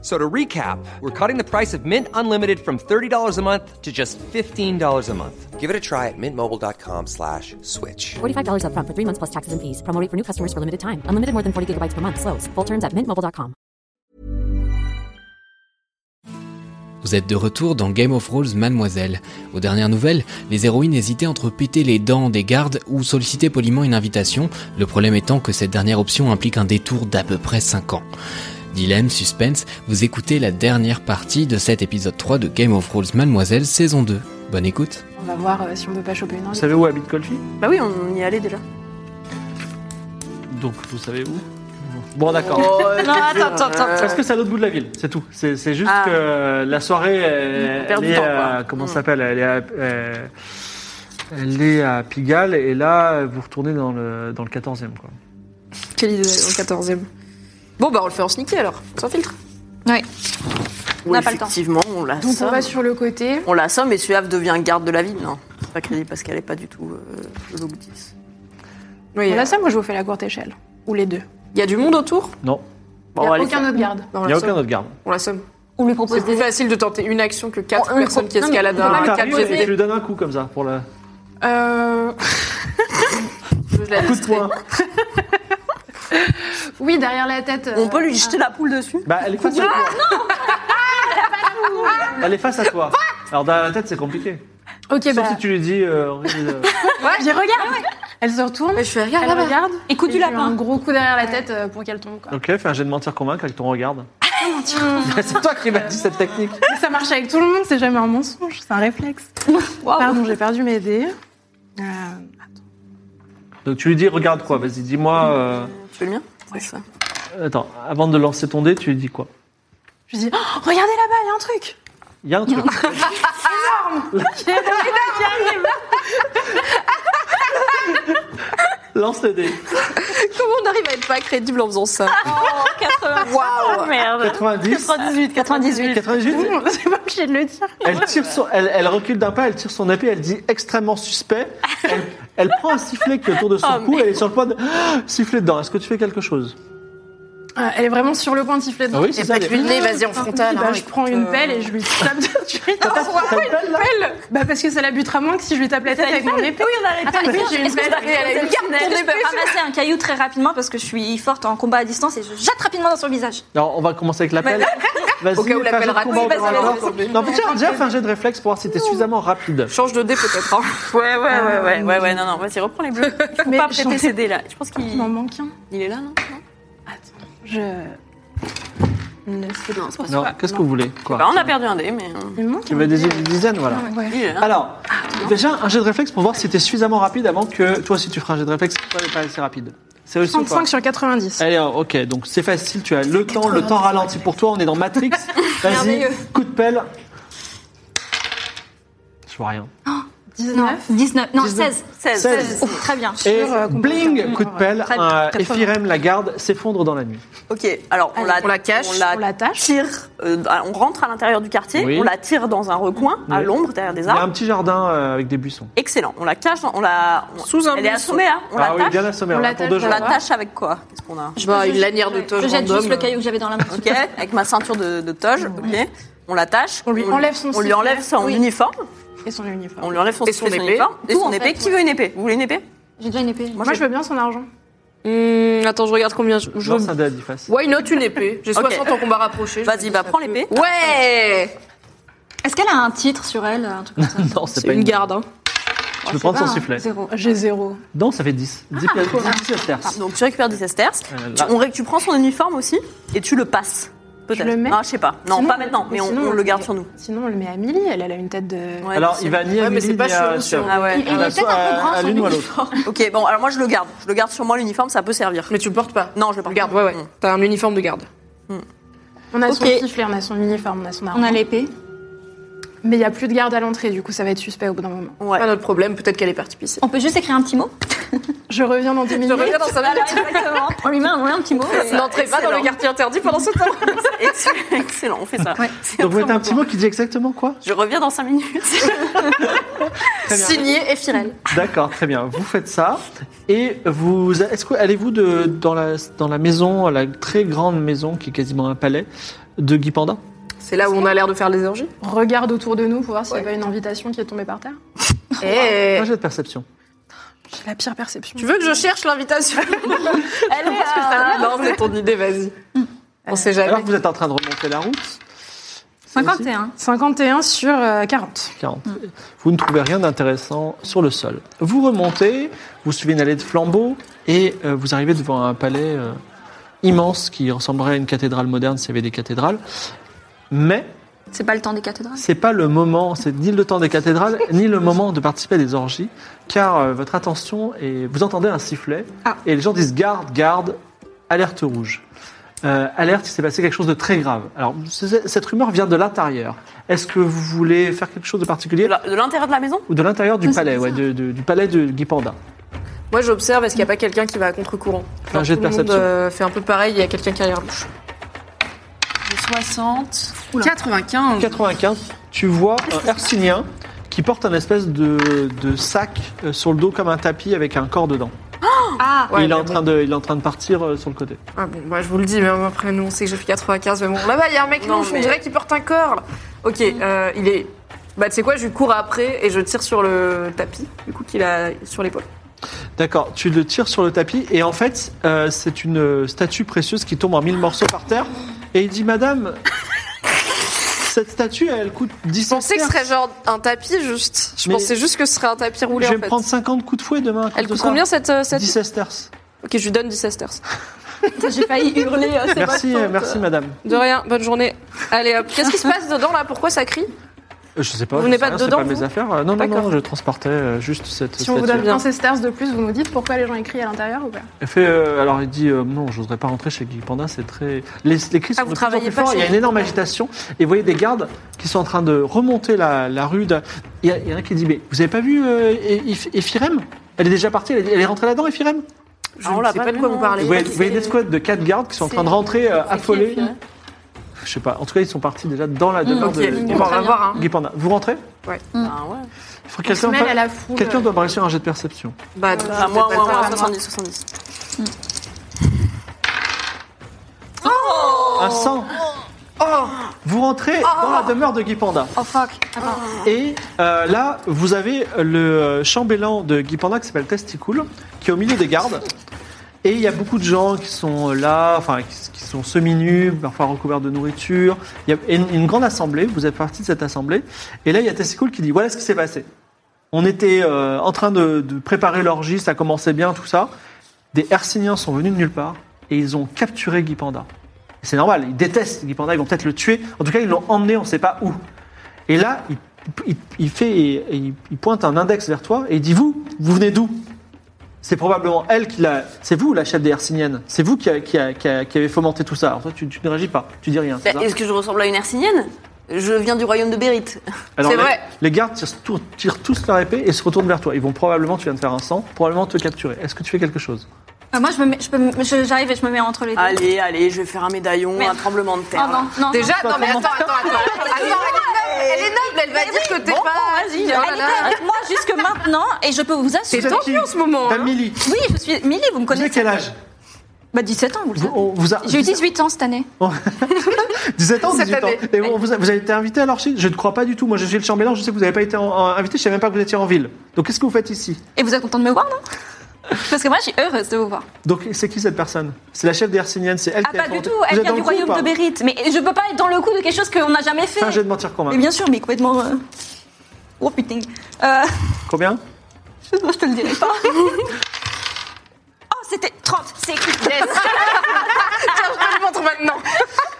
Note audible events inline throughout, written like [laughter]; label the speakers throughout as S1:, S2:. S1: So to recap, we're cutting the price of Mint Unlimited from $30 a month to just $15 a month. Give it a try at mintmobile.com slash switch.
S2: $45 upfront for three months plus taxes and fees. Promo rate for new customers for limited time. Unlimited more than 40 gigabytes per month. Slows. Full terms at mintmobile.com.
S3: Vous êtes de retour dans Game of Thrones Mademoiselle. Aux dernières nouvelles, les héroïnes hésitaient entre péter les dents des gardes ou solliciter poliment une invitation, le problème étant que cette dernière option implique un détour d'à peu près 5 ans. Dilemme, suspense, vous écoutez la dernière partie de cet épisode 3 de Game of Thrones Mademoiselle saison 2. Bonne écoute.
S4: On va voir euh, si on peut pas choper une
S5: Vous
S4: envie.
S5: savez où habite Colfi
S4: Bah oui, on y allait déjà.
S5: Donc vous savez où Bon d'accord.
S4: non, attends, attends, attends.
S5: Parce que c'est à l'autre bout de la ville, c'est tout. C'est c'est juste
S4: Ah.
S5: que euh, la soirée, euh,
S4: On
S5: elle,
S4: perd du
S5: est
S4: temps,
S5: à-
S4: quoi.
S5: comment
S4: Mm.
S5: ça s'appelle Elle est à, euh, elle est à Pigalle et là vous retournez dans le dans le 14e quoi.
S4: Quelle idée, en 14 e Bon, bah on le fait en sneaky alors, sans filtre.
S6: Ouais,
S7: n'a pas le temps.
S6: effectivement, on la
S4: Donc on
S6: somme.
S4: va sur le côté.
S6: On la somme et Suave devient garde de la ville. Non, c'est pas crédible parce qu'elle est pas du tout euh, le look 10.
S4: On a ça, moi je vous fais la courte échelle. Ou les deux.
S6: Il y a du monde autour
S5: Non,
S6: Bon,
S4: Il y
S6: on
S4: a
S6: va les
S4: aucun
S6: faire.
S4: autre garde. Bah, on,
S5: il n'y
S4: la
S5: a aucun
S4: somme.
S5: autre garde.
S4: on la somme.
S7: On lui
S4: C'est
S7: propose
S4: plus
S7: des...
S4: facile de tenter une action que quatre
S7: Oh, une
S4: personnes qui
S7: pro- non, mais
S4: escaladent
S7: on
S4: un
S7: a
S4: quatre
S5: T'arrives et
S4: GD.
S5: tu lui donnes un coup comme ça pour la
S4: Euh. Je la
S5: coup de
S4: [laughs]
S5: poing.
S4: Oui, derrière la tête. euh,
S6: On peut lui jeter la poule dessus
S5: Bah elle est face à
S4: Ah,
S5: toi. Elle est face à toi. Alors dans la tête c'est compliqué.
S4: Ok,
S5: Sauf
S4: bah.
S5: si tu lui dis. euh, euh,
S4: J'y regarde. Elle se retourne.
S6: Je fais
S7: Ah,
S6: regarde
S4: Elle
S6: là-bas.
S4: regarde.
S7: Écoute
S4: et
S7: du
S4: je lui mets Un
S7: lapin.
S4: gros coup derrière la tête euh, pour qu'elle tombe. Quoi.
S5: Bah. Ok, fais un jet de mentir convaincre avec ton regard.
S6: Ah.
S5: [laughs] c'est toi qui m'as dit cette technique.
S4: Ça marche avec tout le monde, c'est jamais un mensonge, c'est un [laughs] réflexe. Pardon, j'ai perdu mes dés. Euh,
S5: Donc tu lui dis, regarde quoi, vas-y, dis-moi. euh,
S6: Tu veux le mien C'est ça.
S5: Attends, avant de lancer ton dé, tu lui dis quoi
S4: je lui dis, Oh, regardez là-bas, il y a un [laughs] truc.
S5: Il y a un truc. Lance le dé.
S6: Comment on arrive à être pas crédible en faisant ça
S7: Oh, 80.
S6: Waouh
S7: Merde.
S5: 90.
S7: 98, 98.
S5: 98.
S4: Bon, [laughs] C'est pas obligé de le dire.
S5: Elle, tire son- elle, elle recule d'un pas, elle tire son épée, elle dit extrêmement suspect. Elle, elle prend un sifflet qui est autour de son
S7: Oh,
S5: cou, elle est sur le point de Ah, siffler dedans. Est-ce que tu fais quelque chose
S4: Euh, elle est vraiment sur le point de siffler dedans.
S5: Ah oui, c'est ça. les-
S6: lui le nez, vas-y, en
S4: Je dis,
S8: hein.
S4: bah, je prends une
S8: euh,
S4: pelle et je lui tape
S8: [laughs]
S4: dessus.
S5: T'as une pelle, là
S4: Bah parce que ça la butera moins que si je lui tape la tête avec mon épée.
S7: Oui, on a la
S4: Attends,
S7: tête.
S4: les filles, j'ai une
S7: Est-ce que
S4: belle-
S7: je peux-
S4: elle a une
S7: est-ce que
S4: garde
S7: je
S4: pour
S7: peux
S4: l'épée,
S7: ramasser un caillou très rapidement parce que je suis forte en combat à distance et je jette rapidement dans son visage.
S5: Alors, on va commencer avec la pelle. Vas-y,
S6: Au cas où
S5: fais
S6: la
S5: un
S6: pelle
S5: jet de
S6: rate.
S5: combat
S6: Oui,
S5: au
S6: vas-y,
S5: corps à
S6: vas-y,
S5: corps. Non, mais tiens, déjà, fais un jet de réflexe pour voir si t'es suffisamment rapide.
S6: Change de dé peut-être. [laughs] hein.
S7: Ouais, ouais, ouais, ouais, ouais, ouais, non, non, vas-y, reprends les bleus. Il faut
S4: Mais
S7: pas
S4: je
S7: prêter
S4: sais-
S7: ces dés là. Je pense
S4: Il
S7: qu'il.
S4: m'en manque hein. un.
S6: Il est là, non
S4: Je. Ne sais pas.
S5: Non, qu'est-ce que vous voulez Quoi
S6: Bah, On a perdu un dé, mais.
S4: Il me manque
S5: Tu
S4: un
S5: veux des
S4: dé.
S5: une dizaine, voilà.
S4: Ouais.
S6: Il est là.
S5: Alors, déjà, un jet de réflexe pour voir si t'es suffisamment rapide avant que toi aussi tu feras un jet de réflexe, toi t'es pas assez rapide. C'est réussi ou pas
S4: 35 sur 90.
S5: Allez, oh, ok, donc c'est facile, tu as le temps, le temps ralenti pour toi, on est dans Matrix. Vas-y,
S6: Merveilleux.
S5: coup de pelle. Je vois rien.
S4: 19.
S7: 19, non, 16.
S6: 16.
S5: 16.
S7: Ouf, très bien.
S5: Et
S4: Sur, euh,
S5: bling, coup de pelle,
S7: Très bien,
S5: euh,
S7: 80.
S5: Ephirem, la garde, s'effondre dans la nuit.
S6: Ok, alors on,
S4: Allez,
S6: la,
S4: on la cache, on l'attache.
S6: tire, euh, on rentre à l'intérieur du quartier,
S5: Oui.
S6: on la tire dans un recoin, à
S5: Oui.
S6: l'ombre, derrière des
S5: Il y a
S6: arbres.
S5: un petit jardin euh, avec des buissons.
S6: Excellent, on la cache, on la. on-
S4: Sous un
S6: Elle est
S4: buisson.
S6: assommée, hein on
S5: ah oui,
S6: l'attache.
S5: bien assommé,
S4: On
S5: on a
S4: l'attache,
S5: pour deux
S6: on
S5: jours.
S4: voilà.
S6: l'attache avec quoi Qu'est-ce qu'on a
S7: Je
S4: Bah,
S7: peux
S4: une
S7: juste-
S4: lanière de toge
S7: Je jette juste
S4: random.
S7: le caillou que j'avais dans la main.
S6: Ok, avec ma ceinture de, de toge, ok. On l'attache.
S4: On lui enlève son
S6: On lui
S4: sifflet.
S6: enlève son
S7: Oui.
S6: uniforme.
S4: Et son uniforme.
S6: On lui enlève son
S8: Et son
S6: sifflet,
S8: épée.
S6: uniforme. Et
S7: Tout,
S6: son
S7: en
S6: épée.
S7: fait,
S6: Qui
S7: ouais.
S6: veut une épée Vous voulez une épée
S7: J'ai déjà une épée.
S4: Moi je veux bien son argent.
S8: Hmm, attends, je regarde combien je. je veux-
S5: Lance un dé à dix faces.
S8: Why not une épée J'ai
S6: Ok.
S8: 60 en combat rapproché. je
S6: Vas-y,
S8: me dis
S6: bah,
S8: ça
S6: prends
S8: peut-
S6: l'épée.
S8: Ouais
S7: Est-ce qu'elle a un titre sur elle un truc comme ça
S5: Non, c'est
S8: C'est
S5: pas
S8: une garde, hein.
S5: Tu peux
S9: Oh,
S5: prendre son sifflet.
S7: hein. Zéro.
S4: J'ai zéro.
S5: Non, ça fait 10. 10 piastres.
S6: Donc tu récupères 10 sesterces.
S5: Euh,
S6: Tu,
S5: là.
S6: on ré- tu prends son uniforme aussi et tu le passes. Peut-être.
S4: le mets
S6: Ah, je sais pas. Non,
S4: Sinon,
S6: pas maintenant, mais on,
S4: sinon,
S6: on
S4: on
S6: le
S4: le
S6: garde
S4: met.
S6: sur nous.
S4: Sinon on le met à Millie, elle, elle a une tête de.
S6: Ouais.
S5: Alors, il va ni à
S8: Ouais, mais
S5: Millie
S8: c'est pas
S5: ni à
S8: chelou, sur-
S5: Sierra.
S6: Ah
S7: Il
S6: ouais.
S7: est peut-être un peu grand
S5: à
S7: son
S5: l'une ou à l'autre.
S7: uniforme.
S6: Ok, bon, alors moi je le garde. Je le garde sur moi l'uniforme, ça peut servir.
S8: Mais tu le portes pas.
S6: Non, je le porte.
S8: Le garde, ouais, ouais.
S6: Mm.
S8: T'as un uniforme de garde.
S4: On a
S6: Ok.
S4: son sifflet, on a son uniforme, on a son arme.
S7: On a l'épée.
S4: Mais il n'y a plus de garde à l'entrée, du coup ça va être suspect au bout d'un moment.
S6: Ouais.
S8: Pas notre problème, peut-être qu'elle est partie pisser.
S7: On peut juste écrire un petit mot
S4: Je reviens dans 10 minutes.
S8: reviens dans sa
S7: Voilà, exactement. On lui met un, on met un petit mot. et-
S8: N'entrez pas dans le quartier interdit pendant ce temps.
S6: [laughs] Excellent, excellent, on fait ça.
S5: Donc vous mettez un petit mot qui dit exactement quoi
S6: Je reviens dans 5 minutes.
S8: Signé Ephirel.
S5: D'accord, très bien. Vous faites ça et vous est-ce que allez-vous de dans la dans la maison, la très grande maison qui est quasiment un palais de Guy Panda
S8: C'est là où on a l'air de faire les orgies.
S4: Regarde autour de nous pour voir s'il n'y a pas une invitation qui est tombée par terre.
S8: Eh,
S5: Moi j'ai de perception.
S4: J'ai la pire perception.
S8: Tu veux que je cherche l'invitation
S7: Elle
S6: [laughs]
S7: est à-
S8: Non, c'est ton idée, vas-y. On sait
S5: Alors
S8: jamais.
S5: que vous êtes en train de remonter la route. C'est aussi
S7: 51.
S4: 51 sur euh, 40.
S5: 40. Vous ne trouvez rien d'intéressant sur le sol. Vous remontez, vous suivez une allée de flambeaux et euh, vous arrivez devant un palais euh, immense qui ressemblerait à une cathédrale moderne s'il y avait des cathédrales. Mais
S7: C'est pas le temps des cathédrales.
S5: c'est pas le moment, c'est ni le temps des cathédrales, [laughs] ni le moment de participer à des orgies, car euh, votre attention et vous entendez un sifflet
S7: Ah.
S5: et les gens disent garde, garde, alerte rouge. Euh, alerte, il s'est passé quelque chose de très grave. Alors, c- cette rumeur vient de l'intérieur. Est-ce que vous voulez faire quelque chose de particulier
S6: De la- de l'intérieur de la maison
S5: ou de l'intérieur du
S7: Ça, c'est
S5: palais, ouais, de- de- du palais de Guy Panda.
S8: Moi, j'observe, est-ce qu'il n'y a pas quelqu'un qui va à contre-courant
S5: un jet de
S8: Tout le monde,
S5: perception.
S8: euh, fait un peu pareil, il y a quelqu'un qui a l'air louche.
S10: 60, 95.
S5: 95, tu vois un Hercynien qui porte un espèce de, de sac euh, sur le dos comme un tapis avec un corps dedans.
S7: Ah,
S5: Et
S8: Ouais,
S5: il, est en
S8: mais
S5: train de, il est en train de partir euh, sur le côté.
S8: Ah bon, bah, je vous le dis, mais après, nous, on sait que j'ai fait 95, mais bon, là-bas, il y a un mec
S6: Non,
S8: louche,
S6: mais-
S8: on dirait qu'il porte un corps. là. Ok, euh, il est... Bah, tu sais quoi, je lui cours après et je tire sur le tapis, du coup, qu'il a sur l'épaule.
S5: D'accord, tu le tires sur le tapis et en fait, euh, c'est une euh, statue précieuse qui tombe en mille morceaux par terre. Et il dit
S8: [laughs]
S5: Madame, cette statue, elle coûte 10
S8: Je pensais que ce
S5: sesterces.
S8: serait genre un tapis, juste. Je
S5: Mais-
S8: pensais juste que ce serait un tapis roulé,
S5: Je vais
S8: en
S5: me
S8: fait.
S5: prendre 50 coups de fouet demain. à cause
S8: Elle
S5: de
S8: coûte
S5: ça.
S8: combien, cette... euh, cette...
S5: 10 sesterces.
S8: Ok, je lui donne 10 sesterces.
S7: j'ai failli hurler. euh, c'est
S5: Merci,
S7: votre
S5: euh,
S7: faute.
S5: merci madame.
S8: De rien, bonne journée. Allez, hop, qu'est-ce qui se passe dedans, là Pourquoi ça crie
S5: Euh, Je sais pas.
S8: Vous
S5: je sais
S8: n'êtes pas
S5: rien, c'est
S8: dedans,
S5: pas mes
S8: vous
S5: affaires. Euh, Non, non, non,
S8: D'accord.
S5: je transportais euh, juste cette
S4: Si on vous
S5: statue.
S4: donne un sesterce de plus, vous nous dites pourquoi les gens écrivent à l'intérieur ou pas
S5: Elle fait, euh, alors il dit euh, non, je n'oserais pas rentrer chez Guy Panda, c'est très. Les, les cris sont
S8: Ah,
S5: de
S8: vous
S5: plus en plus
S8: travaillez pas
S5: forts,
S8: chez
S5: il y a une
S8: Guy
S5: énorme agitation. Et vous voyez des gardes qui sont en train de remonter la, la rue. de- Il y, a- il y en a qui dit Mais vous avez pas vu euh, Eph- Ephirem Elle est déjà partie, elle est, elle est rentrée là-dedans, Ephirem
S8: Je
S6: Ah, on
S8: ne
S6: l'a
S8: sais
S6: pas
S8: pas de quoi
S6: vu, non.
S8: vous
S5: Vous
S8: parlez.
S5: voyez, vous voyez une escouade de quatre gardes qui sont en train de rentrer euh, affolés. Je sais pas, en tout cas, ils sont partis déjà dans la demeure
S8: Hmm, Ok,
S5: de
S8: bon, on va voir, hein.
S5: Guy Panda. Vous rentrez
S6: Ah ouais.
S5: Il faut que
S4: On se
S5: quelqu'un
S4: mêle à
S5: fa-
S4: la foule.
S5: quelqu'un doit me réussir un jet de perception.
S8: Bah,
S6: Ah, moi,
S8: peut-être
S6: moi,
S8: pas
S6: moi,
S8: faire
S6: 70, 70.
S7: Oh.
S5: un sang. Vous rentrez dans la demeure de Guy Panda.
S7: Oh fuck. Attends.
S5: Et euh, là, vous avez le euh, chambellan de Guy Panda qui s'appelle Testicool, qui est au milieu des gardes. Et il y a beaucoup de gens qui sont là, enfin, qui, qui sont semi-nus, parfois recouverts de nourriture. Il y a une, une grande assemblée, vous êtes partie de cette assemblée. Et là, il y a Testicool qui dit Voilà ce qui s'est passé. On était euh, en train de, de préparer l'orgie, ça commençait bien, tout ça. Des Hercyniens sont venus de nulle part et ils ont capturé Guy Panda. C'est normal, ils détestent Guy Panda, ils vont peut-être le tuer. En tout cas, ils l'ont emmené, on ne sait pas où. Et là, il, il- il fait, et il, il pointe un index vers toi et il dit Vous, vous venez d'où C'est probablement elle qui l'a. C'est vous la chef des Hercyniennes. C'est vous qui, a- qui a- qui a- qui avez fomenté tout ça. Alors toi, tu, tu ne réagis pas, tu dis rien. c'est
S6: Bah,
S5: ça
S6: Est-ce que je ressemble à une hercinienne Je viens du royaume de Bérite.
S5: Alors,
S8: c'est
S5: les,
S8: vrai.
S5: Les gardes tirent, tout- tirent tous leur épée et se retournent vers toi. Ils vont probablement, tu viens de faire un sang, probablement te capturer. Est-ce que tu fais quelque chose
S7: Ah, moi, je me mets, je peux, me- je- j'arrive et je me mets entre les deux.
S6: Allez, allez, je vais faire un médaillon,
S7: Merde.
S6: un tremblement de
S7: Oh
S6: terre.
S7: non, non.
S8: Déjà, non mais attends, attends, attends.
S4: [laughs]
S8: Attends, elle est noble, elle est noble, elle va dire que t'es
S6: bon,
S8: pas...
S6: vas-y,
S8: Oh là
S7: Elle
S8: là.
S7: était avec moi jusque maintenant et je peux vous assurer.
S8: T'es tendu en ce moment,
S5: T'as
S8: hein
S5: Milly.
S7: Oui, je suis Milly, vous me
S5: Vous avez
S7: connaissez.
S5: quel âge
S7: Bah 17 ans, vous le
S5: Vous-
S7: savez.
S5: on vous a-
S7: J'ai eu 18 ans cette année.
S5: 17 ans,
S8: Cette
S5: 18 ans.
S8: année.
S5: Et on vous, a- vous avez été invité à l'orchide Je ne crois pas du tout. Moi, je suis le chambellan, je sais que vous n'avez pas été en- en- invité, je ne savais même pas que vous étiez en ville. Donc, qu'est-ce que vous faites ici
S7: Et vous êtes content de me voir, non Parce que moi, je suis heureuse de vous voir.
S5: Donc, c'est qui cette personne C'est la chef des Hercyniennes, c'est elle
S7: Ah,
S5: qui a
S7: pas du
S5: fondé-
S7: tout,
S5: Vous
S7: elle
S5: êtes
S7: vient
S5: dans
S7: du
S5: le hein. coup ou
S7: royaume
S5: pas
S7: de Bérite. Mais je peux pas être dans le coup de quelque chose qu'on n'a jamais fait.
S5: Fais un jeu de mentir
S7: Mais
S5: convaincre.
S7: Eh bien sûr, mais complètement. euh, Oh putain. Euh, [laughs]
S5: Combien
S7: je te le dirai pas. [laughs] oh, c'était 30, c'est Ah, yes.
S8: Je montre maintenant.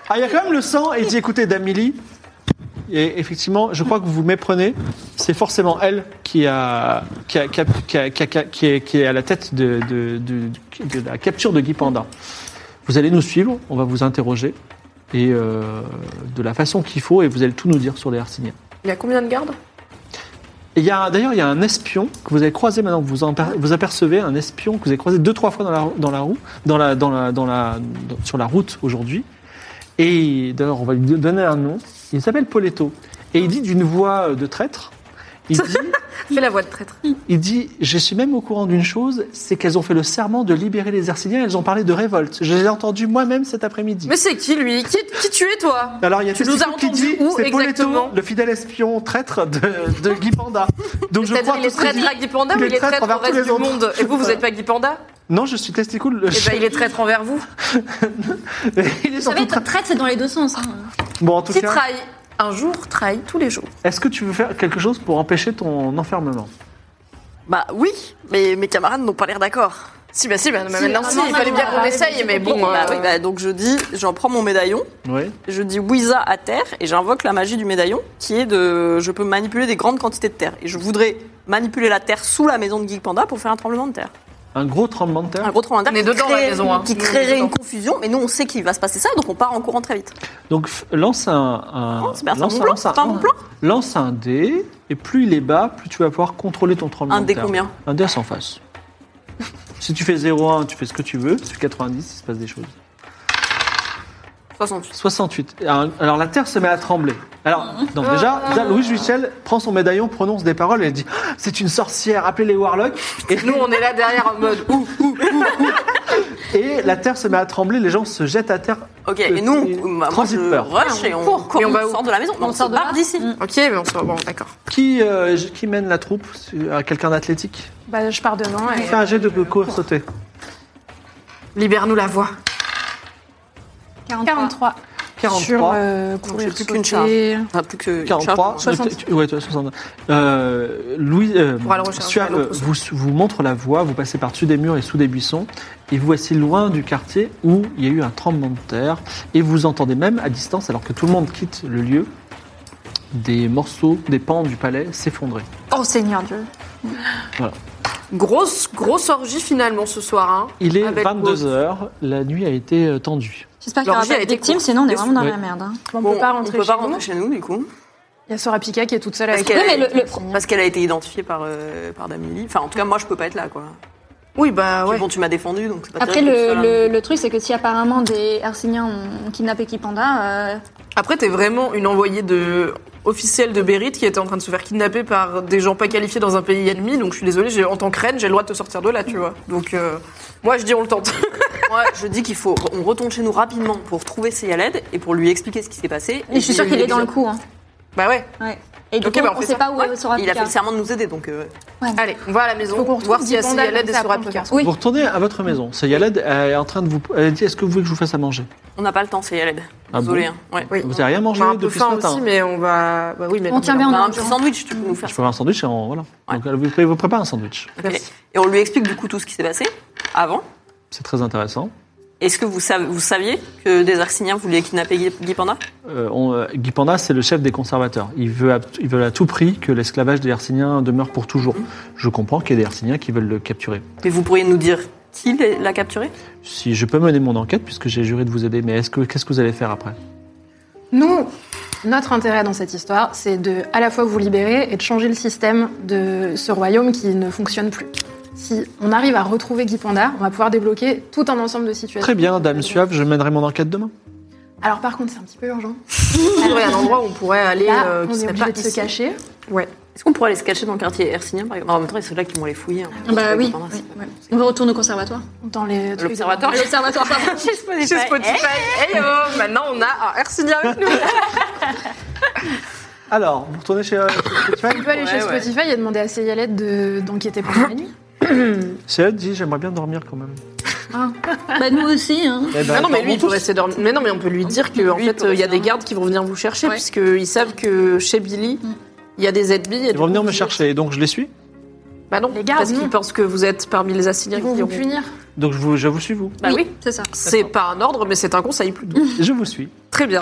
S5: Ah, il y a quand même le sang. Et il dit écoutez, Damili, et effectivement, je crois que vous vous méprenez. C'est forcément elle qui, a, qui, a- qui, a- qui, a- qui, a- qui est, qui est à la tête de, de- de- de la capture de Guy Panda. Vous allez nous suivre, on va vous interroger. Et euh, de la façon qu'il faut, et vous allez tout nous dire sur les Hercyniens.
S8: Il y a combien de gardes
S5: Et il y a- D'ailleurs, il y a un espion que vous avez croisé maintenant, que vous, en per- vous apercevez un espion que vous avez croisé deux, trois fois dans la, dans la roue, dans la, dans la, dans la, dans- sur la route aujourd'hui. Et d'ailleurs, on va lui donner un nom. Il s'appelle Poletto. Et il dit d'une voix euh, de traître, il dit,
S8: Fais la voix de traître.
S5: il dit, je suis même au courant d'une chose, c'est qu'elles ont fait le serment de libérer les Arciliens, elles ont parlé de révolte. Je l'ai entendu moi-même cet après-midi.
S8: Mais c'est qui lui qui, qui tu es toi
S5: Alors, il y a
S8: Tu
S5: Tessie
S8: nous as
S5: qui
S8: entendu
S5: dit
S8: où
S5: c'est Poletto,
S8: exactement
S5: le fidèle espion traître de, de Guy Panda. Donc je
S8: C'est-à-dire
S5: crois
S8: il
S5: tout
S8: est
S5: ce qu'il
S8: traître à
S5: dit.
S8: Guy Panda
S5: Il
S8: ou
S5: est
S8: il est
S5: traître
S8: traître au
S5: envers tous
S8: reste
S5: les
S8: du
S5: autres.
S8: monde Et vous, vous n'êtes pas Guy Panda
S5: [laughs] Non, je suis testicule.
S8: Eh ben, il est traître envers vous.
S5: [laughs] il est
S9: Vous
S5: surtout
S9: savez,
S5: traître.
S9: traite, c'est dans les deux sens. hein.
S5: Bon, en tout
S8: Qui
S5: cas,
S8: trahit un jour, trahit tous les jours.
S5: est-ce que tu veux faire quelque chose pour empêcher ton enfermement
S6: Bah oui, mais mes camarades n'ont pas l'air d'accord.
S8: Si, bah si, bah,
S6: Si,
S8: maintenant
S6: ah,
S8: si,
S6: non,
S8: il
S6: non,
S8: fallait
S6: non,
S8: bien
S6: bah,
S8: qu'on
S6: oui,
S8: essaye, mais bon.
S6: Bah
S8: euh,
S6: oui, bah donc je dis, j'en prends mon médaillon,
S5: Oui.
S6: je dis Wiza à terre et j'invoque la magie du médaillon qui est de. Je peux manipuler des grandes quantités de terre. Et je voudrais manipuler la terre sous la maison de Geek Panda pour faire un tremblement de terre.
S5: Un gros tremblement de
S6: Un
S8: Ah.
S5: terre.
S6: gros tremblement de
S8: On est
S6: terre. qui
S8: dedans, la
S6: crée-
S8: maison, hein.
S6: Qui
S8: Nous, on est
S6: créerait une
S8: dedans.
S6: confusion, mais nous on sait qu'il va se passer ça donc on part en courant très vite.
S5: Donc f- lance un, un-
S6: Oh, c'est bien, c'est un
S5: lance
S6: bon plan, c'est un bon plan.
S5: lance un dé et plus il est bas, plus tu vas pouvoir contrôler ton tremblement
S6: Un
S5: de
S6: dé
S5: terre.
S6: combien
S5: Un dé à 100 faces. si tu fais 0,1, tu fais ce que tu veux. Si tu fais 90, il se passe des choses.
S6: 68.
S5: 68. Alors alors, la terre se met à trembler. Alors, donc déjà, déjà, Louis Michel prend son médaillon, prononce des paroles et dit Ah, C'est une sorcière, appelez les warlocks. Et,
S8: Nous, on est là derrière euh, en mode ouh, ouh, ouh.
S5: et la terre se met à trembler, les gens se jettent à terre.
S6: Ok, et nous, on- bah, moi,
S5: Transit
S6: je
S5: peur.
S6: rush et on,
S8: Et on
S6: on
S8: va où
S6: sort de la maison. On, sort de
S9: là.
S6: d'ici.
S7: Mm.
S8: Ok, mais on sort. Bon, d'accord.
S5: Qui, euh, qui mène la troupe Euh, Quelqu'un d'athlétique
S4: Bah, je pars devant et.
S5: Fais un jet de cours sauter.
S8: Libère-nous la voix.
S4: 43. Sur
S5: 43.
S4: euh,
S6: j'ai
S4: courir,
S6: plus qu'une
S4: sauter.
S6: On a plus que
S5: 43,
S6: Charles.
S5: 60. Tu, tu- ouais, tu as 60. Euh, Louis, euh,
S8: Pour aller rechercher
S5: Suave,
S8: l'autre
S5: vous, vous montre la voie, vous passez par-dessus des murs et sous des buissons, et vous voici loin du quartier où il y a eu un tremblement de terre, et vous entendez même à distance, alors que tout le monde quitte le lieu, des morceaux, des pans du palais s'effondrer.
S7: Oh Seigneur Dieu.
S8: Grosse, grosse orgie finalement ce soir. Hein.
S5: Il est
S8: Avec
S5: 22h, la nuit a été euh, tendue.
S9: J'espère qu'il y aura
S8: L'orgie a
S9: pas de
S8: été
S9: victimes,
S8: courte.
S9: sinon on est vraiment dans
S5: Oui.
S9: la merde. hein.
S4: Bon, on
S6: Bon,
S4: peut pas rentrer
S6: on peut
S4: chez
S6: pas
S4: nous.
S6: rentrer chez nous, du coup.
S4: Il y a Sora Pika qui est toute seule
S6: Parce
S4: avec
S6: qu'elle
S9: Oui, mais
S6: a,
S9: le-
S6: été- parce qu'elle a été identifiée par, euh, par Damili. Enfin, en tout cas, moi, je peux pas être là, quoi.
S8: Oui,
S4: Ah
S8: bah
S6: Puis
S8: ouais.
S6: Bon, tu m'as défendu, donc c'est pas
S9: Après,
S6: terrible,
S9: le,
S6: ça.
S9: le- le truc, c'est que si apparemment des Herciniens ont kidnappé Kipanda, euh,
S8: Après, t'es vraiment une envoyée de officielle de Berit qui était en train de se faire kidnapper par des gens pas qualifiés dans un pays ennemi. Donc je suis désolée, j'ai- en tant que reine, j'ai le droit de te sortir de là, tu vois. Donc euh, moi, je dis on le tente. [laughs]
S6: Moi, je dis qu'il faut. On retourne chez nous rapidement pour trouver Seyaled et pour lui expliquer ce qui s'est passé.
S9: je suis sûre
S6: qu'il
S9: qu'il est dans le coup. hein.
S8: bah ouais.
S9: Et du
S8: Ok,
S9: coup,
S8: bah, on
S9: on
S8: fait
S9: sait
S8: ça.
S9: pas où
S8: Ouais,
S9: euh, sera
S6: Il a fait
S9: Pika.
S6: le serment de nous aider, donc. euh,
S8: Allez, on va à la maison, voir s'il y a
S4: Guipanda,
S8: Seyaled
S4: comme
S8: et
S4: ça,
S8: Sora
S4: après, on peut
S8: Pika.
S4: faire ça.
S9: Oui.
S5: Vous retournez à votre maison. C'est Yaled elle est en train de vous. Elle dit Est-ce que vous voulez que je vous fasse à manger
S6: on n'a pas le temps, Seyaled.
S5: Ah
S6: Désolé.
S5: bon
S6: hein. Ouais.
S8: Oui.
S5: Vous n'avez rien
S8: On
S5: mangé
S8: a un peu
S5: depuis ce
S8: faim
S5: matin
S8: aussi, mais on va. Bah oui, mais
S9: On tient bien,
S6: On
S9: on
S6: a
S9: a
S6: un petit sandwich, tu peux nous faire
S5: Je peux avoir un sandwich et on- voilà.
S6: Ouais.
S5: Donc elle vous pré- vous prépare un sandwich.
S8: Merci.
S6: Et on lui explique du coup tout ce qui s'est passé avant.
S5: C'est très intéressant.
S6: Est-ce que vous, savez- vous saviez que des Arsiniens voulaient kidnapper Guy Guy Panda
S5: Euh, on, euh, Guy Panda, c'est le chef des conservateurs. Ils veulent, à, ils veulent à tout prix que l'esclavage des Herciniens demeure pour toujours. Je comprends qu'il y a des Herciniens qui veulent le capturer.
S6: Mais vous pourriez nous dire qui l'a l'a capturé
S5: Si je peux mener mon enquête, puisque j'ai juré de vous aider, mais est-ce que qu'est-ce que vous allez faire après
S4: Nous, notre intérêt dans cette histoire, c'est de à la fois vous libérer et de changer le système de ce royaume qui ne fonctionne plus. Si on arrive à retrouver Guy Panda, on va pouvoir débloquer tout un ensemble de situations.
S5: Très bien, Dame Suave, je mènerai mon enquête demain.
S4: Alors par contre, c'est un petit peu urgent.
S8: Il y aurait un endroit où on pourrait aller
S4: Là,
S8: euh, qui
S4: on est
S8: serait
S4: obligé
S8: pas
S4: de se
S8: ici.
S4: cacher.
S8: Ouais.
S6: Est-ce qu'on pourrait aller se cacher dans le quartier hercinien par exemple Non, En même temps, c'est là qu'ils vont les fouiller. hein.
S9: Bah
S6: Guy
S9: oui.
S6: Panda, c'est-
S9: oui, oui. On va retourner au [laughs] conservatoire.
S4: Dans les trucs-
S6: L'observatoire,
S9: À L'observatoire, pardon.
S8: Chez Spotify. Hey yo, maintenant on a un Hercinia avec nous.
S5: Alors, vous retournez chez euh, Spotify
S4: On peut aller chez
S6: Ouais, ouais.
S4: Spotify et demander à Seyalette de d'enquêter pendant la nuit.
S5: C'est elle dit j'aimerais bien dormir quand même.
S9: [laughs] bah nous aussi. Hein.
S5: Eh ben,
S8: Ah non, mais lui, il
S5: dormons
S8: pourrait essayer de dormir. Mais non, mais on peut lui dire qu'en
S6: Lui, il
S8: fait,
S6: pourrait
S8: euh, il y a des
S6: essayer.
S8: gardes qui vont venir vous chercher,
S9: Ouais.
S8: puisqu'ils savent que chez Billy, il y a des ZB. et
S5: Ils
S8: du
S5: vont
S8: coup,
S5: venir me
S8: vous-
S5: chercher, donc je les suis.
S8: Bah non,
S4: Les gardes,
S8: parce qu'ils
S4: non.
S8: pensent que vous êtes parmi les Assiliens
S4: Ils vont
S8: qui
S4: vous
S8: iront.
S4: punir.
S5: Donc je vous, je vous suis vous.
S8: Bah oui,
S9: C'est ça.
S8: c'est pas un ordre, mais c'est un conseil plutôt.
S5: Je vous suis.
S8: Très bien.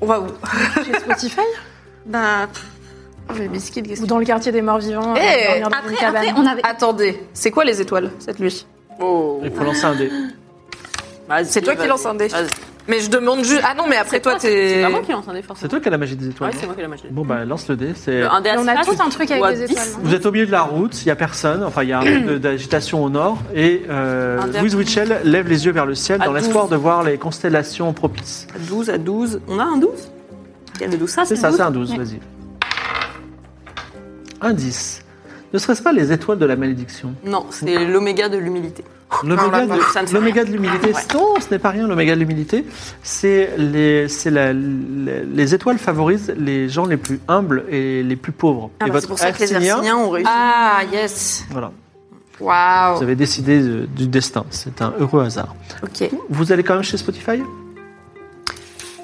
S8: On va où
S4: Chez Spotify
S8: Bah. les biscuits, qu'est-ce
S4: Ou dans le quartier des morts vivants.
S8: Eh,
S4: euh, dormir dans une
S9: Après,
S4: cabane.
S9: après, on avait.
S8: Attendez, c'est quoi les étoiles cette nuit
S6: Oh.
S5: Il faut lancer un dé.
S6: Vas-y,
S8: C'est toi qui
S6: vas-y.
S8: lance un dé.
S6: Vas-y.
S8: Mais je demande juste. Ah non, mais après toi,
S6: C'est
S8: t'es.
S6: pas moi qui lance un défenseur.
S5: C'est toi qui as la magie des étoiles.
S6: Ouais, c'est moi qui ai la magie.
S5: Bon, bah lance le dé. C'est...
S6: Un dé à
S4: Mais on
S6: six
S4: a
S6: faces,
S4: tout un truc avec
S6: ou à
S4: les
S6: dix.
S4: étoiles. hein. non
S5: Vous êtes au milieu de la route, il n'y a personne, enfin il y a un [coughs] peu de- d'agitation au nord, et euh,
S6: Un verre.
S5: Louise Witchell lève les yeux vers le ciel
S6: À
S5: dans l'espoir
S6: 12.
S5: de voir les constellations propices.
S6: À 12, à 12. On a un 12 Quel de 12 Ça,
S5: C'est
S6: c'est
S5: ça,
S6: 12.
S5: c'est un 12, vas-y. Un 10. Ne serait-ce pas les étoiles de la malédiction
S6: Non, c'est l'oméga de l'humilité.
S5: L'oméga
S6: là, ça ne
S5: de-
S6: sert à
S5: l'oméga de l'humilité,
S6: Ouais.
S5: non, ce n'est pas rien, l'oméga de l'humilité. C'est les, c'est la- les, les étoiles favorisent les gens les plus humbles et les plus pauvres.
S6: Ah
S5: et
S6: bah, c'est pour ça que les
S5: Hercynien-
S6: Hercyniens ont réussi.
S8: Ah, yes.
S5: Voilà, vous
S8: Waouh.
S5: avez décidé de- du destin, c'est un heureux hasard.
S8: Ok.
S5: Vous allez quand même chez Spotify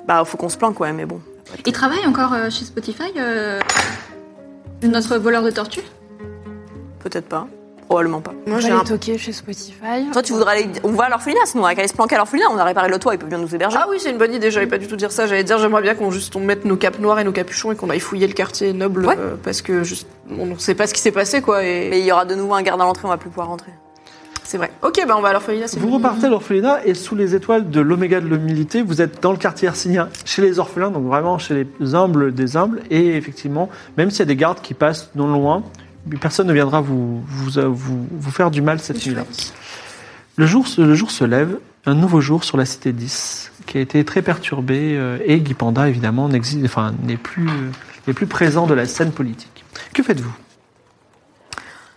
S6: Bah, faut qu'on se plante quand même, mais bon.
S9: Il travaille encore euh, chez Spotify, euh, notre voleur de tortues
S6: Peut-être pas. Probablement pas.
S4: On
S8: Moi,
S4: va
S8: j'ai
S4: les
S8: un.
S4: toquer chez Spotify.
S6: Toi, tu voudrais aller. On va à l'orphelinat, sinon on a qu'à aller se planquer à l'orphelinat. On a réparé le toit, il peut bien nous héberger.
S8: Ah oui, c'est une bonne idée. J'allais pas du tout dire ça. J'allais dire, j'aimerais bien qu'on juste on mette nos capes noires et nos capuchons et qu'on aille fouiller le quartier noble
S6: Ouais.
S8: euh, parce que juste, on ne sait pas ce qui s'est passé quoi. Et
S6: Mais il y aura de nouveau un garde à l'entrée, on va plus pouvoir rentrer.
S8: c'est vrai. Ok, bah on va à l'orphelinat. c'est
S5: Vous
S8: bon.
S5: repartez à l'orphelinat et sous les étoiles de l'Oméga de l'humilité, vous êtes dans le quartier hercynien, chez les orphelins, donc vraiment chez les humbles des humbles. Et effectivement, même s'il y a des gardes qui passent non loin, personne ne viendra vous, vous, euh, vous, vous faire du mal cette nuit-là. Le jour, se- le jour se lève, un nouveau jour sur la cité 10, qui a été très perturbée, euh, et Guy Panda, évidemment, n'existe- enfin, n'est plus, euh, n'est plus présent de la scène politique. Que faites-vous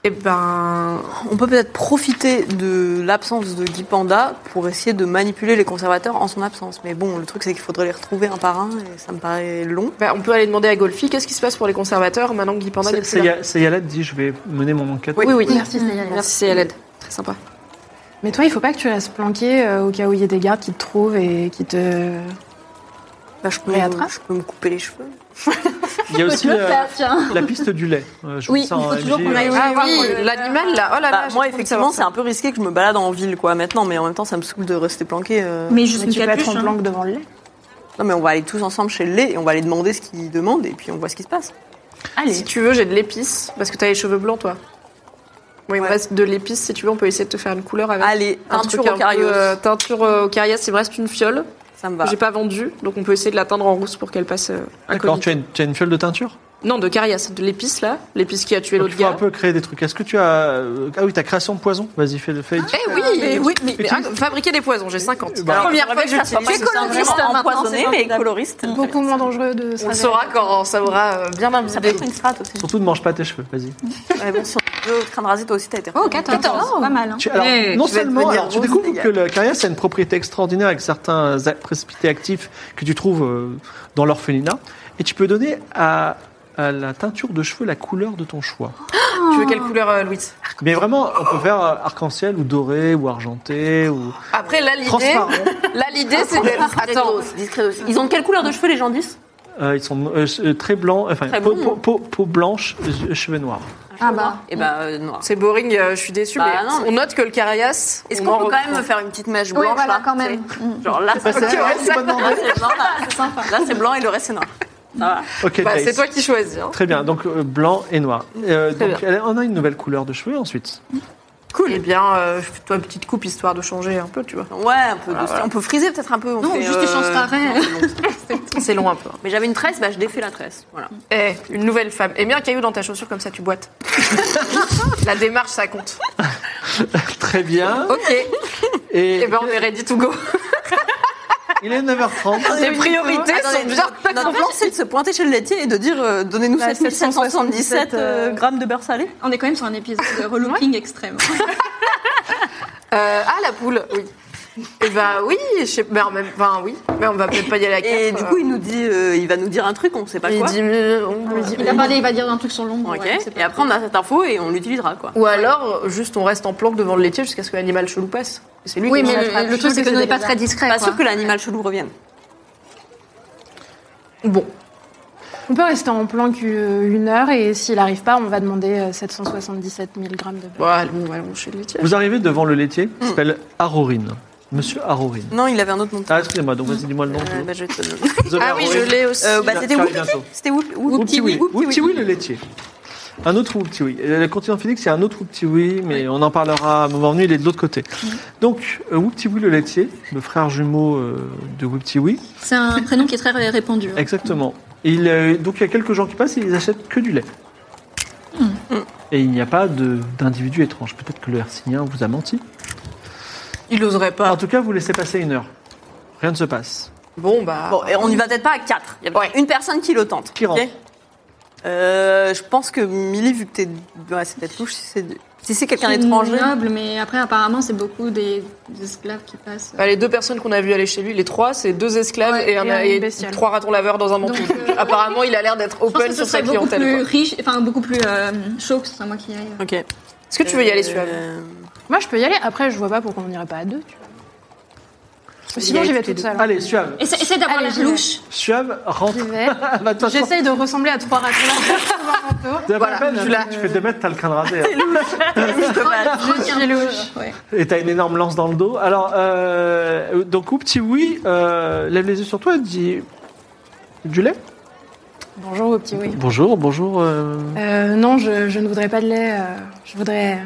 S8: Eh ben,
S6: On peut peut-être profiter de l'absence de Guy Panda pour essayer de manipuler les conservateurs en son absence. Mais bon, le truc, c'est qu'il faudrait les retrouver un par un et ça me paraît long.
S8: bah, on peut aller demander à Golfi qu'est-ce qui se passe pour les conservateurs maintenant que Guy Panda n'est
S5: C'est-
S8: plus là.
S5: c'est- C'est Yalette dit, je vais mener mon enquête.
S8: Oui, oui.
S4: Merci, Nayel.
S8: Merci, c'est Hélène. Très sympa.
S4: Mais toi, il faut pas que tu restes planqué euh, au cas où il y ait des gardes qui te trouvent et qui te.
S6: Bah, je, peux,
S4: Réattrape.
S6: je peux me couper les cheveux.
S5: Il y a
S8: [laughs]
S5: aussi
S9: Tu le
S5: euh,
S9: faire, tiens.
S5: la piste du lait. Euh, je
S9: Oui,
S5: vous
S9: il
S5: sens en
S9: faut toujours
S5: MJ,
S9: qu'on
S5: euh,
S9: aille.
S8: Ah
S9: voir
S8: oui,
S9: pour le-
S8: l'animal là.
S6: Bah,
S8: Oh là là. j'ai
S6: moi,
S8: trop envie de
S6: effectivement,
S8: savoir
S6: c'est
S8: ça.
S6: un peu risqué que je me balade en ville, quoi, maintenant. Mais en même temps, ça me saoule de rester planqué. euh.
S9: Mais juste
S4: Mais
S9: une
S4: tu peux être
S9: capuche.
S4: en
S9: hein.
S4: planque devant le lait.
S6: Non, mais on va aller tous ensemble chez le lait et on va aller demander ce qu'il demande et puis on voit ce qui se passe.
S8: Si tu veux, j'ai de l'épice parce que t'as les cheveux blancs toi. Oui, il me
S6: Ouais. Ah,
S8: reste de l'épice si tu veux. On peut essayer de te faire une couleur avec.
S6: Allez,
S8: Un
S6: peinture
S8: truc
S6: au
S8: un peu,
S6: carios.
S8: euh, Teinture euh, au carias, il me reste une fiole.
S6: Ça me va.
S8: que j'ai pas vendu, donc on peut essayer de la teindre en rousse pour qu'elle passe euh,
S5: D'accord,
S8: incognito.
S5: tu as, une, tu as une fiole de teinture
S8: Non, de carias, de l'épice là, l'épice qui a tué
S5: Donc, Il
S8: l'autre
S5: faut un
S8: gars.
S5: peu créer des trucs. Est-ce que tu as. euh, Ah oui, ta création de poison Vas-y, fais le fait.
S8: Eh oui, mais oui, mais, mais, ah, fabriquer des poisons, j'ai 50.
S5: Bah,
S8: La Première fois que
S6: je
S8: j'utilise.
S6: suis coloriste empoisonné, mais coloriste.
S4: Beaucoup moins dangereux de se
S8: On
S4: révéler.
S8: le saura quand ça aura euh, bien
S6: Ça peut
S8: imbibé.
S6: être une strate aussi.
S5: Surtout ne mange pas tes cheveux, vas-y.
S6: Ouais, bon, si on veut crâne rasé, toi aussi, t'as été.
S9: Oh, 14. Pas mal. hein.
S5: Tu- alors,
S8: Hey,
S5: non
S8: tu vas
S5: seulement,
S8: devenir
S5: alors, tu
S8: rose,
S5: découvres
S8: les gars.
S5: que le carias a une propriété extraordinaire avec certains a- précipités actifs que tu trouves euh, dans l'orphelinat, et tu peux donner à, à la teinture de cheveux la couleur de ton choix.
S8: Tu veux quelle couleur, euh, Louise
S5: Mais vraiment, on peut faire euh, arc-en-ciel ou doré ou argenté ou
S8: Après, là, l'idée,
S5: transparent.
S8: là, l'idée, c'est de... Attends,
S6: Ils ont quelle couleur de cheveux, les gens disent
S5: Euh, ils sont euh, euh, très blancs, enfin
S6: Très
S5: peau,
S6: bon,
S5: peau-
S6: hein.
S5: peau- peau blanche, euh, cheveux noirs.
S9: Ah bah.
S6: Eh ben, euh, noir.
S8: c'est boring, euh, je suis déçue,
S6: Bah,
S8: mais
S6: non, mais-
S8: on note que le carias...
S6: Est-ce
S8: on
S6: qu'on
S8: en
S6: peut quand
S8: reprend.
S6: même faire une petite mèche
S9: Oui,
S6: blanche
S9: voilà,
S6: là,
S9: quand
S6: tu sais
S9: même. Mm.
S6: Genre là, c'est
S5: Bah, c'est
S6: blanc,
S5: vrai, c'est pas
S6: là,
S5: demandé.
S6: c'est blanc, là, là, c'est blanc et le reste c'est noir. Ça va.
S5: Ok,
S8: Bah, c'est
S5: Thaïs.
S8: toi qui choisis. hein.
S5: Très bien, donc euh, blanc et noir. Euh,
S8: Très
S5: donc, elle- on a une nouvelle couleur de cheveux ensuite.
S8: Cool. Eh bien, euh, fais-toi une petite coupe, histoire de changer un peu, tu vois.
S6: Ouais, un peu de- on peut friser peut-être un peu. on
S9: Non,
S6: fait,
S9: juste
S6: euh,
S9: échange ta raie.
S6: non, c'est long, ça.
S8: C'est long un peu. hein.
S6: Mais j'avais une tresse, bah je défais la tresse. Voilà.
S8: Eh, une nouvelle femme. Et mets un caillou dans ta chaussure, comme ça tu [laughs] boites. La démarche, ça compte.
S5: [laughs] Très bien.
S8: Ok,
S5: Et
S8: et ben on est ready to go.
S5: il est
S8: [laughs]
S6: Ah,
S5: 9h30.
S8: Les priorités
S6: Attendez,
S8: sont bien.
S6: notre- Notre plan c'est de se pointer chez le laitier et de dire euh, donnez-nous
S9: Bah,
S6: 7777 euh,
S9: euh,
S6: grammes de beurre salé.
S9: On est quand même sur un épisode [laughs] de relooking extrême.
S8: Euh, ah, la poule, oui. Et ben oui, je sais ben, en même- ben, oui, mais on va peut-être pas y aller à
S6: Et
S8: quatre,
S6: du
S8: euh.
S6: coup il nous dit, euh, il va nous dire un truc, on sait pas
S8: il
S6: quoi.
S8: dit. mais on-
S9: Il a parlé, il va dire un truc sur l'ombre.
S6: Ok.
S9: ouais, je sais pas.
S6: et après on a cette info et on l'utilisera quoi.
S8: Ou alors, juste on reste en planque devant le laitier jusqu'à ce que l'animal chelou passe. C'est lui
S9: Oui,
S8: qui
S9: mais
S8: nous
S9: le,
S8: attrape.
S9: le truc, c'est que
S4: c'est
S9: nous n'est
S4: des
S9: pas très discret.
S6: Pas
S9: quoi.
S6: sûr que l'animal chelou revienne.
S8: Bon,
S4: On peut rester en planque euh, une heure et s'il arrive pas, on va demander euh, 777 000 grammes de beurre.
S8: bon allons, allons chez le laitier.
S5: Vous arrivez devant le laitier
S8: Mm.
S5: qui s'appelle Arorine. Monsieur Arorine.
S6: Non, il avait un autre nom.
S5: Ah, excusez-moi, donc vas-y, dis-moi le nom.
S6: Euh, bah, je vais te le donner.
S5: Vous avez
S8: Ah oui, je
S5: Arorine.
S8: l'ai aussi.
S6: Euh, bah,
S5: Tiens,
S6: c'était
S5: tiens,
S6: Whoopty.
S5: bientôt.
S6: C'était Whoop- Whoopty
S5: Whoopty
S6: Wee,
S5: oui.
S6: Whoopty
S5: Whoopty
S6: Wee.
S5: oui, le laitier. Un autre Wuptiwi. Le continent phoenix, c'est un autre Wuptiwi, mais on en parlera à un moment venu, il est de l'autre côté.
S8: Mm.
S5: Donc, euh, Wuptiwi le laitier, le frère jumeau euh, de Wuptiwi.
S9: C'est un prénom qui est très ré- répandu. hein.
S5: Exactement. Il, euh, donc, il y a quelques gens qui passent et ils achètent que du lait. Et il n'y a pas de- d'individu étrange. Peut-être que le hercinien vous a menti.
S8: [laughs] Il n'oserait pas.
S5: En tout cas, vous laissez passer une heure. Rien ne se passe.
S8: Bon, bah.
S6: Bon, et on y va peut-être pas à 4. Il y a peut-être une personne qui le tente.
S5: Qui rentre
S6: ok Euh, Je pense que Milly, vu que t'es. Ouais, c'est peut-être louche si c'est si c'est quelqu'un
S9: C'est
S6: d'étranger.
S9: noble, mais après, apparemment, c'est beaucoup des, des esclaves qui passent.
S8: Bah, les deux personnes qu'on a vues aller chez lui, les trois, c'est deux esclaves
S4: Ouais,
S8: et, un,
S4: et un
S8: et
S4: bestial.
S8: trois ratons laveurs dans un manteau.
S9: Donc, euh,
S8: Apparemment, il a l'air d'être
S9: Je pense que
S8: open
S9: ce
S8: sur sa
S9: serait beaucoup
S8: clientèle.
S9: plus
S8: quoi.
S9: riche, enfin beaucoup plus euh, chaud que ce soit moi qui aille.
S6: Ok. Est-ce
S8: Est-ce que tu veux y aller,
S6: Euh,
S8: Suave
S4: Moi, je peux y aller. Après, je vois pas pourquoi on n'irait pas à deux. Tu vois. Sinon, j'y vais toute seule.
S5: Allez, Suave.
S9: Essaie, essaie d'avoir
S4: Allez,
S9: l'air
S4: j'y vais.
S9: louche.
S5: Suave, rentre.
S4: [laughs] J'y vais.
S5: Bah, de toute façon,
S4: J'essaye de ressembler à trois ratons. [laughs]
S5: t'as pas la peine,
S4: tu l'as.
S5: Tu fais 2 mètres, t'as le crâne rasé. hein.
S9: Je
S4: suis louche.
S5: Et t'as une énorme lance dans le dos. Alors, euh, donc, ou petit oui, euh, lève les yeux sur toi et dit Du lait
S4: Bonjour au petit oui.
S5: Bonjour, bonjour. euh,
S4: Euh, non, je, je ne voudrais pas de lait. euh, je voudrais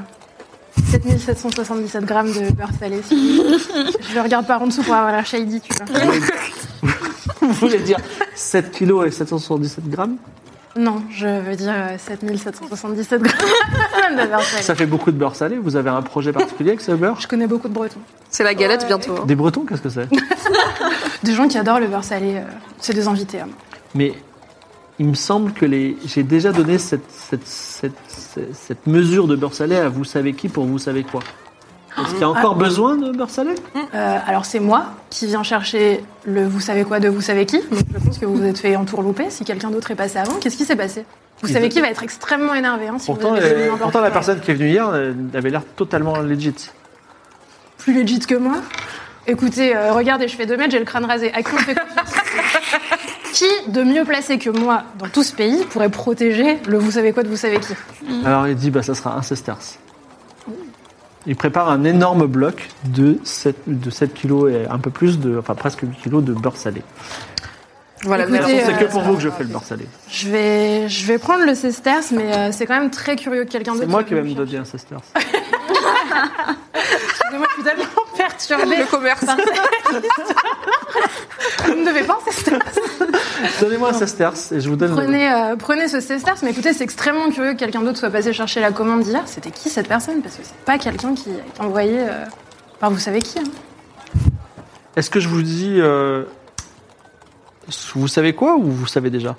S4: 7777 grammes de beurre [laughs] salé. si vous voulez. je le regarde par en dessous pour avoir l'air shady, tu vois.
S5: Vous voulez dire 7 kilos et 777 grammes
S4: Non, je veux dire euh, 7777 grammes [laughs] de beurre salé.
S5: Ça fait beaucoup de beurre salé. Vous avez un projet particulier avec ce beurre
S4: Je connais beaucoup de Bretons.
S8: C'est la galette bientôt. hein.
S5: Des Bretons, qu'est-ce que c'est
S4: Des gens qui adorent le beurre salé. euh, c'est des invités. hein.
S5: Mais il me semble que les... j'ai déjà donné cette, cette, cette, cette, cette mesure de beurre salé à vous savez qui pour vous savez quoi. Est-ce qu'il y a
S4: Ah,
S5: encore besoin de beurre salé
S4: Euh, alors c'est moi qui viens chercher le vous savez quoi de vous savez qui. Donc je pense que vous vous êtes fait entourlouper. Si quelqu'un d'autre est passé avant, qu'est-ce qui s'est passé Vous savez qui va être extrêmement énervé. hein, si vous
S5: Pourtant,
S4: avez des
S5: euh,
S4: éléments
S5: pourtant, la
S4: particuliers.
S5: personne qui est venue hier euh, avait l'air totalement legit.
S4: plus legit que moi. Écoutez, euh, regardez, je fais 2 mètres, j'ai le crâne rasé. À qui on fait confiance Qui de mieux placé que moi dans tout ce pays pourrait protéger le vous savez quoi de vous savez qui
S5: Alors il dit bah ça sera un sesterce. Il prépare un énorme bloc de 7, de 7 kilos et un peu plus de, enfin presque 8 kilos de beurre salé.
S8: Voilà,
S5: De toute
S4: Écoutez,
S5: façon, c'est
S4: euh,
S5: que pour vous que je fais le beurre salé.
S4: Je vais, je vais prendre le sesterce, mais euh, c'est quand même très curieux que quelqu'un d'autre.
S5: C'est moi qui
S4: vienne
S5: vais
S4: me
S5: me
S4: chercher.
S5: donner un sesterce.
S4: Excusez-moi, je suis tellement [laughs] perturbée.
S8: le commerce.
S4: Vous ne devez pas un sesterce.
S5: Donnez-moi un sesterce et je vous donne. le-
S4: [laughs] Prenez, euh, prenez ce sesterce, mais écoutez, c'est extrêmement curieux que quelqu'un d'autre soit passé chercher la commande d'hier. C'était qui cette personne Parce que c'est pas quelqu'un qui est envoyé euh, par vous savez qui. hein.
S5: Est-ce que je vous dis, euh, vous savez quoi ou vous savez déjà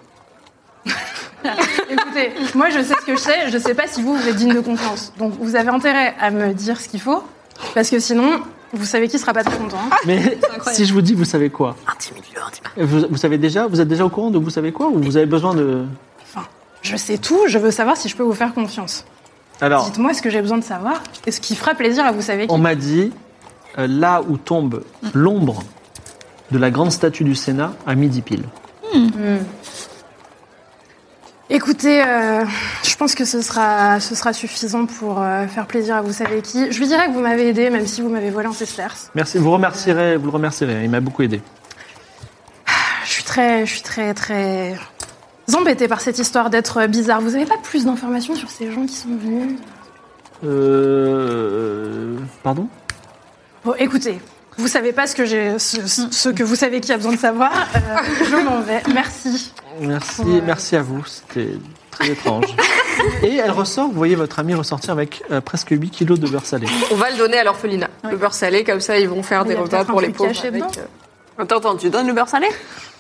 S4: Écoutez, [laughs] moi je sais ce que je sais, je sais pas si vous, vous êtes digne de confiance. Donc vous avez intérêt à me dire ce qu'il faut, parce que sinon, vous savez qui sera pas très content.
S8: Ah.
S4: hein.
S5: Mais si je vous dis, vous savez quoi
S6: Intimide-le, intimide-le.
S5: vous, vous savez déjà, vous êtes déjà au courant de vous savez quoi ou vous avez besoin de.
S4: Je sais tout, je veux savoir si je peux vous faire confiance.
S5: Alors,
S4: Dites-moi ce que j'ai besoin de savoir, et ce qui fera plaisir à vous savez qui.
S5: On m'a dit, euh, là où tombe l'ombre de la grande statue du Sénat, à midi pile.
S4: Écoutez, euh, je pense que ce sera, ce sera suffisant pour euh, faire plaisir à vous savez qui. Je lui dirais que vous m'avez aidé, même si vous m'avez volé un sesterce.
S5: Merci, vous remercierez, vous le remercierez, il m'a beaucoup aidé.
S4: Je suis très, je suis très, très embêtée par cette histoire d'être bizarre. Vous avez pas plus d'informations sur ces gens qui sont venus
S5: Euh... Pardon
S4: Bon, écoutez, vous savez pas ce que j'ai, ce, ce- ce que vous savez qui a besoin de savoir. euh, je m'en vais. Merci.
S5: Merci,
S4: Ouais.
S5: merci à vous, c'était très étrange. Et elle ressort, vous voyez votre amie ressortir avec euh, presque 8 kilos de beurre salé.
S8: On va le donner à l'orphelinat. Le beurre salé, comme ça, ils vont faire
S4: Mais
S8: des
S4: il y a
S8: repas
S4: peut-être un
S8: pour les
S4: truc
S8: pauvres.
S4: caché
S8: avec,
S4: dedans.
S8: euh,
S6: Attends, attends, tu donnes le beurre salé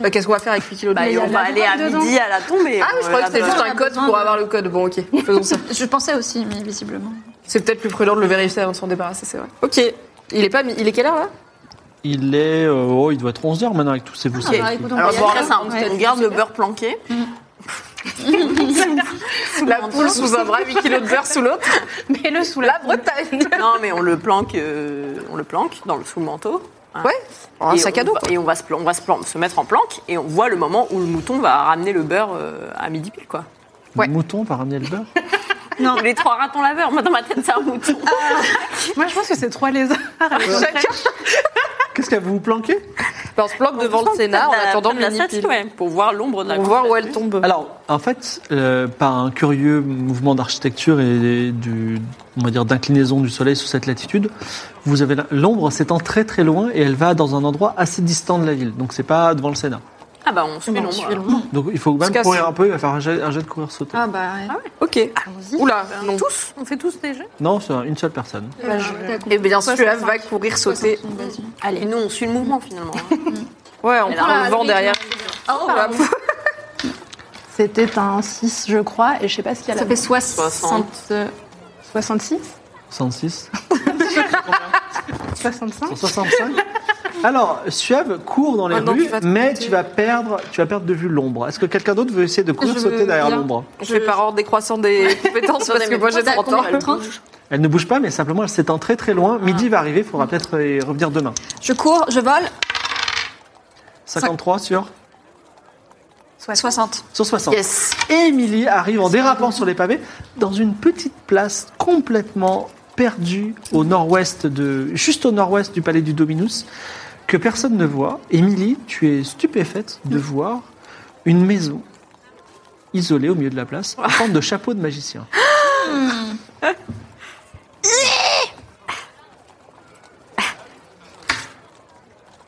S8: bah, Qu'est-ce qu'on va faire avec 8 kilos de
S6: Bah,
S8: beurre
S6: et on va aller à
S4: dedans.
S6: midi à la tombée.
S8: Ah, oui, je croyais que c'était
S6: Euh,
S8: juste
S9: beurre.
S8: un code pour avoir le code. Bon, ok, faisons ça.
S9: Je pensais aussi, mais visiblement.
S8: C'est peut-être plus prudent de le vérifier avant de s'en débarrasser, c'est vrai. Ok. Il est pas mis- Il est quelle heure là
S5: Il est... euh, oh, il doit être 11h maintenant avec tous ces vous savez qui.
S6: Alors,
S9: il y a
S6: bon,
S9: très
S6: après, ça, on,
S9: simple.
S6: on garde le beurre planqué.
S8: La
S6: hein.
S8: poule sous un bras, 8 kilos de beurre sous l'autre.
S4: Mais le sous
S8: La
S4: la
S8: Bretagne.
S6: Non, mais on le planque, euh, on le planque dans le sous le manteau. hein.
S8: Ouais. Oh, Un
S6: Et
S8: sac à
S6: on
S8: dos.
S6: va-
S8: quoi.
S6: Et on va, se, plan- on va se, plan- se mettre en planque et on voit le moment où le mouton va ramener le beurre euh, à midi pile, quoi.
S8: Ouais.
S5: Le mouton va ramener le beurre
S6: [laughs] Les trois ratons laveurs, moi dans ma tête c'est un mouton.
S4: Moi, je pense que c'est trois lézards. Chacun.
S5: Qu'est-ce qu'elle vous vous planquez
S8: on se planque [laughs] devant le Sénat en attendant
S6: la statue,
S8: Minipil.
S6: ouais, pour voir l'ombre de la
S8: Pour
S6: grande
S8: voir où
S6: statue.
S8: elle tombe.
S5: Alors, en fait, euh, par un curieux mouvement d'architecture et du, on va dire, d'inclinaison du soleil sous cette latitude, vous avez la- l'ombre s'étend très très loin et elle va dans un endroit assez distant de la ville. Donc c'est pas devant le Sénat.
S6: Ah bah on suit
S4: Bon,
S6: l'ombre.
S4: je vais
S6: alors.
S4: loin.
S6: [laughs]
S5: Donc il faut même
S8: casse.
S5: courir un peu, il va faire un jet, un jet de courir sauter.
S9: Ah bah, ouais.
S6: Ok.
S8: Oula, non.
S6: Tous
S10: On fait tous des jeux
S5: Non, c'est une seule personne.
S4: Bah, je-
S8: Et bien sûr,
S9: Soixante-cinq.
S8: va courir sauter.
S6: Et nous on suit le mouvement finalement.
S8: Ouais, on prend le vent derrière.
S9: Oh,
S8: Ah,
S9: pardon.
S4: C'était un 6, je crois, et je sais pas ce qu'il y a
S9: ça
S4: là.
S9: fait euh, 60.
S4: 66
S5: 106
S4: 65
S5: 165 Alors, Suave court dans les
S8: Ah non,
S5: rues,
S8: tu vas te
S5: mais
S8: planter.
S5: tu vas, perdre, tu vas perdre de vue l'ombre. Est-ce que quelqu'un d'autre veut essayer de courir
S8: Je
S5: sauter
S8: veux
S5: derrière
S8: bien.
S5: l'ombre
S8: Je fais par ordre décroissant des compétences parce que moi j'ai 30 ans.
S5: Elle ne bouge pas, mais simplement elle s'étend très très loin.
S8: Ah.
S5: Midi va arriver, il faudra peut-être y revenir demain.
S7: Je cours, je vole,
S5: 53 sur
S7: 60.
S5: Sur 60.
S8: [laughs] Yes.
S5: Émilie arrive en dérapant sur les pavés dans une petite place complètement perdue au nord-ouest de, juste au nord-ouest du palais du Dominus, que personne ne voit. Émilie, tu es stupéfaite de voir une maison isolée au milieu de la place en forme de chapeau de magicien.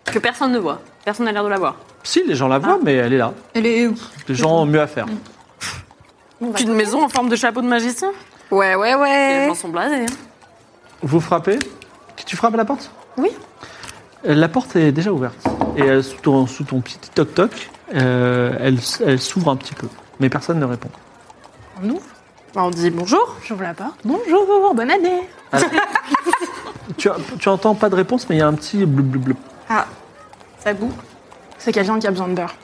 S6: Que personne ne voit. Personne n'a l'air de la voir.
S5: Si, les gens la voient, mais elle est là.
S7: Ah. Elle est où
S5: Les gens ont mieux à faire.
S6: Une maison en forme de chapeau de magicien.
S8: Ouais, ouais,
S6: Les
S8: ouais.
S6: gens sont blasés. hein.
S5: Vous frappez Tu frappes à la porte
S4: Oui.
S5: Euh, La porte est déjà ouverte. Et euh, sous, ton, sous ton petit toc-toc, euh, elle, s- elle s'ouvre un petit peu. Mais personne ne répond.
S4: Nous,
S8: Bah, on dit bonjour.
S4: j'ouvre la porte. Bonjour, bonne année.
S5: Tu, tu entends pas de réponse, mais il y a un petit blub blub blub.
S8: Ça goût.
S4: C'est quelqu'un qui a besoin de beurre.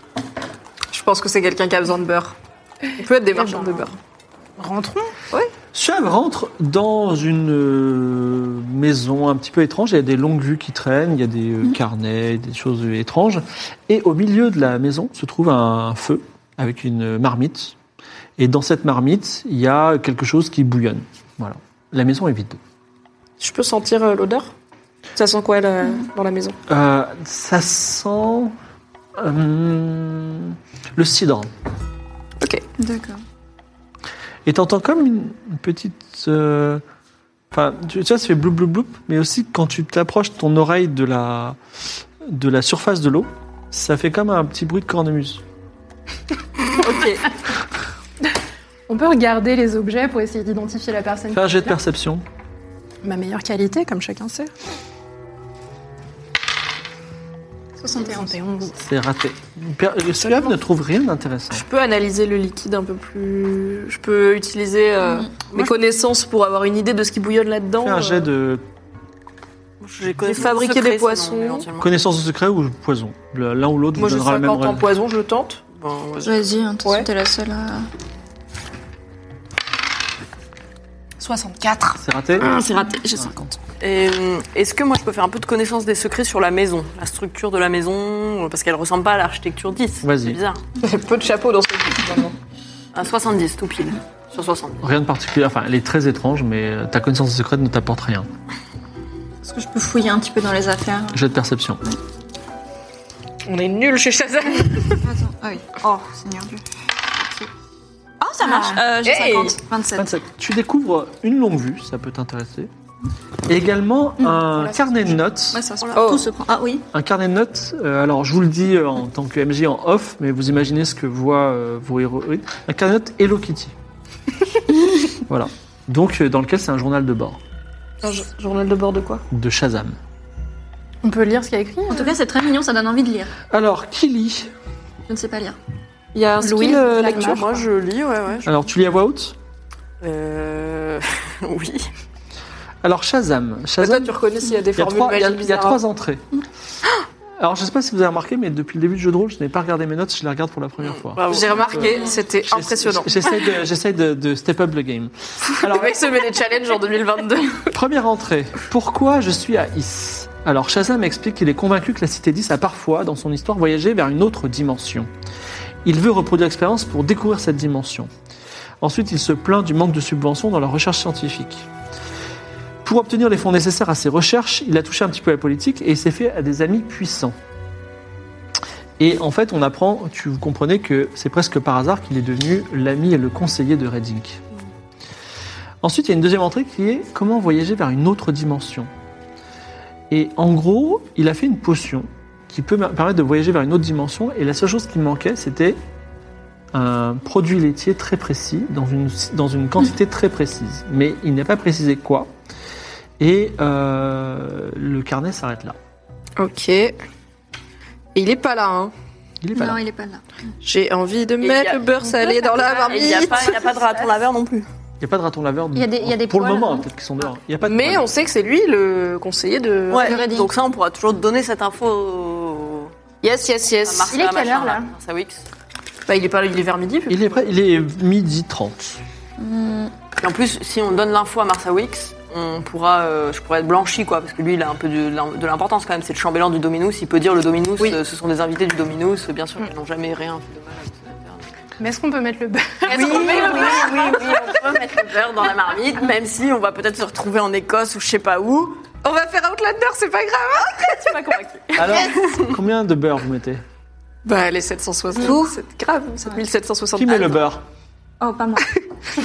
S8: Je pense que c'est quelqu'un qui a besoin de beurre. On peut être des marchands de beurre.
S4: Rentrons.
S5: Suave rentre dans une euh, maison un petit peu étrange. Il y a des longues vues qui traînent, il y a des euh, carnets, des choses étranges. Et au milieu de la maison se trouve un feu avec une euh, marmite. Et dans cette marmite, il y a quelque chose qui bouillonne. Voilà. La maison est vide.
S8: Je peux sentir euh, l'odeur Ça sent quoi là,
S9: Mm.
S8: dans la maison
S5: Euh, ça sent euh, le cidre.
S9: D'accord.
S5: Et t'entends comme une, une petite. euh, Enfin, tu, tu vois, ça fait bloup bloup bloup, mais aussi quand tu t'approches ton oreille de la, de la surface de l'eau, ça fait comme un petit bruit de cornemuse.
S6: Ok.
S4: On peut regarder les objets pour essayer d'identifier la personne.
S5: Fais un jet de perception.
S4: Ma meilleure qualité, comme chacun sait.
S9: 71.
S4: 71.
S5: C'est raté. Per- Le Slav ne trouve rien d'intéressant.
S8: Je peux analyser le liquide un peu plus. Je peux utiliser euh, mes connaissances pour avoir une idée de ce qui bouillonne là-dedans.
S5: Fais un
S8: euh.
S5: jet de
S6: J'ai
S8: fabriqué des poissons.
S5: connaissance de secret ou poison. Le- L'un ou l'autre vous
S8: Moi, je
S5: donnera la même
S8: 50 en
S5: réponse.
S8: poison, je tente. [laughs]
S6: Bon, vas-y.
S9: Vas-y, hein,
S8: Ouais.
S9: ouais. t'es la seule à...
S10: 64.
S5: C'est raté
S10: C'est raté, j'ai 50.
S6: Et, euh, Est-ce que moi je peux faire un peu de connaissance des secrets sur la maison, la structure de la maison, euh, parce qu'elle ressemble pas à l'architecture 10.
S5: Vas-y.
S6: C'est bizarre.
S8: Peu de chapeaux dans ce liquide, vraiment.
S6: Un 70 tout pile sur 60.
S5: Rien de particulier. Enfin, elle est très étrange, mais euh, ta connaissance de secret ne t'apporte rien.
S9: Est-ce que je peux fouiller un petit peu dans les affaires
S5: Jet de perception.
S8: On est nuls chez Shazam.
S9: Attends, ah oui. Oh, Seigneur Dieu.
S7: Oh, ça marche. Euh, j'ai
S8: Hey.
S7: 50.
S9: 27.
S5: Tu découvres une longue vue, ça peut t'intéresser. Et également un carnet de notes.
S9: Ouais, ça se
S8: Oh.
S9: Tout se prend. Ah oui.
S5: Un carnet de notes, euh, alors je vous le dis euh, en tant que MJ en off, mais vous imaginez ce que voient euh, vos héroïnes. Un carnet de notes Hello Kitty. voilà. Donc, euh, dans lequel c'est un journal de bord,
S8: Un jo- journal de bord de quoi
S5: de Shazam.
S4: On peut lire ce qu'il y a écrit
S9: En tout cas, c'est très mignon, ça donne envie de lire.
S5: Alors, qui lit
S9: Je ne sais pas lire.
S8: Il y a un
S4: skill, Louise,
S8: skill
S4: euh, Flagmar,
S8: lecture.
S4: lecture.
S6: Moi je lis, ouais, ouais.
S5: Alors, tu lis à voix haute
S6: Euh. [laughs] oui.
S5: Alors, Shazam. Shazam,
S8: Toi, tu reconnais s'il y a des
S5: il y a
S8: formules
S5: trois, il y a-
S8: magiques
S5: il y a
S8: bizarres.
S5: trois entrées. Alors, je sais pas si vous avez remarqué, mais depuis le début du jeu de rôle, je n'ai pas regardé mes notes, je les regarde pour la première fois.
S6: Bravo. Euh,
S8: J'ai remarqué, c'était
S5: J'essa-
S8: impressionnant.
S5: J'essaie de, j'essaie de, de step up le game. Alors,
S8: Le mec se met des challenges en 2022.
S5: première entrée. Pourquoi je suis à Is Alors, Shazam explique qu'il est convaincu que la cité d'Is a parfois, dans son histoire, voyagé vers une autre dimension. Il veut reproduire l'expérience pour découvrir cette dimension. Ensuite, il se plaint du manque de subventions dans la recherche scientifique. Pour obtenir les fonds nécessaires à ses recherches, il a touché un petit peu à la politique et il s'est fait à des amis puissants. Et en fait, on apprend, tu vous comprenez que c'est presque par hasard qu'il est devenu l'ami et le conseiller de Redding. Ensuite, il y a une deuxième entrée qui est comment voyager vers une autre dimension. Et en gros, il a fait une potion qui peut me- permettre de voyager vers une autre dimension. Et la seule chose qui me manquait, c'était un produit laitier très précis, dans une, dans une quantité
S9: Hmm.
S5: très précise. Mais il n'a pas précisé quoi. Et euh, le carnet s'arrête là.
S8: Ok. Et il est pas là, hein.
S5: Il est pas
S9: non,
S5: là.
S9: il est pas là.
S8: J'ai envie de
S6: il
S8: mettre
S6: y a-
S8: le beurre salé dans la
S6: Et il n'y a,
S8: marmite.
S6: pas- il y a pas de raton laveur non plus.
S5: Il n'y a pas de raton laveur.
S9: Il y a des- il y a des
S5: pour le
S9: poils,
S5: moment,
S9: hein.
S5: peut-être qu'ils sont dehors. Il y a pas de
S8: Mais
S5: poils.
S8: on sait que c'est lui le conseiller de.
S6: Ouais,
S9: Le Redding.
S6: donc ça, on pourra toujours te donner cette info au-
S8: Yes, yes,
S6: à
S8: yes.
S6: Martha,
S9: Il est quelle heure,
S6: machin,
S9: là
S6: Martha Wicks.
S8: Bah, il est pas là, il est vers midi.
S5: il est prêt, il est midi 30.
S9: [laughs]
S6: Et en plus, si on donne l'info à Martha Wicks, on pourra, euh, je pourrais être blanchi, quoi, parce que lui, il a un peu de, de l'importance quand même. C'est le chambellan du Dominus, il peut dire le Dominus,
S8: Oui.
S6: euh, ce sont des invités du Dominus, bien sûr, ils n'ont jamais rien fait de mal à cette
S4: Mais est-ce qu'on peut mettre le beurre
S6: affaire. Oui, oui, oui, oui, on peut mettre le beurre dans la marmite, même si on va peut-être se retrouver en Écosse ou je sais pas où.
S8: On va faire Outlander, c'est pas grave. hein.
S6: Tu m'as convaincu.
S5: Alors, combien de beurre vous mettez
S8: Bah, les 760. C'est grave, 7760.
S5: Qui met le beurre
S9: Oh, pas moi.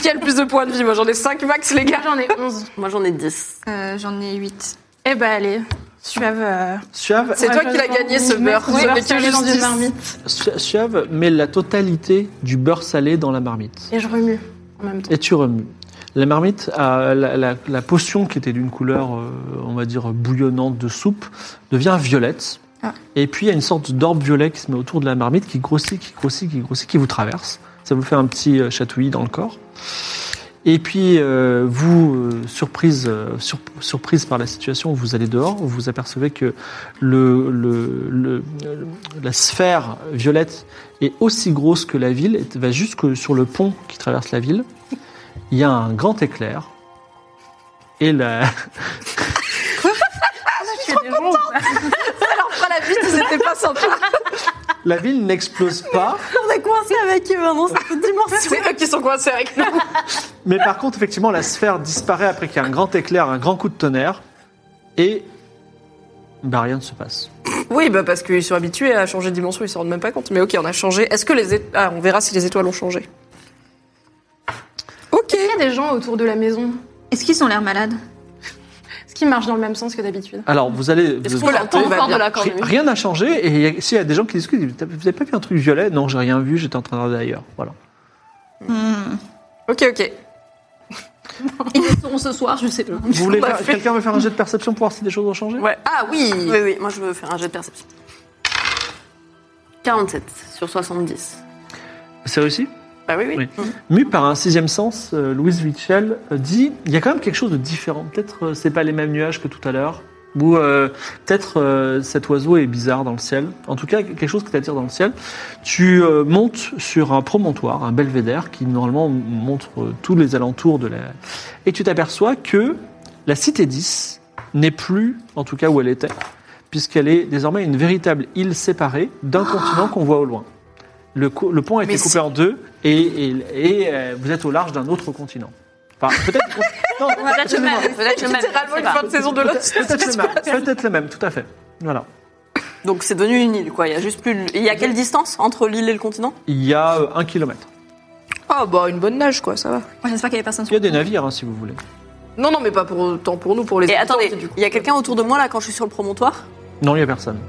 S8: Qui a le plus de points de vie Moi, j'en ai 5 max, les gars.
S4: J'en ai 11.
S6: Moi, j'en ai 10.
S9: Euh, J'en ai 8.
S4: Eh ben allez, suave. euh,
S5: Suave,
S8: C'est toi qui l'as gagné, ce beurre.
S4: Oui,
S8: Ce
S4: beurre
S8: n'est que
S4: salé dans une
S8: justice.
S4: marmite.
S5: Su- Suave met la totalité du beurre salé dans la marmite.
S4: Et je remue en même temps.
S5: Et tu remues. La marmite, a- la, la- la potion qui était d'une couleur, euh, on va dire, bouillonnante de soupe, devient violette.
S9: Ah.
S5: Et puis il y a une sorte d'orbe violet qui se met autour de la marmite, qui grossit, qui grossit, qui grossit, qui vous traverse. Ça vous fait un petit euh, chatouillis dans le corps. Et puis, euh, vous, euh, surprise, euh, sur- surprise par la situation, vous allez dehors, vous apercevez que le, le- le- le- la sphère violette est aussi grosse que la ville, et va jusque sur le pont qui traverse la ville. Il y a un grand éclair. Et la... [laughs]
S8: Ça leur fera la vie ils étaient pas sympas.
S5: la ville n'explose pas,
S6: On est coincé avec eux dans cette dimension.
S8: C'est eux qui sont coincés avec nous.
S5: mais par contre, effectivement, la sphère disparaît après qu'il y a un grand éclair, un grand coup de tonnerre, et bah, rien ne se passe.
S8: Oui, bah parce qu'ils sont habitués à changer de dimension, ils s'en rendent même pas compte. Mais ok, on a changé. Est-ce que les étoiles. Ah, on verra si les étoiles ont changé. Ok.
S4: Il y a des gens autour de la maison.
S9: Est-ce qu'ils ont l'air malades
S4: Est-ce qu'ils marchent dans le même sens que d'habitude
S5: Alors, vous allez...
S6: Est-ce
S5: vous-
S6: qu'on l'entend
S8: va
S6: encore
S8: bien.
S6: de la
S5: Ri-
S6: cornemuse
S5: Rien n'a changé. Et il y a- s'il y a des gens qui discutent, ils disent, vous n'avez pas vu un truc violet Non, j'ai rien vu, j'étais en train de regarder ailleurs. Voilà.
S8: Ok, ok.
S10: Ils le seront ce soir, je sais pas.
S5: Vous voulez
S8: On a
S5: faire-
S8: fait-
S5: quelqu'un veut faire un jet de perception pour voir si des choses ont changé
S6: Ouais.
S8: Ah oui
S6: Oui, oui, moi je veux faire un jet de perception. 47 sur 70.
S5: C'est réussi
S6: Bah oui, oui.
S5: Oui. Mue par un sixième sens, euh, Louise Mitchell euh, dit il y a quand même quelque chose de différent. Peut-être euh, c'est pas les mêmes nuages que tout à l'heure. Ou euh, peut-être euh, cet oiseau est bizarre dans le ciel. En tout cas, quelque chose qui t'attire dans le ciel. Tu euh, montes sur un promontoire, un belvédère, qui normalement montre euh, tous les alentours de la. Et tu t'aperçois que la cité 10 n'est plus, en tout cas où elle était, puisqu'elle est désormais une véritable île séparée d'un continent qu'on voit au loin. Le, co- le pont a été
S8: Mais
S5: coupé
S8: c'est-
S5: en deux et, et- et, euh, vous êtes au large d'un autre continent. Enfin, peut-être. non,
S6: Peut-être le même. Peut-être le même.
S8: Littéralement
S6: je sais
S8: une
S6: pas.
S8: fin de saison de l'autre.
S5: peut-être le même. Peut-être le même, tout à fait. Voilà.
S6: Donc c'est devenu une île, quoi. Il y a juste plus. de- Il y a quelle distance entre l'île et le continent
S5: Il y a euh, un kilomètre.
S8: [laughs] Ah bah une bonne nage quoi, ça va.
S9: Ouais, J'espère qu'il y a personne
S5: Il y a des navires, hein, si vous voulez.
S8: Non, non, mais pas pour autant pour nous, pour les
S6: Et attendez,
S8: habitants, du coup.
S6: il y a quelqu'un autour de moi là quand je suis sur le promontoire
S5: Non, il n'y a personne.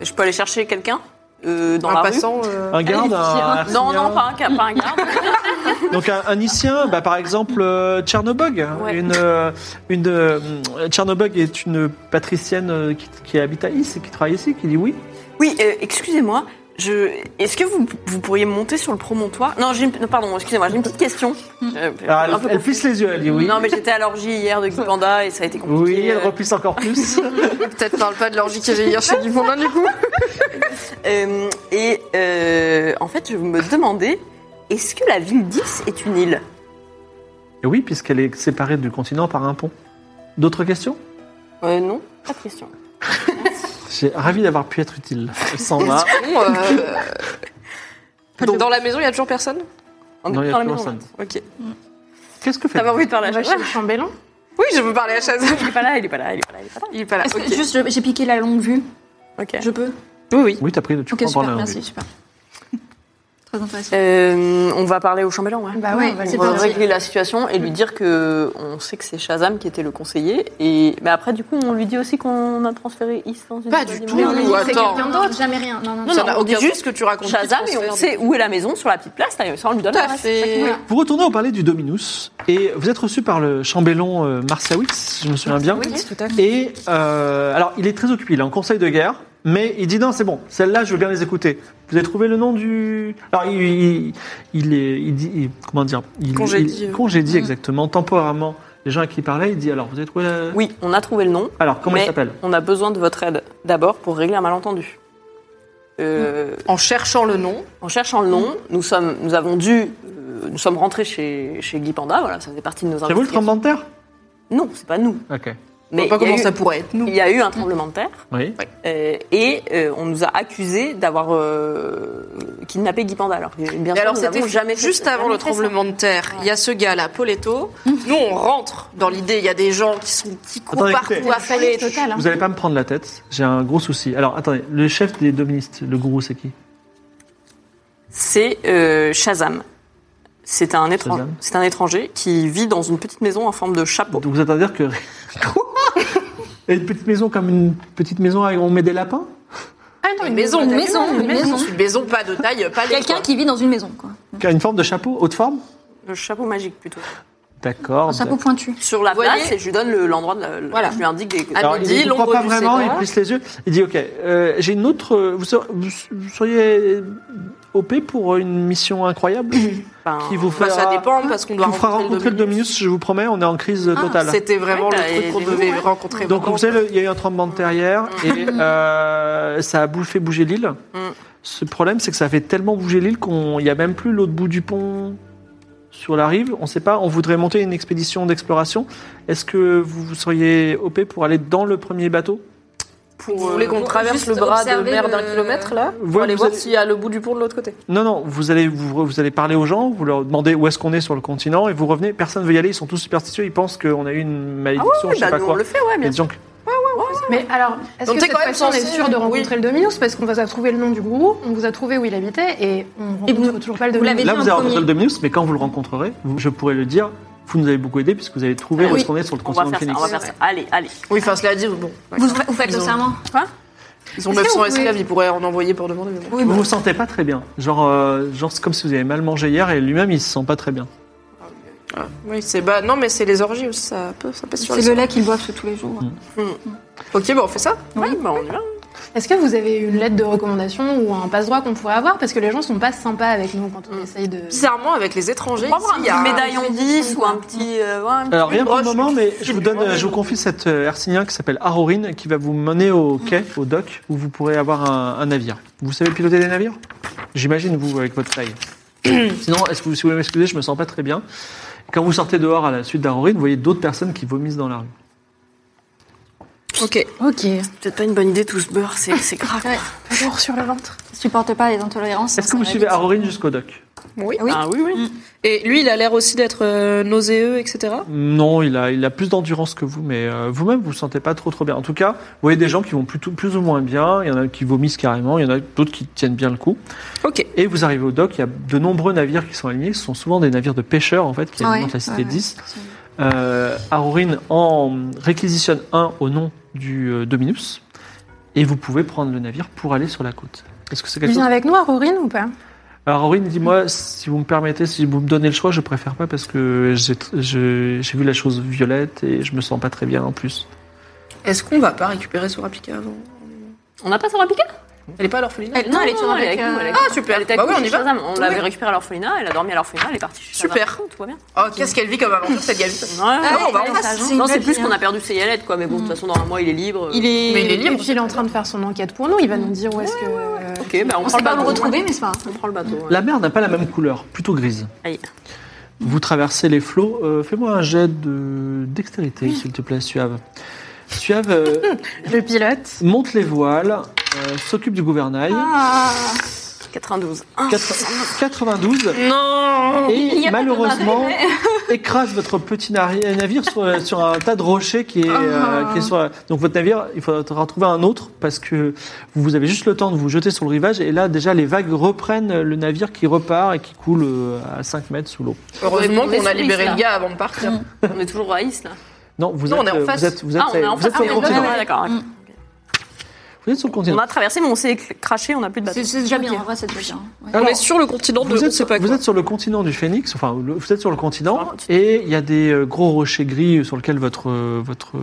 S6: Je peux aller chercher quelqu'un euh, dans
S8: Un
S6: la
S8: passant. euh,
S5: Un garde,
S6: rue
S5: un.
S6: Non,
S5: arsenien.
S6: non, pas un, ca- pas un garde.
S5: Donc un, un Nicien, bah, par exemple euh, Tchernobog. hein,
S6: Ouais.
S5: Une, euh, une, euh, Tchernobog est une patricienne euh, qui, qui habite à Is et qui travaille ici, qui dit oui.
S6: [laughs] Oui, euh, excusez-moi. Je... Est-ce que vous, vous pourriez monter sur le promontoire Non, j'ai une... non, pardon, excusez-moi, j'ai une petite [laughs] question. Euh,
S5: Alors,
S6: un peu
S5: Ah, elle, elle plisse les yeux, elle dit oui.
S6: Non, mais j'étais à l'orgie hier de Geek Panda et ça a été compliqué.
S5: oui, elle
S6: Euh,
S5: repisse encore plus.
S8: Peut-être parle pas de l'orgie qu'il y avait hier chez Dupondin du coup.
S6: Euh, et euh, en fait, je me demandais, est-ce que la ville 10 est une île
S5: [laughs] et oui, puisqu'elle est séparée du continent par un pont. D'autres questions
S6: euh, Non, pas de question.
S5: J'ai ravi d'avoir pu être
S9: [laughs]
S5: utile. Elle s'en va.
S8: Bon, [laughs] euh, Donc dans la maison, il y a toujours personne
S6: On
S5: Non,
S6: est
S5: il y a
S6: dans la
S5: plus
S6: maison.
S5: personne.
S6: Ok.
S5: Qu'est-ce que fait
S6: T'avais envie de
S4: On
S6: parler
S4: va
S6: à
S4: chez le chambellan
S8: Oui, je veux parler à Shazam.
S6: Il est pas là, il est pas là, il est pas là, il est pas là.
S8: Il est pas là.
S9: Est-ce que
S8: ok.
S9: Juste, je- j'ai piqué la longue vue.
S6: Ok.
S9: Je peux
S6: Oui, oui.
S5: Oui, t'as pris, tu
S9: Ok,
S5: prends
S9: super,
S5: dans la
S9: merci,
S5: revue.
S9: super. Très intéressant.
S6: Euh, on va parler au chambellan, ouais.
S4: Bah ouais,
S9: Ouais,
S4: on va
S9: c'est
S4: lui
S6: On va
S4: dire.
S9: parti.
S6: régler la situation et lui dire que on sait que c'est Shazam qui était le conseiller. Et mais après, du coup, on lui dit aussi qu'on a transféré Is dans une
S4: Pas
S6: autre
S4: du tout.
S6: dimension.
S8: Non,
S4: on lui
S8: non,
S4: dit que c'est
S8: attends.
S4: quelqu'un d'autre.
S9: Jamais rien. Non, non,
S6: Non,
S9: ça
S6: non,
S9: va.
S8: Ça n'a
S6: on
S8: aucun
S6: dit
S8: sens que tu racontes.
S6: Shazam et on sait où est la maison sur la petite place. là, Ça, on lui donne
S8: Tout à
S6: l'adresse.
S8: fait.
S6: Voilà.
S5: Vous retournez au palais du Dominus et vous êtes reçu par le chambellan euh, Marciawix, si je me souviens bien.
S8: tout à
S5: Et euh, alors, il est très occupé, il est en conseil de guerre, mais il dit non, c'est bon, celle-là, je veux bien les écouter. Vous avez trouvé le nom du. Alors, il, il, il est. Il dit, il- comment dire il,
S8: Congédie.
S5: il- congédie, exactement, temporairement. Les gens à qui il parlait, il dit alors, vous avez trouvé. la-
S6: Oui, on a trouvé le nom.
S5: Alors, comment
S6: mais
S5: il s'appelle
S6: On a besoin de votre aide d'abord pour régler un malentendu. Euh,
S8: En cherchant le nom,
S6: En cherchant le nom, nous sommes, nous avons dû, euh, nous sommes rentrés chez chez Guy Panda. Voilà, ça faisait partie de nos
S5: C'est vous le
S6: investigations.
S5: tremblement de terre
S6: Non, c'est pas nous.
S5: Ok.
S8: je
S6: Mais
S8: vois pas
S6: il y a
S8: comment
S6: eu-
S8: ça pourrait être nous.
S6: il y a eu un tremblement de terre.
S5: Oui.
S6: Euh, et euh, on nous a accusés d'avoir euh, kidnappé Guy Panda. Alors, que, bien
S8: Et
S6: sûr,
S8: alors
S6: nous
S8: c'était
S6: n'avons jamais fait-
S8: juste avant
S6: jamais
S8: le
S6: fait ça.
S8: tremblement de terre. Il y a ce gars-là, Poletto. Nous, on rentre dans l'idée. Il y a des gens qui sont qui courent
S5: Attendez,
S8: partout
S5: écoutez.
S8: affalés.
S4: Total, hein.
S5: Vous n'allez pas me prendre la tête, j'ai un gros souci. Alors, attendez, le chef des doministes, le gourou, c'est qui
S6: C'est euh, Shazam. C'est un, étran-
S5: Shazam.
S6: c'est un étranger qui vit dans une petite maison en forme de chapeau.
S5: Donc vous êtes à dire que. [laughs] Quoi Et une petite maison comme une petite maison, avec- on met des lapins
S4: Ah non,
S8: Une maison,
S9: Une maison, une maison.
S8: Une maison pas de taille, pas les
S9: Quelqu'un qui vit dans une maison, quoi.
S5: Qui a une forme de chapeau, haute forme
S6: Le chapeau magique plutôt.
S5: D'accord.
S9: Un chapeau
S5: d'accord.
S9: pointu.
S6: Sur la
S8: Vous voyez
S6: place, et je lui donne le- l'endroit, de la- le-
S8: Voilà.
S6: je lui indique des.
S8: Ah,
S5: Alors,
S8: midi,
S5: il ne comprend
S8: l'ombre
S5: pas
S8: du
S5: vraiment, il
S8: Sénat.
S5: plisse les yeux. Il dit Ok, euh, j'ai une autre. euh, Vous, ser- vous s- vous seriez OP pour une mission
S8: [coughs]
S5: incroyable
S6: Enfin,
S5: qui vous
S8: Enfin,
S5: fera,
S8: Ben, Bah, ça dépend parce qu'on
S5: qui
S8: doit
S5: vous fera rencontrer le
S8: Dominus. Ah,
S5: Dominus, je vous promets, on est en crise euh, totale.
S8: C'était vraiment
S6: Ouais, bah,
S8: le truc qu'on
S6: et les
S8: devait
S6: mots, ouais.
S8: rencontrer.
S5: Donc, vous
S8: vraiment.
S5: savez, le- il y a eu un tremblement de terre hier et euh, ça a bou- fait bouger l'île.
S6: Mm.
S5: Ce problème, c'est que ça fait tellement bouger l'île qu'on n'y a même plus l'autre bout du pont sur la rive. On ne sait pas, on voudrait monter une expédition d'exploration. Est-ce que vous, vous seriez OP pour aller dans le premier bateau
S8: Pour, vous voulez qu'on traverse le bras de mer d'un kilomètre là
S5: Ouais,
S8: Pour aller
S5: vous
S8: voir
S5: allez-
S8: s'il y a le bout du pont de l'autre côté.
S5: Non, non, vous allez, vous, vous allez parler aux gens, vous leur demandez où est-ce qu'on est sur le continent et vous revenez. Personne ne veut y aller, ils sont tous superstitieux, ils pensent qu'on a eu une malédiction, je
S6: oui,
S5: sais
S6: bah,
S5: pas
S6: nous,
S5: quoi.
S6: on le fait, ouais,
S5: Il y a
S6: bien
S5: des
S6: sûr.
S5: gens qui-
S4: Mais alors, est-ce
S8: Donc
S4: que
S8: t'es
S4: cette
S8: quand même
S4: façon, on est
S8: censé-
S4: sûr de
S8: oui.
S4: rencontrer le Dominus Parce qu'on vous a trouvé le nom du gourou, on vous a trouvé où il habitait et on rencontre
S9: Et vous-
S4: toujours pas le
S9: vous
S4: Dominus.
S9: l'avez-
S5: Là,
S9: Déjà
S5: vous
S9: en
S5: avez rencontré
S9: premier.
S5: le Dominus, mais quand vous le rencontrerez, vous- je pourrais le dire, vous nous avez beaucoup aidé puisque vous avez trouvé
S6: Ah
S5: où
S6: oui,
S5: est-ce qu'on est sur le
S6: On va
S5: continent
S6: faire ça,
S5: phénix.
S6: on va faire ça. Allez, allez.
S8: Oui, enfin cela dit, bon,
S9: Vous, vous faites le serment
S8: ils ont
S4: Est-ce que
S8: 900
S4: vous pouvez-
S8: esclaves, ils pourraient en envoyer pour demander. mais bon.
S9: bah,
S5: Vous vous sentez pas très bien. Genre, euh, genre c'est comme si vous avez mal mangé hier et lui-même, il se sent pas très bien.
S8: Oui, c'est bah non, mais c'est les orgies aussi, ça peut, ça pèse sur
S9: C'est
S8: les.
S9: le lait qu'ils boivent tous les jours.
S8: Ok, bah on fait ça.
S6: Ouais, bah, on y va.
S4: Est-ce que vous avez une lettre de recommandation ou un passe-droit qu'on pourrait avoir Parce que les gens sont pas sympas avec nous quand on essaye de.
S8: Bizarrement, avec les étrangers,
S6: On va avoir
S8: ici,
S6: un
S8: il y
S6: petit
S8: a
S6: médaillon 10 ou un petit. euh, ouais, un petit-
S5: Alors, rien pour le
S8: broche,
S5: moment,
S8: une
S5: mais
S8: petite
S5: je vous,
S8: broche.
S5: donne, euh, je vous confie cette euh, hercinien qui s'appelle Arorine qui va vous mener au quai, au dock, où vous pourrez avoir un, un navire. Vous savez piloter des navires J'imagine, vous, avec votre
S6: [coughs]
S5: taille. Sinon, est-ce que vous, si vous voulez m'excuser, je me sens pas très bien. Quand vous sortez dehors à la suite d'Arorine, vous voyez d'autres personnes qui vomissent dans la rue.
S6: Ok.
S4: Ok,
S6: C'est peut-être pas une bonne idée tout ce beurre, c'est c'est grave.
S4: toujours sur le ventre.
S9: Je supporte pas les intolérances. hein,
S5: Est-ce que vous suivez Arorine jusqu'au dock
S8: Oui.
S9: Oui.
S6: Ah oui, oui.
S8: Et lui, il a l'air aussi d'être euh, nauséeux, etc.
S5: Non, il a, il a plus d'endurance que vous, mais euh, vous-même, vous ne vous sentez pas trop trop bien. En tout cas, vous voyez des gens qui vont plutôt, plus ou moins bien, il y en a qui vomissent carrément, il y en a d'autres qui tiennent bien le coup.
S8: Ok.
S5: Et vous arrivez au dock, il y a de nombreux navires qui sont alignés, ce sont souvent des navires de pêcheurs, en fait, qui
S9: Ah ouais,
S5: alimentent la cité
S9: ouais, ouais.
S5: 10. Euh, Arorin en réquisitionne un au nom du euh, Dominus, et vous pouvez prendre le navire pour aller sur la côte. Est-ce que c'est quelque
S4: Viens
S5: chose
S4: avec nous à Rorine ou pas
S5: Alors Aurine, dis-moi, si vous me permettez, si vous me donnez le choix, je préfère pas parce que j'ai je- j'ai vu la chose violette et je me sens pas très bien en plus.
S8: Est-ce qu'on va pas récupérer Sorapika avant
S6: On n'a pas Sarah Pika
S8: Elle est pas à l'orphelinat
S6: Non, elle est toujours
S9: avec,
S6: avec nous.
S9: euh,
S6: elle est-
S8: Ah super.
S6: Elle était
S8: bah
S6: avec
S8: oui,
S6: nous
S8: on
S6: chez
S8: y va.
S6: Shazam. On l'avait récupérée à l'orphelinat, elle a dormi à l'orphelinat, elle est partie chez Shazam.
S8: Super.
S6: Tout va bien.
S8: Oh, qu'est-ce qu'elle vit comme aventure cette gamine
S6: Ouais,
S8: Ah, on va en
S9: ouais,
S8: face.
S9: ça,
S6: Non, c'est
S9: une
S6: plus
S9: belle
S6: qu'on a
S9: vie,
S6: perdu ses yalettes, quoi. Mais bon, de toute façon, dans un mois, il est libre.
S9: hein. Il est.
S8: Mais il est libre.
S4: Et puis il est en train de faire son enquête pour nous, il va nous dire où est-ce que.
S6: Ok, bah on,
S9: On
S6: prend
S9: sait
S6: le
S9: pas où
S6: bateau.
S9: le retrouver, mais c'est pas
S6: On
S9: grave.
S6: prend le bateau. ouais.
S5: La mer n'a pas la même couleur, plutôt grise.
S6: Aïe.
S5: Vous traversez les flots. euh, Fais-moi un jet de dextérité, s'il te plaît, Suave. Suave euh, [laughs]
S4: Le pilote.
S5: monte les voiles, euh, s'occupe du gouvernail.
S6: 92. Ah,
S5: Quatre- 92.
S10: [laughs]
S8: Non.
S5: Et malheureusement, écrase votre petit nari- navire sur, sur un tas de rochers qui est,
S10: Ah.
S5: euh, qui est sur. la- Donc votre navire, il faudra trouver un autre parce que vous avez juste le temps de vous jeter sur le rivage et là déjà les vagues reprennent le navire qui repart et qui coule euh, à 5 mètres sous l'eau.
S8: Heureusement
S10: On est
S8: qu'on a
S10: sur
S8: libéré
S10: Isla.
S8: le gars avant de partir.
S10: On est toujours à Isla.
S5: Non, vous
S8: Non,
S5: êtes,
S8: on est en
S5: euh,
S8: face.
S5: vous êtes, vous êtes,
S10: Ah, on est en
S5: vous êtes
S10: face.
S5: sur
S10: Ah,
S5: le
S10: on est
S5: continent.
S10: vraiment
S6: Ah, d'accord.
S9: Mm.
S5: Vous êtes sur le
S6: On
S5: continent.
S6: a traversé, mais on s'est écl- craché, on n'a plus de bateau.
S9: C'est c'est déjà bien, en vrai, c'est déjà bien. Ouais.
S5: Alors,
S6: on est sur le continent de
S5: Vous
S6: on
S5: êtes,
S6: sait
S5: sur,
S6: pas
S5: vous
S6: quoi.
S5: êtes sur le continent du Phénix, enfin le- vous êtes sur le continent,
S6: Ah, tu-
S5: et il y a des euh, gros rochers gris sur lesquels votre, euh, votre,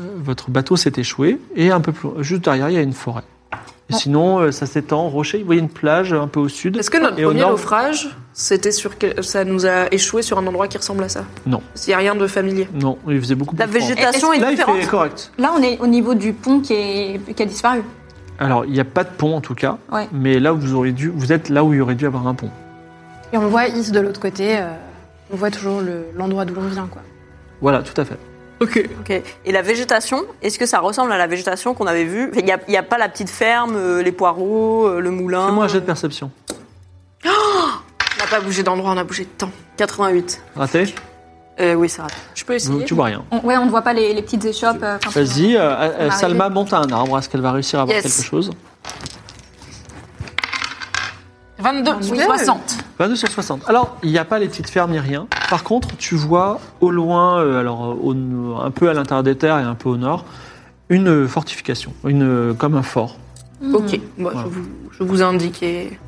S5: euh, votre bateau s'est échoué, et un peu plus, juste derrière il y a une forêt.
S6: Ah.
S5: Et sinon euh, ça s'étend, rocher, vous voyez une plage euh, un peu au sud.
S8: Est-ce que notre
S5: et au
S8: premier
S5: nord-
S8: naufrage, c'était sur quel- ça nous a échoué sur un endroit qui ressemble à ça
S5: Non.
S8: Il n'y a rien de familier.
S5: Non, il faisait beaucoup
S6: La
S5: plus froid.
S6: végétation est
S5: Là il
S6: différente.
S5: fait correct.
S9: Là, on est au niveau du pont qui, est, qui a disparu.
S5: Alors il n'y a pas de pont en tout cas,
S9: Ouais.
S5: mais là où vous auriez dû, vous êtes là où il y aurait dû avoir un pont.
S4: Et on voit Is de l'autre côté. euh, on voit toujours le- l'endroit d'où l'on vient, quoi.
S5: Voilà, tout à fait.
S8: Ok.
S6: Ok. Et la végétation, est-ce que ça ressemble à la végétation qu'on avait vue Il n'y a, il y a pas la petite ferme, euh, les poireaux, euh, le moulin
S5: Fais-moi un jet de perception.
S8: On n'a pas bougé d'endroit, on a bougé de temps.
S6: 88.
S5: Raté
S6: Euh, oui, ça rate.
S8: Je peux
S5: Vous-
S8: essayer
S5: Tu vois
S6: [laughs]
S5: rien.
S9: On- ouais, on ne voit pas les, les petites échoppes. euh, enfin,
S5: Vas-y, euh, euh,
S9: arriver.
S5: Salma monte à un arbre. Est-ce qu'elle va réussir à avoir
S8: Yes.
S5: quelque chose
S10: 22,
S4: Oui.
S10: 60.
S5: 22 sur 60. Alors, il n'y a pas les petites fermes ni rien. Par contre, tu vois au loin, euh, alors euh, au- un peu à l'intérieur des terres et un peu au nord, une euh, fortification, une, euh, comme un fort.
S8: Ok, bon,
S5: Voilà.
S8: je, vous, je vous indique et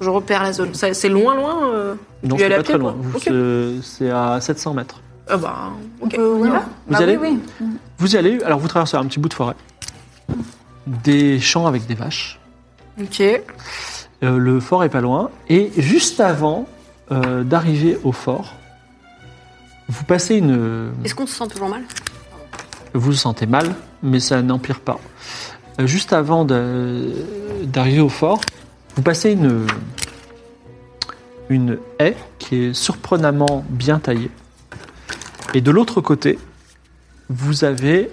S8: je repère la zone. Ça- C'est loin, loin euh
S5: Non,
S8: Tu y
S5: c'est
S8: allais
S5: pas
S8: à
S5: très
S8: pied,
S5: loin.
S8: toi
S5: Vous-
S8: Ok.
S5: c'est- C'est à 700 mètres.
S8: Ah bah, ok.
S9: euh, on y va
S5: Vous
S9: Bah
S5: allez
S9: oui, oui.
S5: Vous y allez, alors vous traversez un petit bout de forêt, des champs avec des vaches.
S8: Ok.
S5: Euh, le fort est pas loin. Et juste avant euh, d'arriver au fort, vous passez une.
S6: Est-ce qu'on se sent toujours mal
S5: Vous vous sentez mal, mais ça n'empire pas. Euh, Juste avant de- d'arriver au fort, vous passez une, une haie qui est surprenamment bien taillée. Et de l'autre côté, vous avez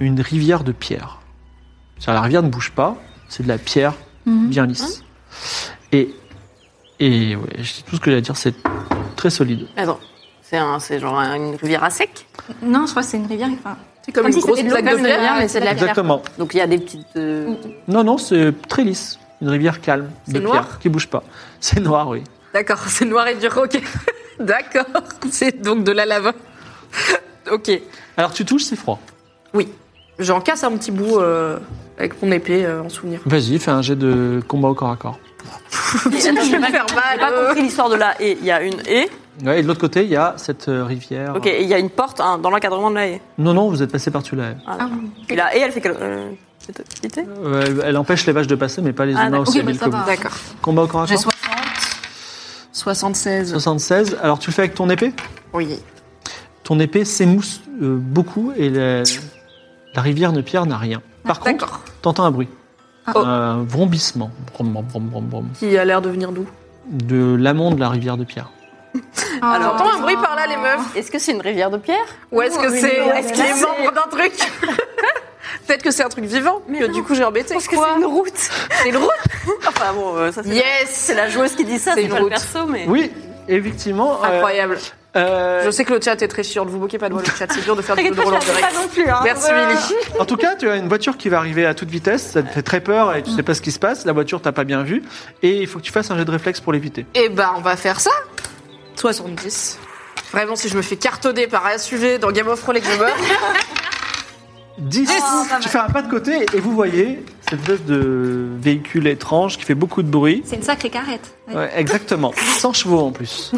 S5: une rivière de pierre. C'est-à-dire, La rivière ne bouge pas, c'est de la pierre bien lisse. Et, et ouais, c'est tout ce que j'ai à dire, c'est très solide.
S6: Attends. C'est un- c'est genre un- une rivière à sec.
S9: Non, je crois que c'est une rivière. Enfin,
S8: C'est comme
S9: Comme
S8: une
S9: si
S8: grosse
S9: c'était
S8: plaque
S4: Comme
S8: Ah de
S4: une
S8: fer.
S4: rivière, mais c'est de la pierre.
S5: Exactement.
S6: Donc il y a des petites. euh,
S5: Non, non, c'est très lisse. Une rivière calme, de
S8: C'est noir
S5: pierre, qui bouge pas. [laughs] C'est noir, oui.
S8: D'accord, [laughs] c'est noir et dur, ok. [laughs] D'accord, c'est donc de la lave. [laughs] ok.
S5: Alors tu touches, c'est froid.
S8: Oui, j'en casse un petit bout euh, avec mon épée euh, en souvenir.
S5: Vas-y, fais un jet de combat au corps à corps.
S8: je vais me faire
S6: J'ai pas
S8: mal.
S6: compris l'histoire de la haie. Il y a une haie.
S5: Ouais, et de l'autre côté, il y a cette euh, rivière.
S6: Ok, et il y a une porte hein, dans l'encadrement de la haie.
S5: Non, non, vous êtes passé par-dessus la haie.
S6: Ah, d'accord. et la haie, elle fait quelle. euh, petite haie
S5: Euh, elle empêche les vaches de passer, mais pas les
S6: Ah,
S5: humains
S6: d'accord.
S5: aussi
S6: Ok,
S5: habiles
S10: bah, ça
S5: que
S10: va.
S5: vous.
S8: D'accord.
S5: Combat au corps à
S10: J'ai
S5: corps
S10: 60. 76.
S5: 76. Alors tu le fais avec ton épée
S8: Oui.
S5: Ton épée s'émousse euh, beaucoup et la, la rivière de pierre n'a rien. Par contre,
S8: D'accord.
S5: t'entends un bruit.
S8: Oh.
S5: Un vrombissement. Brom, brom, brom, brom, brom.
S8: Qui a l'air de venir d'où
S5: De l'amont de la rivière de pierre.
S6: Alors,
S8: T'entends un bruit par là, les meufs
S6: est-ce que c'est une rivière de pierre
S8: Ou est-ce que c'est
S6: mais
S8: est-ce qu'il est
S6: c'est-
S8: membre d'un truc [laughs] Peut-être que c'est un truc vivant, mais que du coup j'ai embêté.
S6: Parce que c'est une route. C'est une route Enfin bon, euh, ça c'est.
S8: Yes
S6: C'est la joueuse qui dit ça,
S8: C'est
S6: c'est
S8: une
S6: pas le
S8: route.
S6: perso, mais.
S5: Oui, effectivement. euh,
S8: Incroyable.
S5: euh,
S8: Je sais que le chat est très chiant, ne vous moquez pas de moi, le chat, c'est dur de [laughs] faire des jeux
S6: T'inquiète
S8: de
S6: pas, je
S8: rôle en
S6: la fais
S8: direct.
S6: pas non plus. hein.
S8: Merci Billy.
S5: En tout cas, tu as une voiture qui va arriver à toute vitesse, ça te fait très peur
S8: Mm.
S5: et tu sais pas ce qui se passe, la voiture t'as pas bien vu, et il faut que tu fasses un jet de réflexe pour l'éviter.
S8: Eh ben, on va faire ça 70. Vraiment, si je me fais cartonner par un SUV dans Game of Thrones et que je meurs, [laughs]
S5: 10
S8: Ah,
S5: Tu fais un pas de côté et vous voyez cette espèce de véhicule étrange qui fait beaucoup de bruit.
S9: C'est une sacrée carrette. Ouais.
S5: Ouais, exactement, 100 chevaux en plus.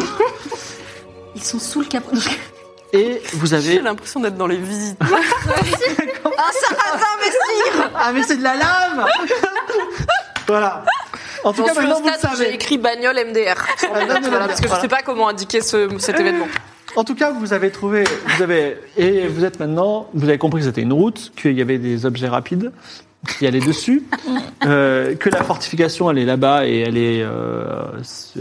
S9: Ils sont sous le capot.
S5: Et vous
S6: J'ai
S5: avez...
S6: l'impression d'être dans les visites.
S5: Ah mais c'est de la lave Voilà. En tout
S8: j'en
S5: cas,
S8: suis
S5: maintenant
S8: au
S5: vous le
S8: stade où j'ai
S5: savez.
S8: écrit bagnole [laughs] MDR. sur mon
S5: Ah, non,
S8: note,
S5: non,
S8: voilà,
S5: non,
S8: parce que je
S5: voilà.
S8: sais pas comment indiquer ce- cet événement.
S5: En tout cas, vous avez trouvé, vous avez, et vous êtes maintenant, vous avez compris que c'était une route, qu'il y avait des objets rapides qui allaient
S8: [laughs]
S5: dessus, euh, que la fortification elle est là-bas et elle est, euh,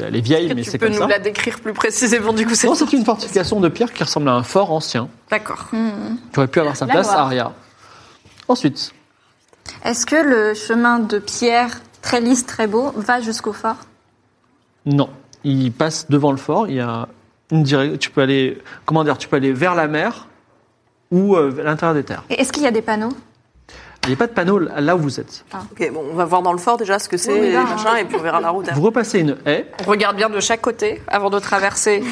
S5: elle est vieille,
S8: Est-ce que
S5: mais
S8: tu
S5: c'est
S8: peux
S5: comme
S8: nous
S5: ça.
S8: la décrire plus précisément du coup
S5: Non, c'est une fortification de pierre qui ressemble à un fort ancien.
S8: D'accord.
S5: Tu aurais pu avoir sa
S9: La
S5: place
S9: Loire.
S5: à Aria. Ensuite,
S9: Est-ce que le chemin de pierre, très lisse, très beau, va jusqu'au fort
S5: non, il passe devant le fort. Il y a une direc- tu peux aller, comment dire, tu peux aller vers la mer ou euh, vers l'intérieur des terres.
S9: Et Est-ce qu'il y a des panneaux
S5: Il n'y a pas de panneau là où vous êtes.
S6: Ok, bon, on va voir dans le fort déjà ce que c'est,
S9: Oui, mais là,
S6: et machin, et puis on verra la route.
S5: Vous repassez une haie,
S8: On regarde bien de chaque côté avant de traverser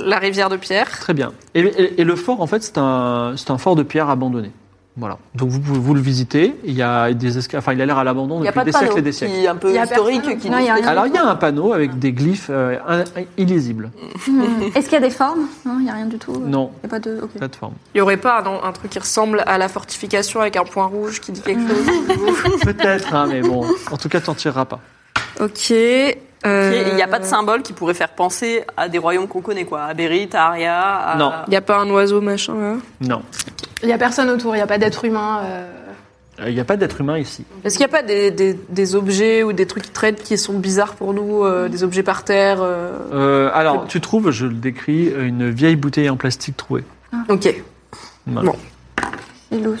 S8: la rivière de pierre.
S5: très bien. Et, et- et le fort, en fait, c'est un, c'est un fort de pierre abandonné. Voilà. Donc vous, vous- vous le visitez. Il y a des esca- enfin, il a l'air à l'abandon
S6: Il n'y a
S5: depuis
S6: pas de
S5: des siècles
S6: panneau
S5: et des siècles.
S6: qui est un peu
S9: Il y a
S6: historique
S9: personne.
S6: qui
S9: Non,
S6: nous
S9: il y a rien.
S5: Alors il y a un panneau avec des glyphes euh, un- un- illisibles.
S9: Hmm. Est-ce qu'il y a des formes Non, il n'y a rien du tout. Il
S5: Non,
S9: n'y a pas de. ok.
S5: pas de forme.
S8: Il y aurait pas non, un truc qui ressemble à la fortification avec un point rouge qui dit quelque chose.
S5: Peut-être, hein, mais bon. En tout cas, t'en tireras pas.
S8: ok. euh,
S6: Il n'y a
S9: Euh.
S6: pas de symbole qui pourrait faire penser à des royaumes qu'on connaît, quoi. À Berit, à Aria, à...
S5: Non.
S8: Il n'y a pas un oiseau machin là
S5: Non.
S4: Il n'y a personne autour, il n'y a pas d'être humain. euh,
S5: Euh, Il n'y a pas d'être humain ici.
S8: Est-ce qu'il n'y a pas des, des- des objets ou des trucs qui traînent qui sont bizarres pour nous euh, Des objets par terre euh,
S5: Euh, alors, tu trouves, je le décris, une vieille bouteille en plastique trouée.
S8: Ok.
S5: Voilà.
S9: C'est louche.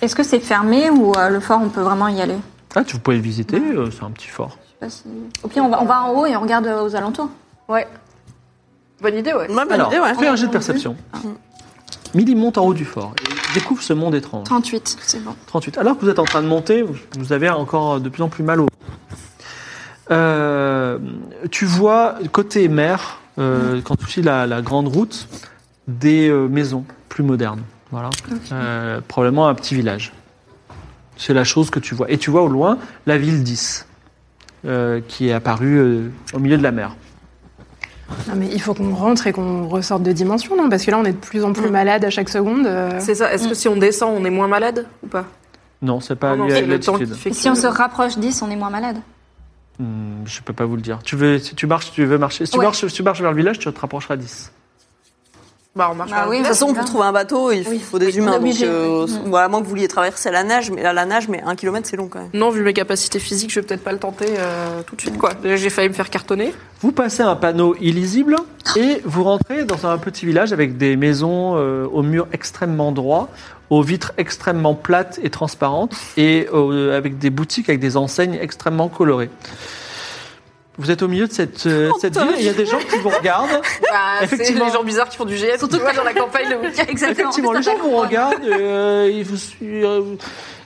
S9: Est-ce que c'est fermé ou euh, le fort, on peut vraiment y aller
S5: Ah, tu pouvez le visiter, euh, c'est un petit fort.
S9: Je sais pas si- Au pire, on va, on va en haut et on regarde euh, aux alentours.
S8: Ouais. Bonne idée, ouais.
S6: Moi, Ah, bonne
S5: Alors,
S6: idée, ouais. Ah.
S5: fais un jet de perception. Millie monte en haut du fort et découvre ce monde étrange.
S9: 38, c'est bon.
S5: 38. Alors que vous êtes en train de monter, vous- vous avez encore de plus en plus mal au. Euh, tu vois, côté mer, euh, quand tu suis la, la grande route, des euh, maisons plus modernes. Voilà. Euh, probablement un petit village. C'est la chose que tu vois. Et tu vois au loin la ville 10, euh, qui est apparue euh, au milieu de la mer.
S4: Non, mais il faut qu'on rentre et qu'on ressorte de dimension, non Parce que là, on est de plus en plus malade à chaque seconde. euh.
S8: C'est ça.
S9: Mm.
S8: Est-ce que si on descend, on est moins malade ou pas
S5: Non, c'est pas
S8: Ah Non, non,
S5: lié à
S8: c'est le temps
S5: l'altitude.
S8: qui fait
S9: Et
S8: que-
S9: si on se rapproche 10, on est moins malade.
S5: Hmm, je peux pas vous le dire. Tu veux, si tu marches, tu veux marcher. Si tu
S9: Ouais.
S5: marches, si tu marches vers le village, tu te rapprocheras 10.
S8: Bah, on marche.
S9: Bah
S8: en-
S9: oui.
S6: De toute façon, pour trouver un bateau, il f-
S9: Oui.
S6: faut des
S9: Oui, on est
S6: humains. Donc,
S9: obligé, Mm.
S6: euh,
S9: oui.
S6: bon, à moins que vous vouliez traverser à la nage, mais là, la nage, mais un kilomètre, c'est long quand même.
S8: Non, vu mes capacités physiques, je vais peut-être pas le tenter euh, tout de suite, quoi. Déjà, J'ai failli me faire cartonner.
S5: Vous passez un panneau illisible et vous rentrez dans un petit village avec des maisons euh, aux murs extrêmement droits, aux vitres extrêmement plates et transparentes et euh, avec des boutiques avec des enseignes extrêmement colorées. vous êtes au milieu de cette, euh, cette ville et il y a des gens qui vous regardent.
S8: Bah, c'est
S5: Effectivement.
S8: les gens bizarres qui font du GS. Surtout que dans la campagne de week-end.
S5: Effectivement, les gens vous regardent, euh, ils, vous, euh,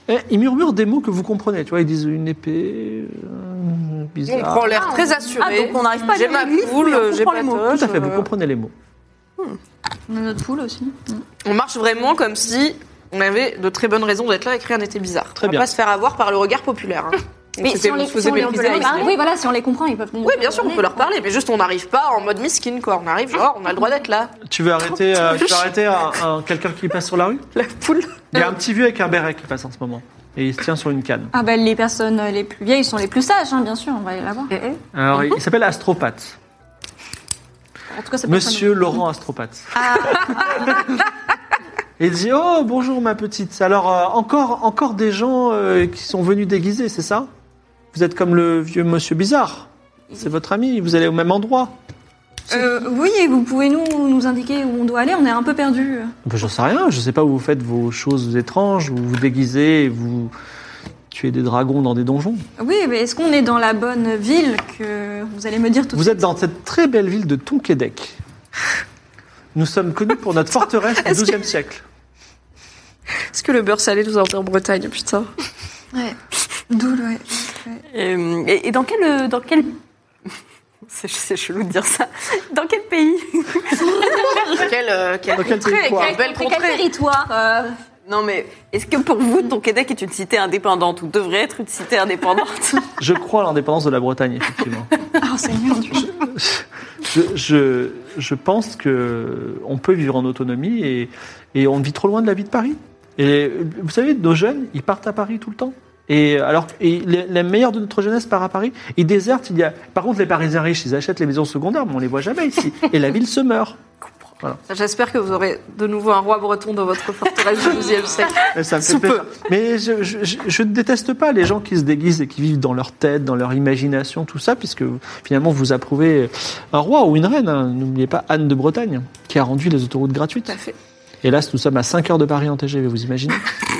S5: eh, ils murmurent des mots que vous comprenez. Tu vois, ils disent une épée, euh,
S8: On
S5: bizarre.
S8: prend l'air très
S6: Ah,
S8: assuré.
S6: donc on n'arrive pas à
S8: j'ai
S6: lire
S8: ma
S6: les glyphes,
S8: poule,
S6: mais on
S8: j'ai
S6: comprend
S8: pas
S6: les mots.
S8: toge,
S5: Tout à fait, vous
S8: euh,
S5: comprenez les mots.
S9: On a notre poule aussi.
S8: On marche vraiment comme si on avait de très bonnes raisons d'être là et que rien n'était bizarre.
S5: Très
S8: on va
S5: bien.
S8: pas se faire avoir par le
S6: [laughs]
S8: regard populaire. hein. Donc, c'était- vous faisiez
S9: si on
S8: mépriser
S9: peut leur
S8: les
S9: parler.
S8: Islandais.
S9: bah Oui, voilà, si on les comprend, ils peuvent venir.
S8: Oui, bien sûr, on peut leur parler, mais juste on n'arrive pas en mode miskin, quoi. On arrive, genre, on a le droit d'être là.
S5: Tu veux arrêter, euh, tu veux arrêter un- un- quelqu'un qui passe sur la rue
S8: La poule.
S5: Il y a un petit vieux avec un béret qui passe en ce moment. Et il se tient sur une canne.
S9: Ah ben les personnes les plus vieilles sont les plus sages, hein, bien sûr, on va aller la voir.
S8: Eh,
S5: Alors, il il s'appelle Astropathe.
S9: En tout cas, c'est pas
S5: Monsieur Laurent Astropathe.
S8: Ah.
S5: Et il dit Oh, bonjour ma petite. Alors, euh, encore, encore des gens euh, qui sont venus déguisés, c'est ça Vous êtes comme le vieux monsieur bizarre. C'est votre ami, vous allez au même endroit.
S9: ça. Euh, oui, et vous pouvez nous, nous indiquer où on doit aller, on est un peu perdu.
S5: Ben, J'en sais rien, je sais pas où vous faites vos choses étranges, où vous vous déguisez et vous tuez des dragons dans des donjons.
S9: Oui, mais est-ce qu'on est dans la bonne ville que vous allez me dire tout de
S5: Vous
S9: suite
S5: êtes dans cette très belle ville de Tonquédec. Nous sommes connus pour notre
S9: [laughs]
S5: forteresse du XIIe siècle.
S8: Est-ce que le beurre salé nous a emmené en Bretagne, putain
S9: Ouais. D'où, ouais.
S6: Et, et- et dans quel. euh, Dans quel... [laughs] C'est c'est chelou de dire ça. Dans quel pays
S8: Quel, euh, quel,
S5: Dans quel
S8: contrée,
S5: territoire
S8: quelle belle
S9: Quel
S8: contrée
S9: territoire
S8: [laughs]
S9: euh,
S6: Non, mais est-ce que pour vous, ton Québec est une cité indépendante ou devrait être une cité
S8: [laughs]
S6: indépendante
S5: Je crois à l'indépendance de la Bretagne,
S9: [laughs]
S5: effectivement.
S9: Oh Seigneur Dieu.
S5: Je, je, je pense que on peut vivre en autonomie et, et on vit trop loin de la vie de Paris. Et vous savez, nos jeunes, ils partent à Paris tout le temps. Et alors, et les, les meilleurs de notre jeunesse part à Paris, ils désertent. Il y a... Par contre, les Parisiens riches, ils achètent les maisons secondaires, mais on les voit jamais ici. Et la ville se meurt. Voilà.
S8: J'espère que vous aurez de nouveau un roi breton dans votre forteresse du
S9: [laughs]
S8: 12e siècle.
S5: Et Eh, ça me fait
S8: Sous peu.
S5: plaisir. Mais je, je- je- je ne déteste pas les gens qui se déguisent et qui vivent dans leur tête, dans leur imagination, tout ça, puisque finalement vous approuvez un roi ou une reine. hein. N'oubliez pas Anne de Bretagne, qui a rendu les autoroutes gratuites. Hélas, nous sommes à 5 heures de Paris en TGV, vous imaginez
S8: Ah,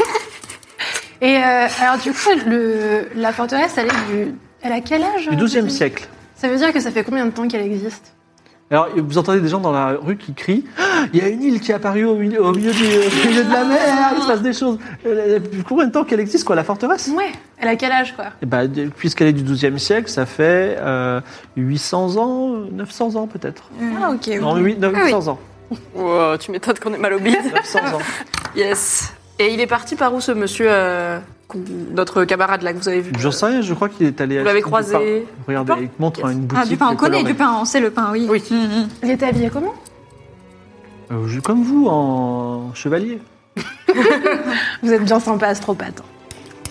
S4: Et euh, alors, du coup, le, la forteresse, elle est du. Elle a quel âge
S5: Du 12e
S4: Christine
S5: siècle.
S4: Ça veut dire que ça fait combien de temps qu'elle existe
S5: Alors, vous entendez des gens dans la rue qui crient Ah, Il y a une île qui est apparue au milieu, au milieu, du- au milieu de la
S8: Ah,
S5: mer, il se passe des choses. Euh, Depuis combien de temps qu'elle existe, quoi, la forteresse
S4: Ouais, elle a quel âge, quoi
S5: Eh ben, de- Puisqu'elle est du 12e siècle, ça fait euh, 800 ans, 900 ans peut-être.
S6: Ah, ok.
S5: Non, huit- neuf- 900 ans.
S6: Wow, tu m'étonnes qu'on est mal au bide.
S5: 900 ans.
S8: Yes. Et il est parti par où ce monsieur, euh, qu'on- notre camarade là que vous avez vu
S5: J'en sais rien, je crois qu'il est allé.
S8: Vous l'avez
S5: acheter du
S8: croisé
S5: pain. Regardez, il te montre une boutique.
S9: Ah, du pain, on
S5: de
S9: connaît
S5: coloré.
S9: du pain, on sait le pain, oui.
S8: Oui.
S4: Elle était habillée comment
S5: Euh, je- comme vous, en chevalier.
S4: Vous êtes bien sympa, astropathe.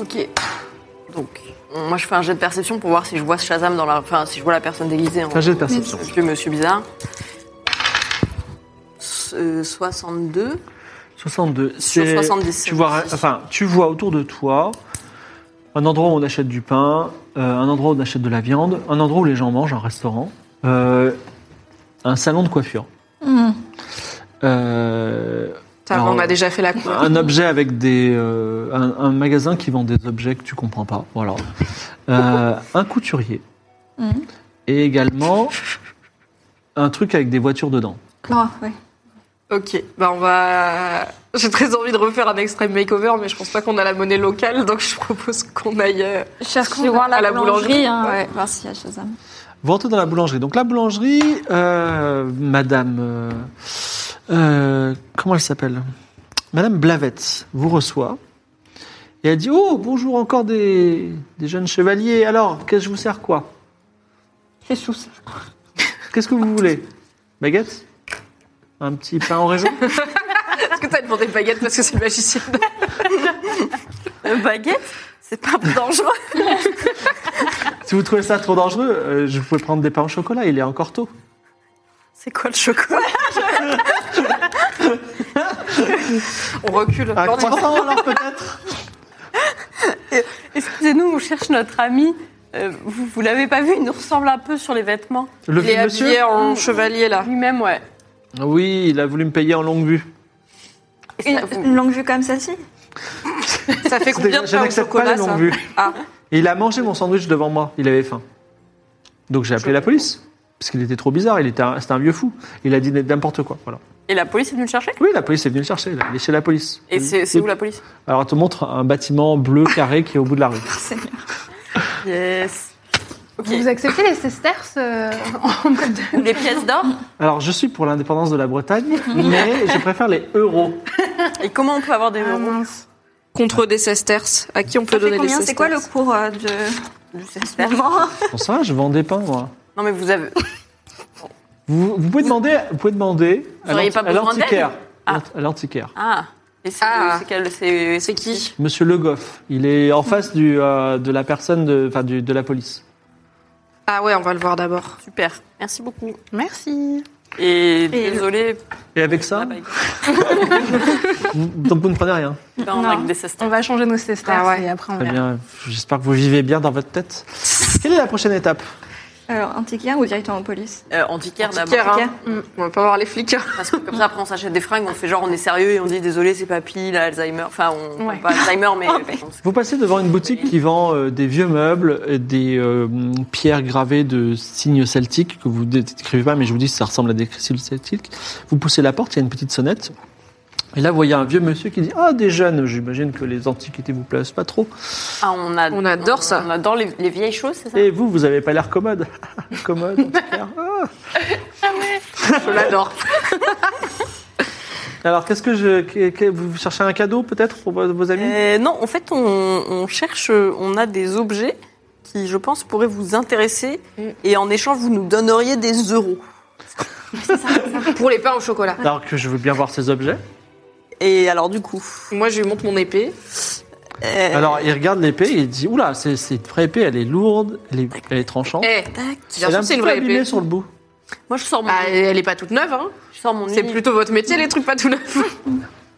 S6: Ok. Donc, moi je fais un jet de perception pour voir si je vois Shazam dans la. Enfin, si je vois la personne déguisée. en-
S5: Fais un jet de perception.
S6: Je suis monsieur bizarre. S- euh, 62.
S5: 62.
S6: Sur
S5: c'est-
S6: 70,
S5: Tu vois, enfin, tu vois autour de toi un endroit où on achète du pain, euh, un endroit où on achète de la viande, un endroit où les gens mangent, un restaurant, euh, un salon de coiffure. Euh,
S8: Ça va,
S5: alors,
S8: on a déjà fait la cour.
S5: un objet avec des euh, un, un magasin qui vend des objets que tu comprends pas voilà Euh, un couturier et également un truc avec des voitures dedans
S9: Ah, ouais.
S8: Ok, bah on va. J'ai très envie de refaire un extrême makeover, mais je pense pas qu'on a la monnaie locale, donc je propose qu'on aille. euh,
S9: Chercher voir
S8: à
S9: la,
S8: la boulangerie,
S9: boulangerie, hein,
S8: ouais.
S9: voir s'il y a Shazam.
S5: vous rentrez dans la boulangerie donc la boulangerie euh, madame euh, euh, comment elle s'appelle madame Blavette vous reçoit et elle dit oh bonjour encore des, des jeunes chevaliers alors qu'est-ce que je vous sers quoi
S9: C'est sous ça.
S5: qu'est-ce que vous voulez baguette un petit pain en
S8: [laughs]
S5: région
S8: Est-ce que t'as demandé baguette parce que c'est le magicien
S6: [laughs] Euh, baguette C'est pas dangereux.
S5: Si vous trouvez ça trop dangereux, euh, je pouvais prendre des pains au chocolat, il est encore tôt.
S6: C'est quoi le chocolat
S8: On recule.
S5: Un
S8: Quand on-
S5: croissant alors peut-être
S10: Excusez-nous, on cherche notre ami. Euh, vous vous l'avez pas vu, il nous ressemble un peu sur les vêtements.
S5: Le
S8: Il est
S5: vieux monsieur Hum.
S8: habillé en chevalier là.
S10: Lui-même, ouais.
S5: Oui, il a voulu me payer en longue vue.
S9: Une, une longue vue comme celle-ci
S8: Ça fait combien de
S5: Je
S8: pains au
S5: n'accepte pas
S8: chocolat
S5: les
S8: ça
S5: longues vues.
S8: Ah.
S5: Et il a mangé mon sandwich devant moi, il avait faim. Donc j'ai appelé la police, parce qu'il était trop bizarre, il était un- c'était un vieux fou. Il a dit n'importe quoi, voilà.
S6: Et la police est venue le chercher
S5: Oui, la police est venue le chercher, là. il est chez la police.
S6: Et c'est c'est où la police
S5: Alors elle te montre un bâtiment bleu carré qui est au bout de la rue.
S6: Yes. Ok.
S4: Vous acceptez les sesterces euh, [laughs] en mode de-
S6: Ou les pièces d'or
S5: Alors je suis pour l'indépendance de la Bretagne, mais je préfère les euros.
S6: Et comment on peut avoir des
S4: Ah,
S6: euros
S4: mince.
S8: Contre des sesterces. À qui on
S9: Ça fait
S8: peut donner des
S9: combien
S8: sesterces
S9: C'est quoi le cours euh, de.
S6: Je sais pas.
S5: Pour ça, je vends des pains, moi.
S6: Non, mais vous avez.
S5: Vous, vous pouvez demander, vous pouvez demander à
S6: auriez
S5: l'anti-
S6: pas
S5: à
S6: besoin
S5: l'antiquaire.
S6: Ah.
S5: À l'antiquaire.
S6: Ah Et c'est
S8: Ah.
S6: c'est quel- c'est- c'est qui
S5: Monsieur Le Goff, il est en face du, euh, de la personne de, enfin, du- de la police.
S8: Ah ouais, on va le voir d'abord.
S6: Super. Merci beaucoup.
S4: Merci.
S6: Et, désolé.
S5: Et avec ça,
S6: Ah, bah,
S5: [laughs] vous, donc vous ne prenez rien.
S6: ben, on a que des
S4: On
S6: sesterces.
S4: va changer nos sesterces
S8: Ah ouais.
S4: et après on
S5: Très
S4: verra.
S5: bien, j'espère que vous vivez bien dans votre tête. Quelle est la prochaine étape
S9: Alors, euh, antiquaire ou directement en police
S6: Euh, antiquaire d'abord.
S8: Antiquaire, hein. On va pas voir les flics. hein.
S6: Parce que comme ça, après, on s'achète des fringues, on fait genre, on est sérieux et on dit désolé, c'est papy, il a Alzheimer. Enfin, on.
S4: Ouais.
S6: Pas Alzheimer,
S8: [laughs]
S6: mais.
S8: Oh,
S5: Vous passez devant une boutique qui vend euh, des vieux meubles, et des euh, pierres gravées de signes celtiques que vous ne décrivez pas, mais je vous dis ça ressemble à des signes celtiques. Vous poussez la porte, il y a une petite sonnette. Et là, vous voyez un vieux monsieur qui dit Ah, des jeunes, j'imagine que les antiquités vous plaisent pas trop.
S6: Ah, on, a-
S8: On adore ça.
S6: On adore les, les vieilles choses, c'est ça
S5: Et vous, vous n'avez pas l'air commode. [laughs] commode,
S6: [laughs]
S5: antiquaire. Ah.
S8: Je l'adore.
S5: Alors, qu'est-ce que je. que- que- vous cherchez un cadeau peut-être pour vos vos amis
S6: Euh, Non, en fait, on, on cherche, euh, on a des objets qui, je pense, pourraient vous intéresser et en échange, vous nous donneriez des euros.
S8: Pour les pains au chocolat.
S5: Alors que je veux bien voir ces objets.
S6: Et alors, du coup,
S8: Moi, je lui montre mon épée.
S6: Euh,
S5: Alors, il regarde l'épée et il dit Oula, c'est c'est une vraie épée, elle est lourde, elle est, elle est tranchante.
S8: Eh,
S5: elle
S8: bien
S5: est un
S8: sûr, c'est
S5: petit
S8: une
S5: peu
S8: vraie
S5: abîmée
S8: épée. Ah,
S5: sur le bout.
S6: Moi, je sors mon.
S8: elle est pas toute neuve, hein.
S6: Je sors mon.
S8: C'est
S6: uni-
S8: plutôt votre métier, les trucs pas tout neufs.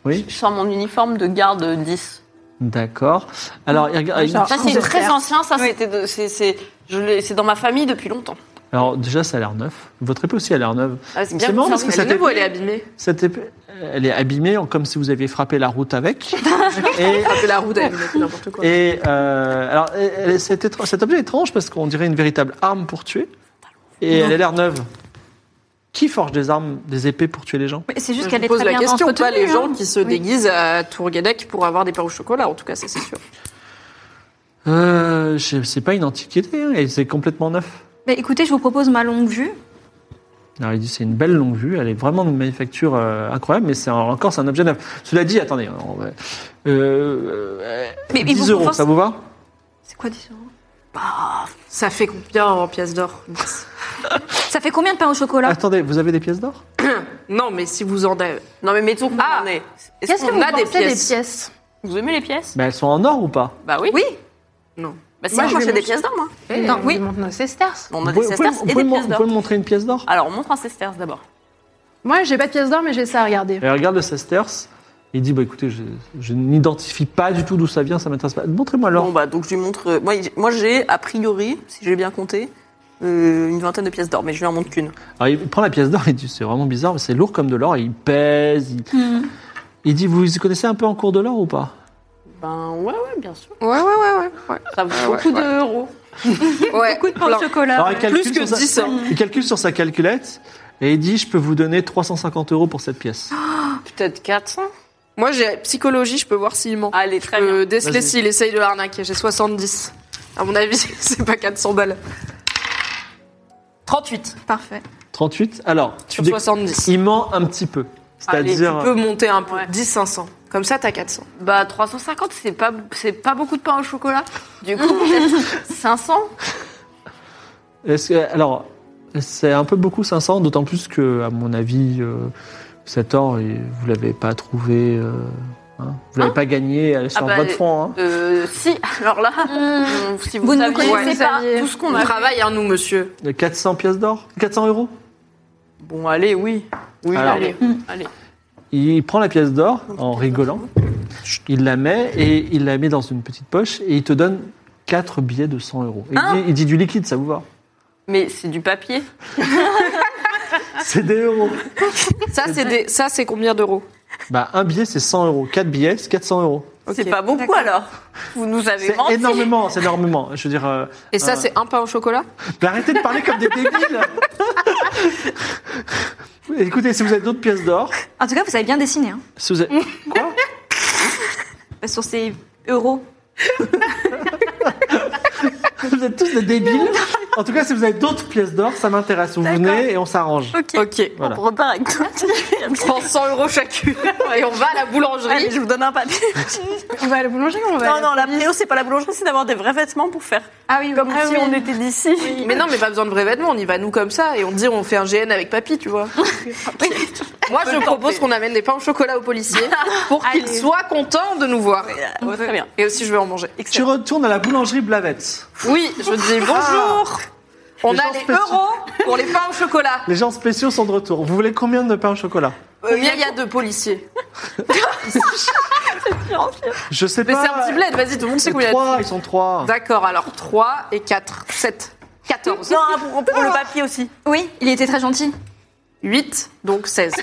S5: Oui,
S6: Je sors mon uniforme de garde 10.
S5: d'accord. Alors, il regarde. il-
S6: Ça, c'est très
S8: transverse.
S6: ancien. Ça, c'était. de- c'est- C'est je l'ai- c'est dans ma famille depuis longtemps.
S5: Alors, déjà, ça a l'air neuf. Votre épée aussi a l'air neuve.
S6: Ah, c'est
S5: Mais
S6: bien
S5: c'est marrant
S6: bizarre,
S5: parce que
S6: oui.
S5: cette
S8: Elle est neuve ou
S5: épée,
S8: elle est abîmée
S5: cette épée, elle est abîmée comme si vous aviez frappé la route
S8: [laughs]
S5: avec. et
S8: Frapper la roue d'abîmée, c'est n'importe quoi.
S5: Et euh, alors, elle- elle- cet, étr- cet objet est étrange parce qu'on dirait une véritable arme pour tuer. Et elle a l'air neuve. Qui forge des armes, des épées pour tuer les gens
S9: Mais C'est juste
S8: Je
S9: qu'elle
S8: vous
S9: est
S8: pose
S9: très
S8: la
S9: bien
S8: question, pas
S9: entretenue,
S8: les gens
S9: hein.
S8: qui se
S9: Oui.
S8: déguisent à Tourguedec pour avoir des pains au chocolat, en tout cas, ça c'est sûr.
S5: euh, je- C'est pas une antiquité, hein, et c'est complètement neuf.
S9: Bah, écoutez, je vous propose ma longue vue.
S5: Alors il dit c'est une belle longue vue, elle est vraiment d'une manufacture euh, incroyable, mais c'est un- encore c'est un objet neuf. Cela dit, attendez, on va- euh, euh,
S9: Mais- mais
S5: 10
S9: vous
S5: euros,
S9: pensez-
S5: ça vous va
S9: C'est quoi 10 euros
S8: Ça fait combien en pièces d'or
S9: Ça fait combien de pain au chocolat
S5: Attendez, vous avez des pièces d'or
S8: Non, mais si vous en avez.
S6: Non, mais mettons qu'on en est. Est-ce
S4: Qu'est-ce que
S8: qu'on
S4: vous
S8: a des
S4: pensez des
S8: pièces
S4: pièces
S6: Ah Vous aimez les pièces
S5: Mais elles sont en or ou pas
S6: Bah oui.
S8: Oui Non.
S6: Bah, si,
S8: Moi,
S6: moi,
S8: je
S6: j'ai
S8: vais
S6: des
S8: manger.
S6: pièces d'or, moi.
S8: Eh.
S4: Non, oui.
S9: oui.
S4: montre nos sesterces.
S6: On a
S5: Vous
S6: des
S5: pouvez- vous
S6: sesterces et
S5: pouvez
S6: des
S5: me-
S6: pièces
S5: vous pouvez
S6: d'or.
S5: me montrer une pièce d'or
S6: Alors, on montre un sesterce d'abord.
S4: Moi, j'ai pas de pièces d'or, mais j'ai ça à regarder.
S5: Et regarde le sesterce, il dit bah écoutez, je, je n'identifie pas du tout d'où ça vient, ça m'intéresse pas. Montrez-moi l'or.
S6: Bon, bah, donc je lui montre. euh, moi, il- moi, j'ai, a priori, si j'ai bien compté, euh, une vingtaine de pièces d'or, mais je lui en montre qu'une.
S5: Alors il prend la pièce d'or, il dit c'est vraiment bizarre, mais c'est lourd comme de l'or, et il pèse. Il...
S6: Mm.
S5: il dit vous y connaissez un peu en cours de l'or ou pas
S6: Ben, ouais, ouais, bien sûr.
S8: Ouais, ouais, ouais, ouais.
S6: Ça vaut
S5: Ah,
S6: beaucoup d'euros.
S8: ouais. ouais. Coup de
S10: Pain au chocolat.
S5: Alors, il calcule
S8: Ah, Plus que
S5: sur sa-
S8: 10, hein.
S5: Il calcule sur sa calculette et il dit Je peux vous donner 350 euros pour cette pièce.
S6: Peut-être 400.
S8: Moi, j'ai psychologie, je peux voir s'il ment.
S6: Allez, Ah, très bien.
S8: Euh, déceler
S5: Vas-y.
S8: s'il essaye de l'arnaquer. J'ai 70. À mon avis, [laughs] c'est pas 400 balles.
S6: 38.
S9: Parfait.
S5: 38 Alors, tu
S8: Sur
S5: déc-
S8: 70.
S5: il ment un petit peu. C'est-à-dire.
S8: Tu peux monter un peu.
S6: Ouais.
S8: 10, 500. Comme ça, t'as 400.
S6: Bah, 350, c'est pas, c'est pas beaucoup de pain au chocolat. Du coup, peut-être 500.
S5: est-ce que- Alors, c'est un peu beaucoup 500, d'autant plus que, à mon avis, euh, cet or, il- vous l'avez pas trouvé. euh, hein, vous l'avez pas gagné euh, sur
S8: Ah
S6: bah,
S5: votre front. hein.
S6: Euh, si, [laughs] alors là,
S5: Hmm.
S6: on- [laughs] si vous,
S9: Vous ne
S6: saviez-
S9: connaissez
S6: Ouais.
S9: pas
S6: tout ce qu'on
S8: On
S6: a.
S8: travaille, hein, nous, monsieur.
S5: De 400 pièces d'or 400 euros
S6: Bon, allez, oui. Oui,
S5: Alors.
S6: allez. allez.
S5: Il prend la pièce d'or en rigolant, il la met et il la met dans une petite poche et il te donne 4 billets de 100 euros. Et
S9: Ah
S5: il, dit, il dit du liquide, ça vous va
S6: Mais c'est du papier.
S9: Ah.
S5: C'est des euros.
S8: Ça, c'est des... ça, c'est combien d'euros
S5: Bah, un billet, c'est 100 euros. 4 billets, c'est 400 euros.
S6: C'est pas beaucoup alors. Vous nous avez
S5: C'est
S6: menti.
S5: énormément, c'est énormément. Je veux dire, euh,
S8: Et ça,
S5: Ah.
S8: c'est un pain au chocolat
S5: mais arrêtez de parler comme des
S9: [laughs]
S5: débiles. Écoutez, si vous avez d'autres pièces d'or,
S9: En tout cas, vous avez bien dessiné. Hein.
S5: si
S9: [laughs]
S5: vous avez- Quoi
S9: Bah, Sur ces euros.
S5: Vous êtes tous des débiles. En tout cas, si vous avez d'autres pièces d'or, ça m'intéresse. Vous venez et on s'arrange.
S8: Ok.
S5: Voilà.
S6: On repart avec [laughs] toi.
S8: prend 100 euros chacune et on va à la boulangerie.
S6: Allez, je vous donne un papier.
S4: On va à la boulangerie ou on va à
S6: non, non, la préo, c'est pas la boulangerie, c'est d'avoir des vrais vêtements pour faire.
S9: Ah oui,
S6: Comme si on était d'ici.
S8: Mais non, mais pas besoin de vrais vêtements, on y va nous comme ça et on dit on fait un GN avec papy, tu
S9: [laughs]
S8: vois. Moi, je propose qu'on amène des pains au chocolat aux policiers pour qu'ils soient contents de nous voir.
S6: Ouais, très bien.
S8: Et aussi, je vais en manger.
S5: Tu retournes à la boulangerie Blavette. Ah.
S8: Oui, je dis bonjour. On
S5: Les
S8: a
S5: gens
S8: les
S5: spéciaux.
S8: euros pour les pains au chocolat.
S5: Les gens spéciaux sont de retour. Vous voulez combien de pain au chocolat
S8: Combien il y a de policiers
S5: Je sais
S8: Mais
S5: pas.
S8: c'est un petit bled, vas-y, tout le monde sait combien il y a.
S5: Trois, ils sont trois.
S8: de- D'accord, alors 3 et 4, 7, 14,
S6: Non, pour, pour le papier aussi.
S9: Oui, il était très gentil.
S8: 8,
S6: [laughs]
S8: donc 16.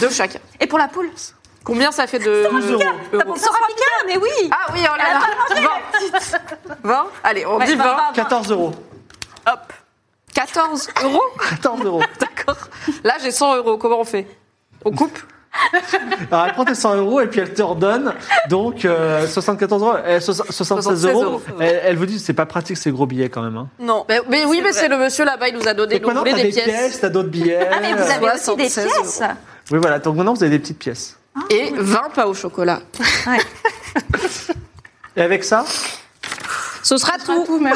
S8: De chacun.
S9: Et pour la poule
S8: Combien ça fait de euros
S9: Ça sera piquant, mais oui
S8: Ah oui, on l'a 20. 20 Allez, on dit 20.
S5: 14 euros.
S8: 14 euros
S5: 14 euros.
S8: D'accord. Là, j'ai 100 euros. Comment on fait On coupe
S5: Alors elle prend tes 100 euros et puis elle te redonne donc euh, 74 euros, eh, soix- 76 euros.
S8: 76 euros.
S5: Elle, elle vous dit c'est pas pratique ces gros billets quand même. Hein.
S6: Non.
S8: mais, mais oui, mais c'est le monsieur là-bas, il nous a donné.
S5: Donc
S8: nous on
S5: maintenant
S8: voulait
S5: t'as
S8: des,
S5: des
S8: pièces.
S5: pièces, euh, t'as d'autres
S8: [laughs]
S5: billets.
S9: Ah, mais vous avez aussi des
S8: 76 euros.
S9: pièces
S5: Oui voilà, donc maintenant vous avez des petites pièces.
S8: Et 20 pains au chocolat.
S5: Et avec ça,
S8: Ce sera tout.
S4: tout, même.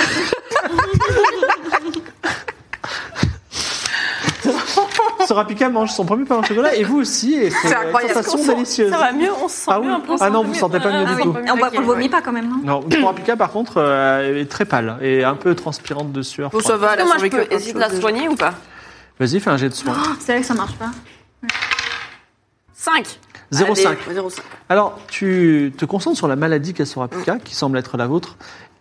S5: Sora Pika mange son premier pain au chocolat et vous aussi. Et
S6: C'est
S5: c'est une
S6: incroyable.
S5: sensation
S6: Est-ce qu'on sent-
S5: délicieuse.
S6: ça va mieux On se sent
S5: ah,
S6: mieux
S5: oui.
S6: un peu, on se
S5: Ah
S6: sent
S5: non, vous
S6: mieux.
S5: sentez pas mieux
S6: Ah
S5: du
S6: oui.
S5: tout.
S6: Et on voit qu'on le vomit
S9: pas quand même, non
S5: Non, Sora Pika, par contre, euh, est très pâle et un peu transpirante de sueur.
S6: Bon, ça
S5: froide.
S6: va, elle a
S9: Moi, je
S6: survécu
S9: peux
S6: à plein de
S9: essayer de
S6: choses,
S9: la
S6: déjà.
S9: soigner
S6: ou pas
S5: Vas-y, fais un jet de soin.
S9: Oh, c'est vrai que ça marche pas.
S6: 5.
S5: 0,5.
S6: 0,5.
S5: Alors, tu te concentres sur la maladie qu'a Sora Pika, qui semble être la vôtre,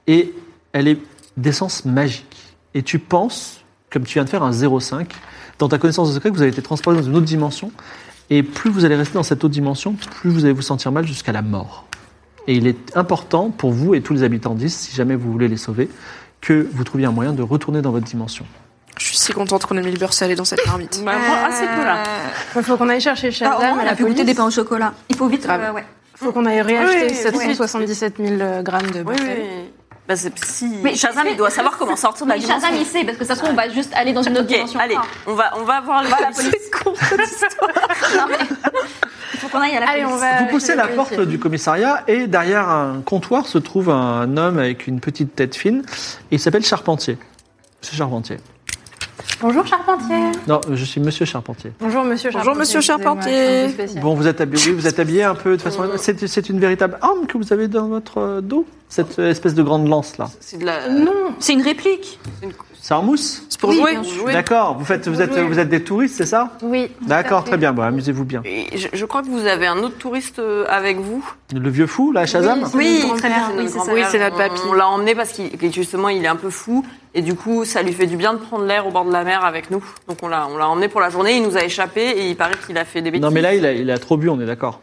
S5: et elle est d'essence magique. Et tu penses, comme tu viens de faire un 0,5, dans ta connaissance de secret, que vous avez été transporté dans une autre dimension, et plus vous allez rester dans cette autre dimension, plus vous allez vous sentir mal jusqu'à la mort. Et il est important pour vous et tous les habitants d'Is, si jamais vous voulez les sauver, que vous trouviez un moyen de retourner dans votre dimension.
S8: Je suis si contente qu'on ait mis le beurre salé dans cette marmite.
S6: Bah, moi, assez peu, là.
S9: Euh.
S4: Il faut qu'on aille chercher Shazam.
S9: Ah, au moins, on
S4: à
S9: a
S4: la
S9: pu goûter
S4: police.
S9: des pains au chocolat. Il faut
S8: Ah
S9: vite. euh, ouais.
S4: faut qu'on aille réacheter
S6: Oui, oui.
S4: 777 000 euh, grammes de beurre
S6: Oui,
S4: salé.
S6: oui. Bah, c'est si.
S9: Mais
S6: Shazam, il doit savoir
S9: [laughs]
S6: comment sortir de la
S9: Oui,
S6: dimension.
S9: Shazam, il sait, parce que ça se trouve, on va juste aller dans une autre
S6: Ok,
S9: dimension.
S6: allez,
S9: Ah.
S6: on va, on va voir
S9: [laughs]
S6: les
S9: On va à la
S6: policiers.
S9: police. Il faut qu'on aille à la
S4: Allez,
S9: police.
S4: on va-
S8: Ah,
S5: Vous poussez
S4: chez
S5: la
S4: les
S5: porte
S4: policiers.
S5: du commissariat et derrière un comptoir se trouve un homme avec une petite tête fine. Et il s'appelle Charpentier. Monsieur Charpentier.
S4: Bonjour Charpentier.
S5: Non, je suis Monsieur Charpentier.
S4: Bonjour Monsieur Charpentier.
S8: Bonjour, Monsieur
S4: excusez-moi,
S8: Charpentier.
S4: c'est un peu spécial.
S5: Bon, vous êtes habillé, vous êtes habillé un peu de façon. C'est c'est une véritable arme que vous avez dans votre euh, dos, cette euh, espèce de grande lance là.
S8: C'est de la.
S4: Non,
S9: C'est une réplique.
S5: C'est en mousse.
S8: C'est pour
S4: Oui,
S8: jouer.
S4: bien
S8: jouer.
S5: D'accord. Vous faites, vous êtes, vous êtes des touristes, c'est ça
S4: oui. tout à
S5: D'accord,
S4: fait.
S5: très bien. Bon, amusez-vous bien.
S6: Et je, je crois que vous avez un autre touriste euh, avec vous.
S5: Le vieux fou là, Shazam.
S4: Oui, c'est notre
S9: très
S4: grand-père.
S6: Notre
S9: bien. Oui, c'est
S6: grand-père,
S9: ça.
S8: Oui, c'est notre
S6: on-
S8: papy.
S6: On l'a emmené parce qu'il que justement il est un peu fou et du coup ça lui fait du bien de prendre l'air au bord de la mer avec nous. Donc on l'a on l'a emmené pour la journée. Il nous a échappé et il paraît qu'il a fait des bêtises.
S5: non, mais là, il a, il a trop bu, on est d'accord.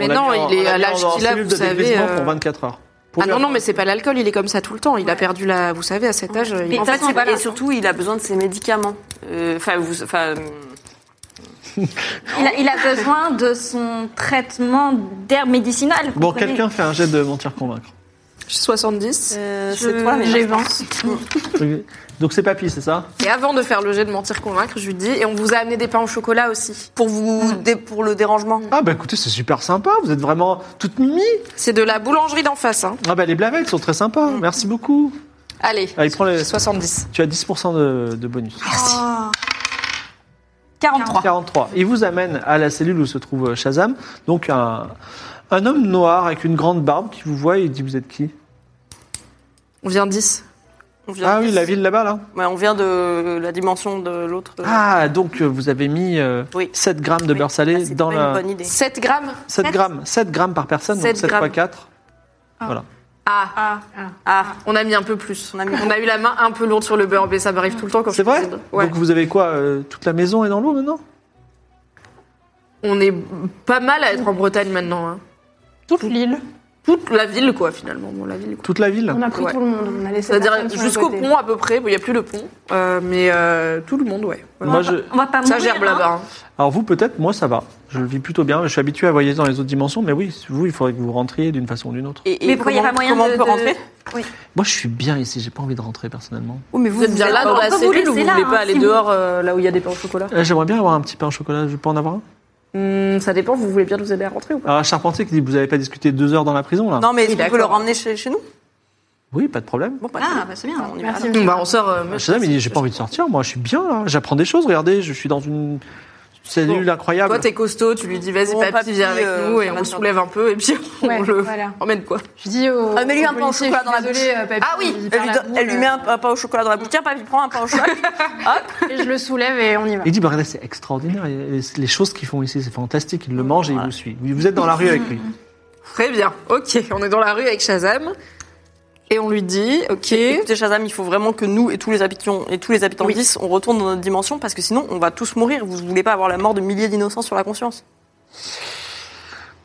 S8: Mais
S5: On l'a
S8: non,
S5: mis en-
S8: il est
S5: on l'a
S8: à
S5: mis en-
S8: l'âge
S5: en
S8: qu'il a,
S5: cellule
S8: vous
S5: de
S8: savez,
S5: dégrisement
S8: euh,
S5: pour 24 heures. Pour
S8: Ah
S5: lui,
S8: non, non, mais c'est pas l'alcool, il est comme ça tout le temps. Il a perdu la. Vous savez, à cet âge. il-
S6: Et,
S9: En fait,
S6: surtout-
S9: c'est pas là.
S6: et surtout il a besoin de ses médicaments. Euh, Enfin vous- enfin,
S9: Il a, il a besoin de son traitement d'herbe médicinale. vous
S5: Bon,
S9: comprenez
S5: quelqu'un fait un jet de mentir convaincre.
S8: [laughs] 70.
S6: euh,
S9: Je-
S6: c'est toi mais
S4: J'ai 20.
S5: Oui. Donc c'est papy, c'est ça
S8: Et avant de faire le jet de mentir convaincre, je lui dis, et on vous a amené des pains au chocolat aussi.
S6: pour vous dé- pour le dérangement.
S5: Ah bah écoutez, c'est super sympa, vous êtes vraiment toute mimi.
S8: C'est de la boulangerie d'en face. Hein.
S5: Ah bah les blavettes sont très sympas, merci beaucoup.
S8: Allez,
S5: Ah, il prend les-
S8: 70.
S5: Tu as 10% de, de bonus.
S9: 43.
S5: 43. Il vous amène à la cellule où se trouve euh, Shazam, donc un, un homme noir avec une grande barbe qui vous voit et il dit vous êtes qui
S8: On vient 10.
S6: On vient
S5: Ah
S6: de-
S5: oui, la ville là-bas là.
S6: Ouais, on vient de la dimension de l'autre.
S5: Ah donc euh, vous avez mis euh,
S6: Oui.
S5: 7 grammes de
S6: Oui.
S5: beurre salé
S6: Ah, c'est
S5: dans
S6: pas
S5: la...
S6: une bonne idée.
S8: 7 grammes
S5: 7 grammes, 7 grammes par personne, donc
S8: 7
S5: 7
S8: grammes.
S5: fois 4. Voilà.
S8: Ah,
S6: Ah,
S8: on a mis un peu plus.
S6: on a mis
S8: On a eu la main un peu lourde sur le beurre, mais ça m'arrive tout le temps quand
S5: C'est
S8: je
S5: vrai
S8: cuisine. Ouais.
S5: Donc vous avez quoi euh, Toute la maison est dans l'eau maintenant
S8: On est pas mal à être en Bretagne maintenant. hein.
S4: Toute l'île.
S8: Toute la ville, quoi, finalement. Bon, la ville, quoi.
S5: Toute la ville
S4: On a pris
S8: Ouais.
S4: tout le monde. On a laissé.
S8: C'est-à-dire
S4: personne sur le
S8: jusqu'au
S4: côté.
S8: pont à peu près. Bon, Il n'y a plus le pont, euh, mais euh, tout le monde, ouais. Voilà.
S5: Moi, je...
S9: On va pas
S8: Ça
S9: mourir.
S8: gerbe là-bas. hein.
S5: Alors vous peut-être, moi ça va. Je le vis plutôt bien. Je suis habitué à voyager dans les autres dimensions, mais oui, vous il faudrait que vous rentriez d'une façon ou d'une autre.
S6: Et, et
S9: Mais pourquoi il y a
S6: comment-
S9: pas moyen
S6: comment
S9: de-
S6: on peut
S9: de-
S6: rentrer
S5: Moi je suis bien ici, j'ai pas envie de rentrer personnellement.
S6: Oui, mais
S8: Vous êtes bien là
S9: pas-
S8: dans la
S9: on peut vous
S8: cellule ou vous
S9: laisser
S8: voulez
S9: là,
S8: pas
S9: hein,
S8: aller
S9: si
S8: dehors euh, là où il y a des pains au chocolat
S5: Euh, J'aimerais bien avoir un petit pain au chocolat. Je peux en avoir un
S8: Hmm, Ça dépend, vous voulez bien nous aider à rentrer ou pas
S5: Alors Charpentier qui dit vous avez pas discuté deux heures dans la prison là
S6: Non, mais
S8: Oui,
S6: est-ce qu'on
S8: d'accord.
S6: peut le remmener chez, chez nous
S5: Oui, pas de problème.
S6: Bon, pas
S9: Ah, bah c'est bien.
S6: on y va.
S4: Merci.
S8: Bon, bah, on sort. euh,
S5: Bah, Shazam il dit j'ai pas envie de sortir. Moi je suis bien là. J'apprends des choses. Regardez, je suis dans une cellule incroyable.
S8: Toi, t'es costaud, tu lui dis vas-y,
S6: Bon,
S8: papy,
S6: papy,
S8: viens avec
S6: euh,
S8: nous et
S6: ça
S8: on
S6: va
S8: le
S6: te
S8: soulève un peu et puis on
S4: Ouais,
S8: le
S4: voilà.
S8: emmène quoi.
S4: Je dis au.
S6: Ah, mets-lui
S4: au
S6: un pain au
S4: policier, je
S6: chocolat
S4: suis
S6: dans la
S4: désolée,
S6: bouche.
S4: euh, papy,
S6: Ah oui,
S4: il
S6: elle
S4: perd
S6: lui,
S4: la
S6: donne- elle
S4: boule,
S6: lui met
S4: euh,
S6: un, un pain au chocolat dans la bouche. Tiens, papy, prends un pain au
S8: [laughs]
S6: chocolat. Hop,
S4: Et je le soulève et on y va.
S5: Il dit bah regardez c'est extraordinaire. Les, les choses qu'ils font ici c'est fantastique. Il le
S8: Mmh.
S5: mange et il vous suit. Vous êtes dans la rue avec lui.
S8: Très bien, ok, on est dans la rue avec Shazam et on lui dit ok,
S6: écoutez, Shazam, il faut vraiment que nous et tous les habitants et tous les habitants
S8: Oui.
S6: 10, on retourne dans notre dimension parce que sinon, on va tous mourir. Vous voulez pas avoir la mort de milliers d'innocents sur la conscience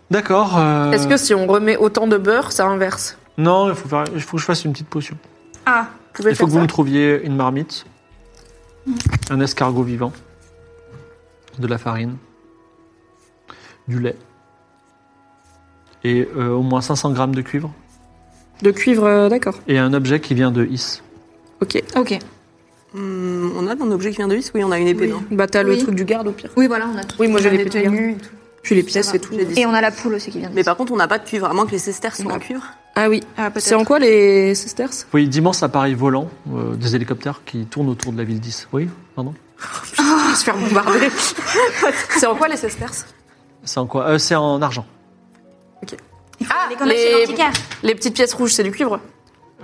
S5: D'accord. euh,
S8: est-ce que si on remet autant de beurre, ça inverse
S5: non il faut faire- il faut que je fasse une petite potion.
S9: Ah,
S8: Vous pouvez
S5: Il faut
S8: faire
S5: que vous
S8: ça
S5: me trouviez une marmite, un escargot vivant, de la farine, du lait et euh, au moins 500 grammes de cuivre
S8: De cuivre, euh, d'accord,
S5: et un objet qui vient de Is.
S8: ok.
S9: ok.
S6: Hum, On a un objet qui vient de 10 Oui, on a une épée. non
S8: Bah, t'as le
S9: Oui.
S8: truc du garde au pire.
S9: Oui, voilà, on a tout.
S8: Oui, moi j'ai
S4: On a
S8: les
S4: des
S8: tenues.
S4: tenues et tout.
S8: Puis les pièces
S9: Ça va,
S8: et tout.
S6: j'ai dit.
S9: Et on a la poule aussi qui vient de
S6: Mais par contre, on n'a pas de cuivre, à moins que les sesterces soient en
S8: Ouais.
S6: cuivre.
S8: Ah oui. c'est en quoi les sisters
S5: Vous voyez d'immenses appareils volants, euh, des hélicoptères qui tournent autour de la ville 10. Oui, pardon
S8: Je vais [laughs] se faire bombarder. c'est en quoi les sisters
S5: C'est en quoi Euh, C'est en argent.
S8: Ah,
S7: les connaître chez l'antiquaire.
S8: les petites pièces rouges, c'est du cuivre.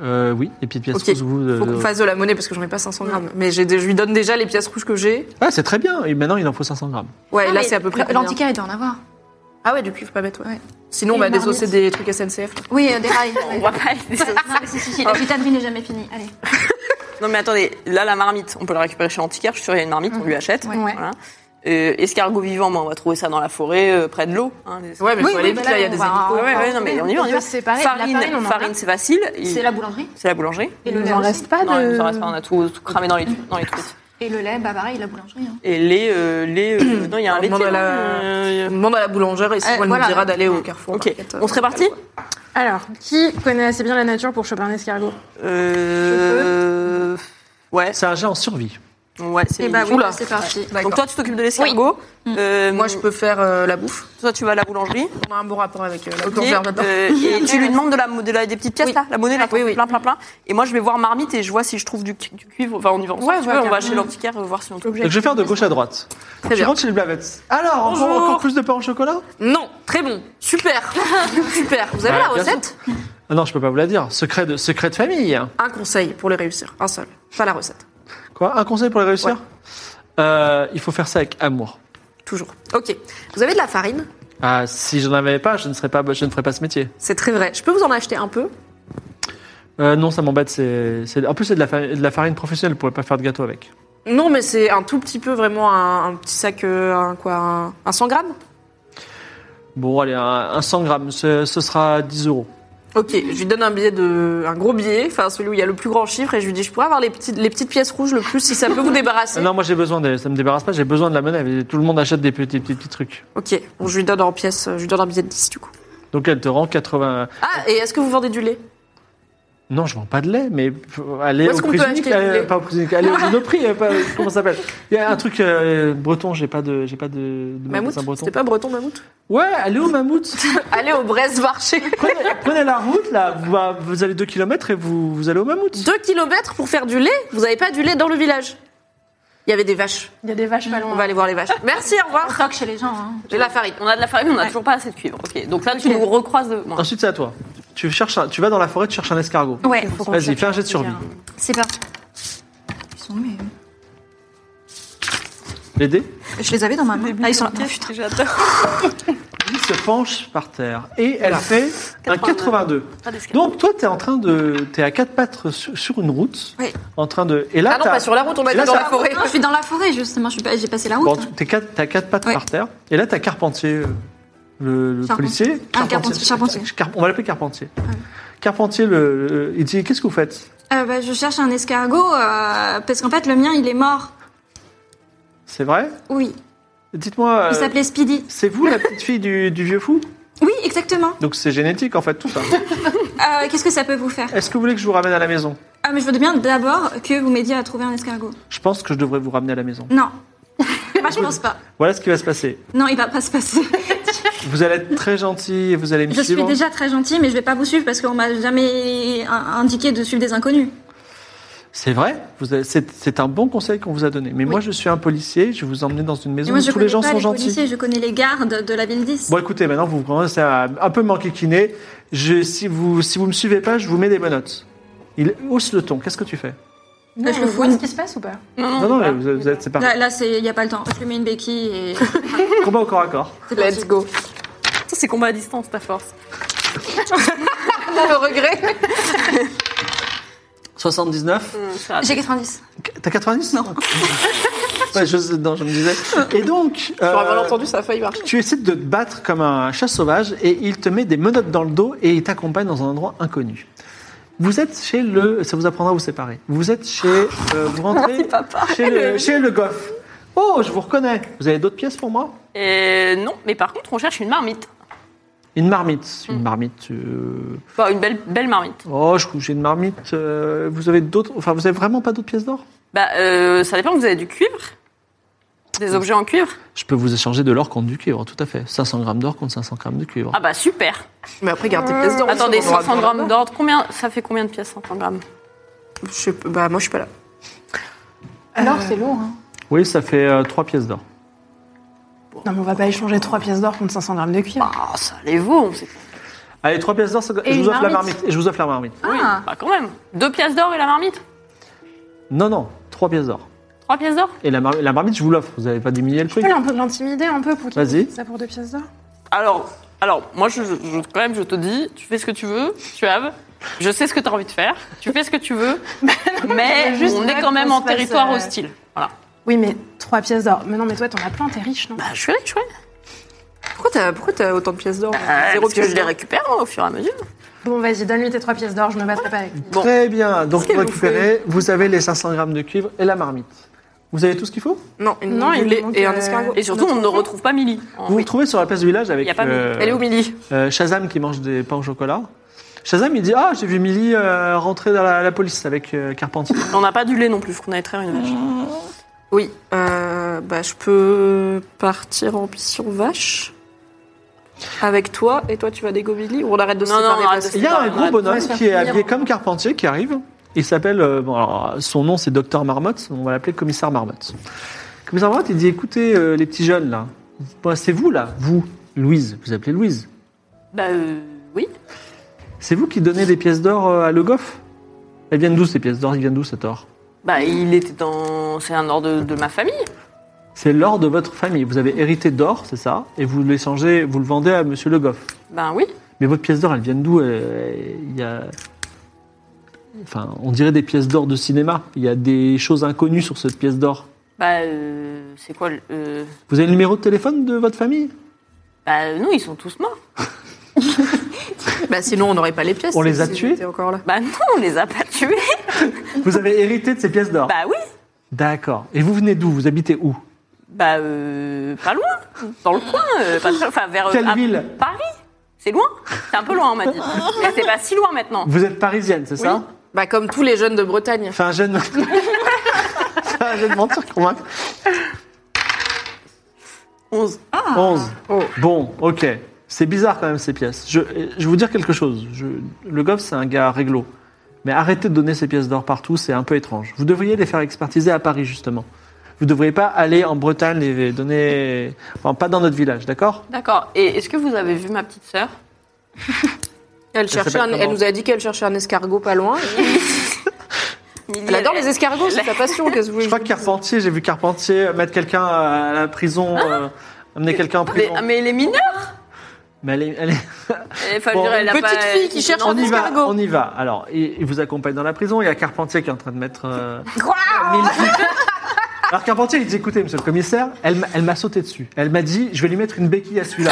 S5: Euh, oui, les petites pièces
S8: Ok.
S5: roses, vous, euh,
S8: Faut qu'on fasse de la monnaie parce que j'en ai pas 500 grammes. Mais j'ai des- je lui donne déjà les pièces rouges que j'ai.
S5: Ah, c'est très bien. Et maintenant, il en faut 500 grammes.
S8: Ouais,
S7: Non,
S8: là
S7: mais
S8: c'est à peu près.
S7: L'antiquaire, il doit en avoir.
S8: Ah ouais, du cuivre, pas bête, ouais. Sinon,
S7: Et
S8: on va
S7: une marmite.
S8: désosser des trucs SNCF.
S7: [laughs]
S8: là.
S7: Oui, euh, des rails. on
S6: va pas [laughs] aller
S7: Non, mais Ah, si, si,
S8: Ah.
S7: si, la putain de vie n'est jamais finie. Allez.
S6: Non mais attendez, là la marmite, on peut la récupérer chez l'antiquaire, je suis sûr il y a une marmite,
S4: Mhm.
S6: on lui achète. Voilà. Euh, escargot vivant, moi, on va trouver ça dans la forêt, euh, près de l'eau. hein, des-
S8: Ouais, mais faut aller vite, là, il y a des hélicos.
S6: Ouais, ouais,
S8: Enfin,
S6: ouais, non, mais on y va, on y
S4: on peut
S6: va.
S4: se séparer. La
S6: Farine,
S4: farine, on en a.
S6: farine, c'est facile. Il-
S4: C'est la boulangerie.
S6: C'est la boulangerie.
S4: Et le Il n'en lait reste aussi. pas
S6: Non, il nous en
S4: de- euh,
S6: reste pas, on a tout, tout cramé dans les, dans les trucs.
S4: Et le lait, bah pareil, la boulangerie. hein.
S6: Et les... euh, les
S4: [coughs]
S6: euh, non, il y a un
S8: On demande
S6: laitier.
S8: à la-
S6: euh,
S8: On demande à la boulangère et si
S4: Euh,
S8: elle
S4: voilà.
S8: nous dira d'aller au carrefour.
S6: Ok, on se
S8: euh,
S6: répartit
S4: Alors, qui connaît assez bien la nature pour choper un escargot
S6: Euh... Ouais.
S5: C'est un jet en survie.
S6: Ouais, c'est
S4: Eh bah oui,
S6: Oula.
S4: bah, c'est parti.
S6: Donc toi, tu t'occupes de l'escargot. Euh,
S8: Moi, je peux faire euh, la bouffe.
S6: Toi, tu vas à la boulangerie.
S8: On a un bon rapport avec euh, la
S6: Ok,
S8: boulangère maintenant.
S6: euh, et tu lui demandes de la, de la- des petites pièces, là, la monnaie, là, plein, plein, plein. Et moi, je vais voir Marmite et je vois si je trouve du, du cuivre. Enfin, on y va. ensemble,
S4: Ouais,
S6: si tu
S4: ouais,
S6: veux, on va
S4: carrément.
S6: chez l'antiquaire euh, voir si on trouve.
S5: Donc, je vais faire de gauche à droite.
S8: Très
S5: Je
S8: bien.
S5: rentre chez les blavettes. Alors, encore,
S8: Bonjour.
S5: encore plus de pain au chocolat
S8: Non, très bon.
S7: [laughs]
S8: Super. Super. Vous avez
S5: Ouais,
S8: la
S5: bien sûr.
S8: recette
S5: Ah Non, je peux pas vous la dire. Secret de, secret de famille.
S8: Un conseil pour les réussir. Un seul. Pas la recette.
S5: Quoi Un conseil pour les réussir Euh, Il faut faire ça avec amour.
S8: Toujours. Ok. Vous avez de la farine
S5: Ah, si je n'en avais pas, je ne serais pas, je ne ferais pas ce métier.
S8: C'est très vrai. Je peux vous en acheter un peu
S5: Euh, non, ça m'embête. C'est, c'est- en plus, c'est de la, fa- de la farine professionnelle. Vous pourrez pas faire de gâteau avec.
S8: Non, mais c'est un tout petit peu, vraiment un, un petit sac, euh, un, quoi, un, un 100 grammes
S5: Bon, allez, un, un 100 grammes, ce, ce sera 10 euros.
S8: Ok, je lui donne un billet de, un gros billet, enfin celui où il y a le plus grand chiffre, et je lui dis, je pourrais avoir les petites, les petites pièces rouges le plus si ça peut [laughs] vous
S5: Ah
S8: débarrasser.
S5: Non, moi j'ai besoin, de, ça me débarrasse pas, j'ai besoin de la monnaie. Tout le monde achète des petits, petits, petits trucs.
S8: Ok, bon, je lui donne en pièces, euh, je lui donne un billet de 10 du coup.
S5: Donc elle te rend 80.
S8: Ah, et est-ce que vous vendez du lait
S5: Non, je vends pas de lait, mais aller
S8: Où est-ce
S5: au
S8: qu'on peut
S5: prix unique,
S8: acheter du
S5: allez-
S8: lait
S5: pas au prix unique, allez
S8: [laughs]
S5: au Monoprix, euh, pas- comment ça s'appelle Il y a un truc euh, breton, j'ai pas de, j'ai pas de, de
S8: Mammouth
S5: magasin breton.
S8: C'était pas
S6: [laughs]
S8: breton, mammouth
S5: Ouais, allez au Mammouth. [laughs]
S8: Allez au Brest [laughs] marché
S5: prenez, prenez la route là, vous, bah, vous allez 2 km et vous, vous allez au Mammouth.
S8: 2 km pour faire du lait Vous avez pas du lait dans le village Il y avait des vaches.
S4: Il y a des vaches pas loin.
S8: On va aller voir
S6: [laughs]
S8: les vaches. Merci, au
S7: On
S8: revoir.
S7: toque chez les gens. Hein.
S8: J'ai la farine.
S6: On a de la farine, mais on a toujours pas assez de cuivre. Ok, donc là, tu nous recroises de. moi.
S5: Ensuite, c'est à toi. Tu cherches, un- tu vas dans la forêt, tu cherches un escargot.
S7: Ouais,
S5: Vas-y, fais un jet de survie.
S7: c'est parti. Ils sont où, mes-
S5: Les dés
S7: Je les avais dans ma main. Ah, ils sont là.
S5: [laughs] Il se penche par terre et elle fait un 82. Donc toi, tu es en train de, t'es à quatre pattes sur, sur une route,
S7: Oui.
S5: en train de. Et là,
S8: Ah non,
S5: t'as-
S8: pas sur la route, on m'a
S5: Là,
S8: dit dans
S5: ça-
S8: la forêt.
S7: Non, je suis dans la forêt, justement. je suis pas- J'ai passé la route.
S5: Bon, t'es quatre- t'as quatre pattes
S7: Ouais.
S5: par terre. Et là, t'as Carpentier, euh, le, le
S7: Charpentier.
S5: policier.
S7: Ah, Carpentier, Charpentier.
S5: Car- on va l'appeler Carpentier. Carpentier, le, le- il dit qu'est-ce que vous faites
S7: Euh, bah, je cherche un escargot euh, parce qu'en fait, le mien, il est mort.
S5: C'est vrai
S7: Oui.
S5: Dites-moi.
S7: Il
S5: euh,
S7: s'appelait Speedy.
S5: c'est vous la petite fille du, du vieux fou
S7: Oui, exactement.
S5: Donc c'est génétique en fait tout ça.
S7: Euh, Qu'est-ce que ça peut vous faire
S5: Est-ce que vous voulez que je vous ramène à la maison
S7: Ah, mais je veux bien d'abord que vous m'aidiez à trouver un escargot.
S5: Je pense que je devrais vous ramener à la maison.
S7: Non. [laughs] Moi, je pense pas.
S5: Voilà ce qui va se passer.
S7: Non, il va pas se passer.
S5: Vous allez être très gentil et vous allez me
S7: Je suis
S5: suivre.
S7: déjà très gentille, mais je vais pas vous suivre parce qu'on m'a jamais in- indiqué de suivre des inconnus.
S5: C'est vrai, vous avez- c'est c'est un bon conseil qu'on vous a donné. Mais moi, je suis un policier, je vais vous emmener dans une
S7: Et
S5: maison
S7: moi,
S5: où
S7: je
S5: tous
S7: connais
S5: les gens
S7: pas
S5: sont
S7: les
S5: gentils.
S7: policiers, je connais les gardes de la ville 10.
S5: Bon, écoutez, maintenant, vous commencez à un peu m'enquiquiner. Je- Si vous si vous me suivez pas, je vous mets des menottes. Il hausse le ton. Qu'est-ce que tu fais
S4: Non,
S7: Euh, je
S4: on
S7: le
S4: voit
S7: fous.
S4: ce qui se passe ou pas
S5: Non, non, mais vous, vous êtes séparés.
S7: Là, là il n'y a pas le temps. Je lui mets une béquille et.
S5: Combat au corps à corps.
S7: c'est parti.
S8: [laughs] Let's go.
S6: Ça, c'est combat à distance, ta force.
S8: le regret.
S5: 79.
S7: J'ai 90.
S5: T'as 90 Non. [laughs] ouais, je, non, je me disais. Et donc,
S8: J'aurais
S5: euh,
S8: mal entendu, ça a failli marcher.
S5: tu essaies de te battre comme un chat sauvage et il te met des menottes dans le dos et il t'accompagne dans un endroit inconnu. Vous êtes chez le. Ça vous apprendra à vous séparer. Vous êtes chez. euh,
S4: [laughs]
S5: vous rentrez Chez, le, chez le goff. Oh, je vous reconnais. Vous avez d'autres pièces pour moi
S6: Euh, non, mais par contre, on cherche une marmite.
S5: Une marmite.
S4: Mm.
S5: Une marmite. euh,
S6: Enfin, une belle, belle marmite.
S5: Oh, je j'ai une marmite. euh, Vous avez d'autres. Enfin, vous avez vraiment pas d'autres pièces d'or
S6: Bah, euh, ça dépend, vous avez du cuivre
S11: Des objets en cuivre
S5: Je peux vous échanger de l'or contre du cuivre, tout à fait. 500 grammes d'or contre 500 grammes de cuivre.
S11: Ah bah super
S12: Mais après, garde tes pièces d'or.
S6: Attendez,
S12: sinon, on aura
S6: 500
S12: besoin
S6: grammes d'or, combien, ça fait combien de pièces 500 grammes
S12: Je sais pas, bah moi je suis pas là.
S4: Alors, c'est lourd. Hein.
S5: Oui, ça fait 3 pièces d'or.
S4: Non, mais on va pas échanger 3 pièces d'or contre 500 grammes de cuivre.
S11: Ah, ça les vaut, on sait pas.
S5: Allez, 3 pièces d'or, ça-
S4: Et
S5: je vous
S4: une
S5: offre la
S4: marmite.
S5: marmite. Et je vous offre la marmite.
S6: Oui,
S4: Ah.
S6: bah quand même. Deux pièces d'or et la marmite
S5: Non, non, 3 pièces d'or.
S6: Trois pièces d'or
S5: Et la, mar- la marmite, je vous l'offre, vous n'avez pas diminué le
S4: Tu
S5: prix.
S4: peux l'un peu- l'intimider un peu pour qu'il
S5: Vas-y.
S4: fasse ça pour 2 pièces d'or
S6: Alors, alors moi, je, je- quand même, je te dis, tu fais ce que tu veux, tu as. Je sais ce que tu as envie de faire, tu fais ce que
S4: [laughs]
S6: tu veux, mais
S4: je veux juste
S6: on est
S4: pas
S6: quand même
S4: qu'on
S6: en
S4: se fasse,
S6: territoire
S4: euh,
S6: hostile. Voilà.
S4: Oui, mais 3 pièces d'or. Mais non, mais toi, t'en as plein, t'es riche, non
S6: Bah, je suis riche, ouais.
S12: Pourquoi t'as, pourquoi t'as autant de pièces d'or
S6: Zéro
S12: Zéro
S6: parce que
S12: pièce
S6: je les
S12: d'or.
S6: récupère moi, au fur et à mesure.
S4: Bon, vas-y, donne-lui tes 3 pièces d'or, je me battrai pas avec lui.
S5: Très bien, donc
S12: Qu'est-ce
S5: vous
S12: que vous
S5: récupérez, vous avez les 500 grammes de cuivre et la marmite. Vous avez tout ce qu'il faut
S12: Non, une
S4: Non, il
S12: boulée
S4: manque,
S12: et un
S4: euh,
S12: escargot.
S6: Et surtout, on ne retrouve pas Millie.
S5: Vous vous retrouvez sur la place du village avec
S6: Y a pas
S5: euh,
S12: Elle est au midi.
S5: euh, Shazam qui mange des pains au chocolat. Shazam, il dit Ah, j'ai vu Millie euh, rentrer dans la, la police avec euh, Carpentier.
S6: On n'a pas du lait non plus, parce qu'on a traire une vache.
S12: Oui, euh, bah, je peux partir en mission vache avec toi et toi tu vas des gobilis ou on arrête de se
S6: Non, non,
S12: séparer
S6: on arrête
S12: parce
S6: de
S12: que-
S5: Il y a un
S6: Ouais,
S5: gros
S6: ouais,
S5: bonhomme
S4: ouais, ça
S5: qui est
S4: fait
S5: habillé
S4: plaisir.
S5: comme Carpentier qui arrive. Il s'appelle, euh, bon, alors, son nom c'est Docteur Marmotte, on va l'appeler Commissaire Marmotte. Commissaire Marmotte, il dit écoutez, euh, les petits jeunes là, Bon, c'est vous là, vous, Louise, vous appelez Louise,
S6: Bah, euh, oui.
S5: c'est vous qui donnez des pièces d'or euh, à Le Goff Elles viennent d'où ces pièces d'or Elles viennent d'où cet or
S6: Bah, il était dans. C'est un ordre de, de ma famille.
S5: C'est l'or de votre famille. Vous avez hérité d'or, c'est ça, et vous l'échangez, vous le vendez à Monsieur Le Goff.
S6: Ben oui.
S5: Mais votre pièce d'or, elles viennent d'où Euh, Il y a. Enfin, on dirait des pièces d'or de cinéma. Il y a des choses inconnues sur cette pièce d'or.
S6: Bah, euh, c'est quoi le. euh,
S5: Vous avez le numéro de téléphone de votre famille
S6: Bah, nous, ils sont tous morts.
S12: [laughs] Bah, sinon on n'aurait pas les pièces.
S5: On les a
S12: si
S5: tués
S12: j'étais encore là.
S6: Bah, non, on les a pas tués.
S5: Vous avez hérité de ces pièces d'or
S6: Bah, oui.
S5: D'accord. Et vous venez d'où Vous habitez où
S6: Bah, euh, pas loin. Dans le coin. euh, pas très- enfin, vers. euh,
S5: Quelle
S6: à-
S5: ville
S6: Paris. C'est loin C'est un peu loin, on m'a dit. Mais c'est pas si loin maintenant.
S5: Vous êtes parisienne, c'est ça
S12: Bah, comme tous les jeunes de Bretagne.
S5: Fais un jeu de... [laughs] Fais un jeu de mentir, convaincre.
S6: 11.
S12: Ah.
S5: 11.
S12: Oh.
S5: Bon, ok. C'est bizarre quand même ces pièces. Je, je vais vous dire quelque chose. Je- le Goff, c'est un gars réglo. Mais arrêtez de donner ces pièces d'or partout, c'est un peu étrange. Vous devriez les faire expertiser à Paris, justement. Vous ne devriez pas aller en Bretagne les donner. Enfin, pas dans notre village, d'accord
S6: D'accord. Et est-ce que vous avez vu ma petite sœur
S12: Elle, cherchait
S5: s'appelle
S12: un- elle
S5: comment
S12: nous a dit qu'elle cherchait un escargot pas loin.
S6: Millie,
S12: Elle adore
S6: elle-
S12: les escargots, c'est sa passion. Qu'est-ce que vous
S5: Je crois que Carpentier, j'ai vu Carpentier mettre quelqu'un à la prison,
S12: Ah.
S5: euh, amener quelqu'un en
S6: Mais,
S5: prison.
S6: ah, mais elle est mineure
S5: Mais elle est- elle est-
S6: Enfin,
S5: Bon.
S6: je dirais, elle a
S12: Petite
S6: pas-
S12: fille qui cherche
S6: Non,
S12: un
S5: On y va,
S12: escargot.
S5: on y va. Alors, il, il vous accompagne dans la prison. Il y a Carpentier qui est en train de mettre. euh, mille pieds. Alors Carpentier, il dit écoutez, monsieur le commissaire, elle, m'a- elle m'a sauté dessus. Elle m'a dit, je vais lui mettre une béquille à celui-là.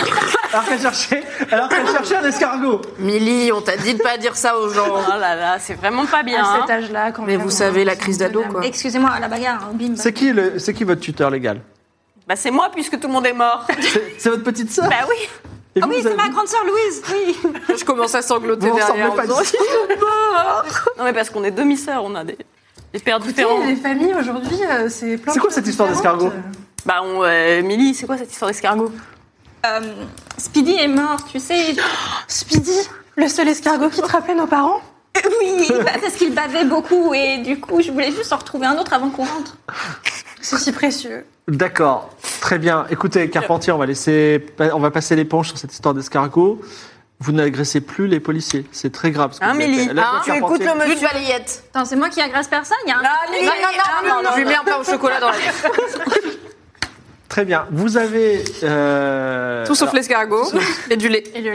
S5: Alors qu'elle cherchait, alors qu'elle cherchait un escargot.
S12: Milly, on t'a dit de pas dire ça aux gens.
S6: Oh là là, c'est vraiment pas bien.
S4: Ah, À
S6: hein.
S4: cet âge-là, quand
S12: Mais
S4: même,
S12: vous
S4: on-
S12: savez, la
S4: on
S12: crise
S4: se
S12: d'ado,
S4: donne
S12: quoi.
S9: Excusez-moi, la
S7: hein.
S9: bagarre, bim. bam.
S5: C'est qui le, c'est qui votre tuteur légal
S6: Bah c'est moi puisque tout le monde est mort.
S5: C'est c'est votre petite sœur.
S6: bah oui.
S5: Et
S9: Ah
S5: vous,
S9: oui,
S5: vous
S9: c'est
S5: avez-
S9: ma grande sœur Louise, oui.
S12: Je commence à sangloter
S5: Vous ressemblez
S12: derrière. en
S5: pas
S12: faisant-
S5: du tout.
S6: Non mais parce qu'on est demi sœurs, on a des, des pères
S4: Tu sais,
S6: différents.
S4: les familles aujourd'hui, euh, c'est plein
S5: C'est
S4: de
S5: quoi
S4: choses
S5: cette histoire
S4: différentes.
S5: d'escargot
S6: Bah on, euh, Millie, c'est quoi cette histoire d'escargot
S9: Euh, Speedy est mort, tu sais. Euh,
S4: Speedy, le seul escargot qui te rappelait nos parents [laughs]
S9: Oui, bah, parce qu'il bavait beaucoup et du coup, je voulais juste en retrouver un autre avant qu'on rentre.
S4: C'est si précieux.
S5: D'accord, très bien. Écoutez, Carpentier, on va laisser, on va passer l'éponge sur cette histoire d'escargot. Vous n'agressez plus les policiers. C'est très grave. ce que
S6: Hein,
S5: vous avez
S6: Milly
S5: fait. Là,
S4: Ah,
S6: Hein,
S5: toi, Carpentier-
S12: Plus de balayette.
S9: Attends, c'est moi qui agresse personne, il y a un.
S12: Non, Ah, non, non, non, je lui mets un pain au chocolat dans la
S5: Très bien. Vous avez euh,
S12: Tout sauf
S5: alors,
S12: l'escargot et du lait.
S4: Et le-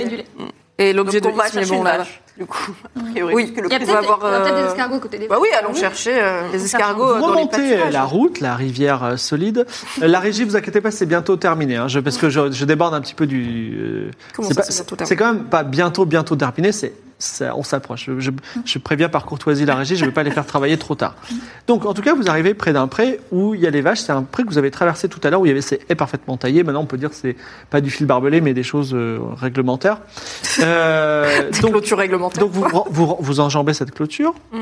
S12: Et l'objet de
S6: Donc on va
S12: X, mais
S6: chercher
S12: bon,
S6: une
S12: là.
S6: vache. Du coup, a priori.
S12: Oui.
S6: parce que le
S9: Il y a
S6: prix
S9: peut-être
S12: On va avoir,
S9: il y a peut-être
S12: euh,
S9: des escargots à côté des
S12: Bah oui, allons chercher euh, les escargots euh,
S5: Vous
S12: dans les pâturages.
S5: remontez la route, la rivière euh, solide. Euh, La régie, vous inquiétez pas, c'est bientôt terminé. hein, je- parce que je, je déborde un petit peu du. euh,
S12: Comment
S5: c'est
S12: ça,
S5: pas-
S12: c'est bientôt terminé
S5: C'est quand même pas bientôt, bientôt terminé. C'est ça, on s'approche. Je, je- je préviens par courtoisie la régie. Je ne vais pas les faire travailler trop tard. Donc, en tout cas, vous arrivez près d'un pré où il y a les vaches. C'est un pré que vous avez traversé tout à l'heure où il y avait ces haies parfaitement taillées. Maintenant, on peut dire que c'est pas du fil barbelé, mais des choses euh, réglementaires.
S12: [laughs]
S5: Euh,
S12: Des
S5: donc,
S12: clôtures réglementaires.
S5: donc vous, vous, vous enjambez cette clôture. Mm.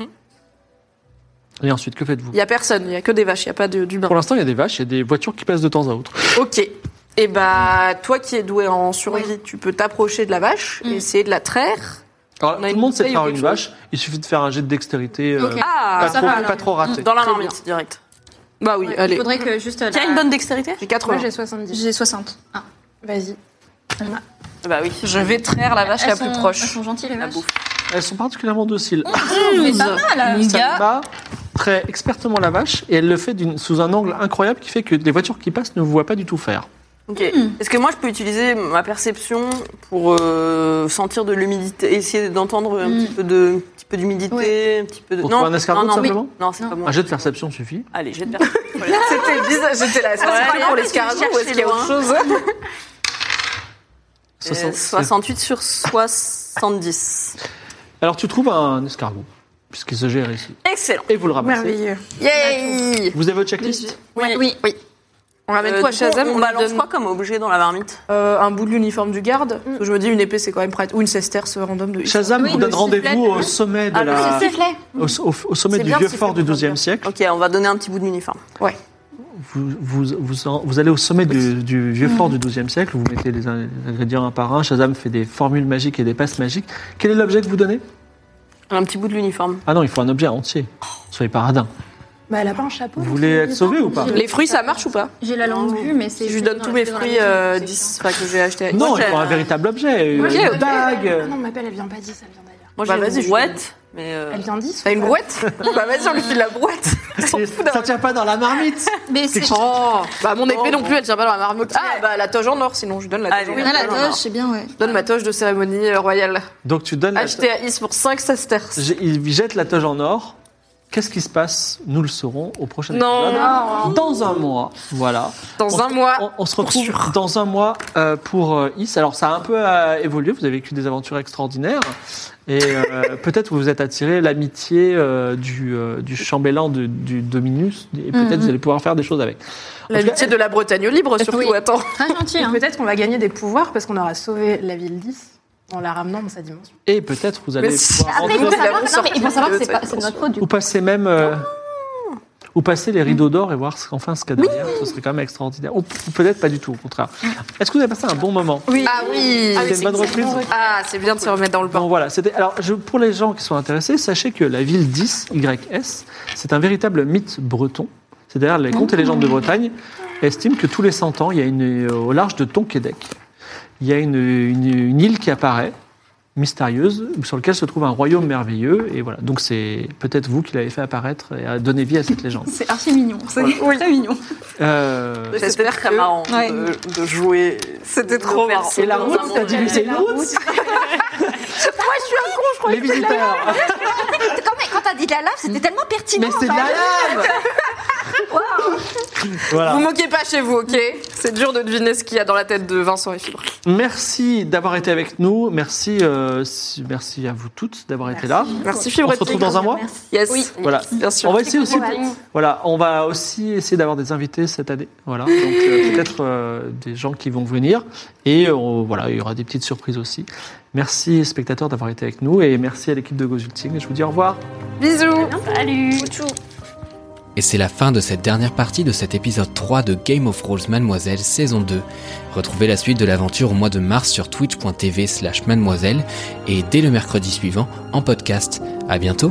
S5: Et ensuite, que faites-vous
S4: Il n'y a personne, il n'y a que des vaches, il n'y a pas de- d'humains.
S5: Pour l'instant, il y a des vaches, il y a des voitures qui passent de temps à autre.
S4: Ok. Et bah, toi qui es doué en survie, tu peux t'approcher de la vache, essayer de la traire.
S5: Alors, tout
S4: a
S5: le
S4: une
S5: monde sait
S4: bouteille
S5: faire
S4: ou
S5: une
S4: quelque
S5: vache, il suffit de faire un jet de dextérité. euh,
S4: Ok. Ah,
S5: pas,
S4: ça
S5: trop,
S4: va, alors.
S5: pas trop raté.
S6: Dans la marmite, direct.
S4: Bah oui, allez.
S9: faudrait que juste.
S6: Qui a une bonne dextérité
S13: Moi,
S4: J'ai 80.
S13: j'ai 70.
S9: J'ai 60.
S13: Vas-y.
S6: Bah oui.
S4: Je vais traire la vache
S9: Elles
S4: la
S9: sont-
S4: plus proche.
S9: Elles sont gentilles, les vaches.
S5: Elles sont particulièrement dociles.
S9: Mais pas
S4: hein.
S9: mal.
S5: Salma traite expertement la vache et elle le fait d'une- sous un angle incroyable qui fait que les voitures qui passent ne voient pas du tout faire.
S6: Ok.
S4: Hmm.
S6: Est-ce que moi je peux utiliser ma perception pour euh, sentir de l'humidité, essayer d'entendre un
S4: Hmm.
S9: Mm.
S6: petit peu de, un petit peu d'humidité, un petit peu de.
S5: Pour trouver un escargot,
S6: non, non,
S5: simplement
S6: oui. Non, c'est pas bon.
S5: Un jet de perception
S4: Euh,
S5: suffit.
S6: Allez, j'ai
S5: [laughs]
S6: de perception.
S4: C'était bizarre, j'étais là. Est-ce que
S6: Ouais.
S4: c'est que pour les
S6: Tu cherches
S4: scarabées ou est-ce qu'il y a
S6: loin.
S4: autre chose
S6: Euh,
S5: 60.
S6: 68 Euh, sur 70.
S5: Alors tu trouves un escargot, puisqu'il se gère ici.
S6: Excellent.
S5: Et vous le ramassez.
S13: Merveilleux.
S4: Yay
S5: Vous avez votre checklist
S6: Oui.
S9: Oui.
S4: Oui. On ramène
S6: Euh,
S4: quoi,
S6: du coup,
S4: Shazam
S6: On
S4: lui
S6: balance
S4: donne,
S6: quoi comme objet dans la marmite
S4: euh, Un bout de l'uniforme du garde. Parce que Je me dis, une épée, c'est quand même prête. Ou une sesterce euh, random de.
S5: Shazam
S9: Oui,
S5: vous
S9: le
S5: donne rendez-vous
S9: sifflet.
S5: au sommet, de
S4: Ah, le
S5: la,
S9: Sifflet.
S5: au, au- au sommet
S4: C'est
S5: du
S4: bien
S5: vieux
S4: le
S5: fort du
S4: sifflet pour
S5: 12e siècle.
S6: Ok, on va donner un petit bout de l'uniforme.
S5: Vous, vous, vous, en- vous allez au sommet du, du vieux fort du 12e siècle, vous mettez les, in- les ingrédients un par un, Shazam fait des formules magiques et des passes magiques. Quel est l'objet que vous donnez
S6: Un petit bout de l'uniforme.
S5: Ah non, il faut un objet entier. Soyez pas radin.
S13: Bah, elle a pas un chapeau.
S5: Vous voulez être sauvé ou pas
S4: Les fruits, ça marche ou pas
S9: Ah, J'ai la langue vue, mais c'est.
S4: Je lui donne tous mes fruits euh, 10 enfin, que j'ai acheté.
S5: Non,
S4: Moi,
S5: il
S4: j'ai-
S5: faut un véritable objet. Une
S4: Ok, ok. euh.
S13: Ah
S5: dague
S13: non, ma belle, elle vient pas d'ici, elle vient d'ailleurs.
S6: Moi j'ai
S4: Bah,
S6: une
S4: vas-y, je
S6: brouette, mais. euh,
S13: Elle vient d'ici.
S4: T'as une brouette Bah vas-y, on lui file la brouette.
S5: Ça tient pas dans la marmite
S9: Mais c'est.
S4: Oh Bah mon épée
S6: Oh,
S4: non
S6: bon.
S4: plus, elle tient pas dans la marmotte. Ah bah la toge en or, sinon je lui donne la toge
S6: Allez.
S4: en or.
S6: Oui,
S9: Ah, la
S6: non, non.
S9: doge, c'est bien, ouais.
S4: Je donne ma toge de cérémonie euh, royale.
S5: Donc tu donnes la
S4: Achetée à Is pour 5 sesterces.
S5: J'ai- Il jette la toge en or. Qu'est-ce qui se passe Nous le saurons au prochain
S4: Non.
S5: épisode. Dans un mois, voilà.
S4: Dans
S5: On
S4: un
S5: se-
S4: mois.
S5: On, on se retrouve dans un mois euh, pour euh, Is. Alors ça a un peu euh, évolué. Vous avez vécu des aventures extraordinaires et euh, [laughs] peut-être vous vous êtes attiré l'amitié euh, du, euh, du chambellan de- du Dominus et peut-être vous allez pouvoir faire des choses avec. En tout
S4: Mhm. L'amitié de la Bretagne libre, surtout.
S9: Oui.
S4: Attends.
S9: Très gentil,
S13: Et
S9: hein.
S13: peut-être qu'on va gagner des pouvoirs parce qu'on aura sauvé la ville 10 en la ramenant dans sa dimension.
S5: Et peut-être vous allez
S4: Mais si-
S5: pouvoir
S4: Après,
S9: Après,
S4: ils
S9: ils
S4: vont
S9: vont
S4: C'est la savoir-
S9: savoir,
S4: bonne non, mais ils vont sortie savoir que
S9: que
S4: de c'est pas- cette
S9: c'est
S4: c'est de
S9: de
S4: notre
S9: notre faute,
S5: ou passer même euh,
S4: Oh.
S5: ou passer les
S4: Mm.
S5: rideaux d'or et voir ce- enfin ce qu'il y a derrière. Ce serait quand même extraordinaire. Ou p- peut-être pas du tout, au contraire. Est-ce que vous avez passé un bon moment
S4: Ah oui
S5: C'était une bonne reprise.
S4: Ah, c'est bien de se remettre dans le bain.
S5: Bon, voilà, c'était. Alors, je- pour les gens qui sont intéressés, sachez que la ville 10, YS, c'est un véritable mythe breton. C'est-à-dire, les contes et légendes de Bretagne estiment que tous les 100 ans, il y a une, au large de Tonquédec, il y a une, une- une île qui apparaît, mystérieuse, sur laquelle se trouve un royaume merveilleux. Et voilà. Donc, c'est peut-être vous qui l'avez fait apparaître et a donné vie à cette légende.
S9: C'est archi mignon. C'est très mignon.
S5: Euh,
S6: C'était
S4: J'espère
S6: très
S4: que-
S6: marrant
S9: Ouais.
S6: de, de jouer.
S4: C'était
S6: de
S4: trop
S6: faire
S4: marrant.
S6: ça
S5: et la
S6: dans un
S5: route,
S6: monde
S5: t'as dit, mais c'est une
S6: réel.
S9: [laughs]
S5: route Moi, je suis un con, je crois Les visiteurs
S9: Quand t'as dit la lave, c'était tellement pertinent.
S5: Mais c'est de la lave Voilà.
S4: Vous moquez pas chez vous, ok C'est dur de deviner ce qu'il y a dans la tête de Vincent et Fibre.
S5: Merci d'avoir été avec nous. Merci, euh, si- merci à vous toutes d'avoir été là.
S4: Merci Fibre.
S5: On se retrouve dans un mois.
S4: Yes.
S9: Oui.
S5: Voilà.
S4: Bien sûr.
S5: On va essayer aussi. Voilà, on va aussi essayer d'avoir des invités cette année. Voilà, donc euh, peut-être euh, des gens qui vont venir et euh, voilà, il y aura des petites surprises aussi. Merci spectateurs d'avoir été avec nous et merci à l'équipe de Gozulting. Je vous dis au revoir.
S4: Bisous.
S3: Et c'est la fin de cette dernière partie de cet épisode 3 de Game of Rolls Mademoiselle saison 2. Retrouvez la suite de l'aventure au mois de mars sur twitch.tv slash mademoiselle et dès le mercredi suivant en podcast. À bientôt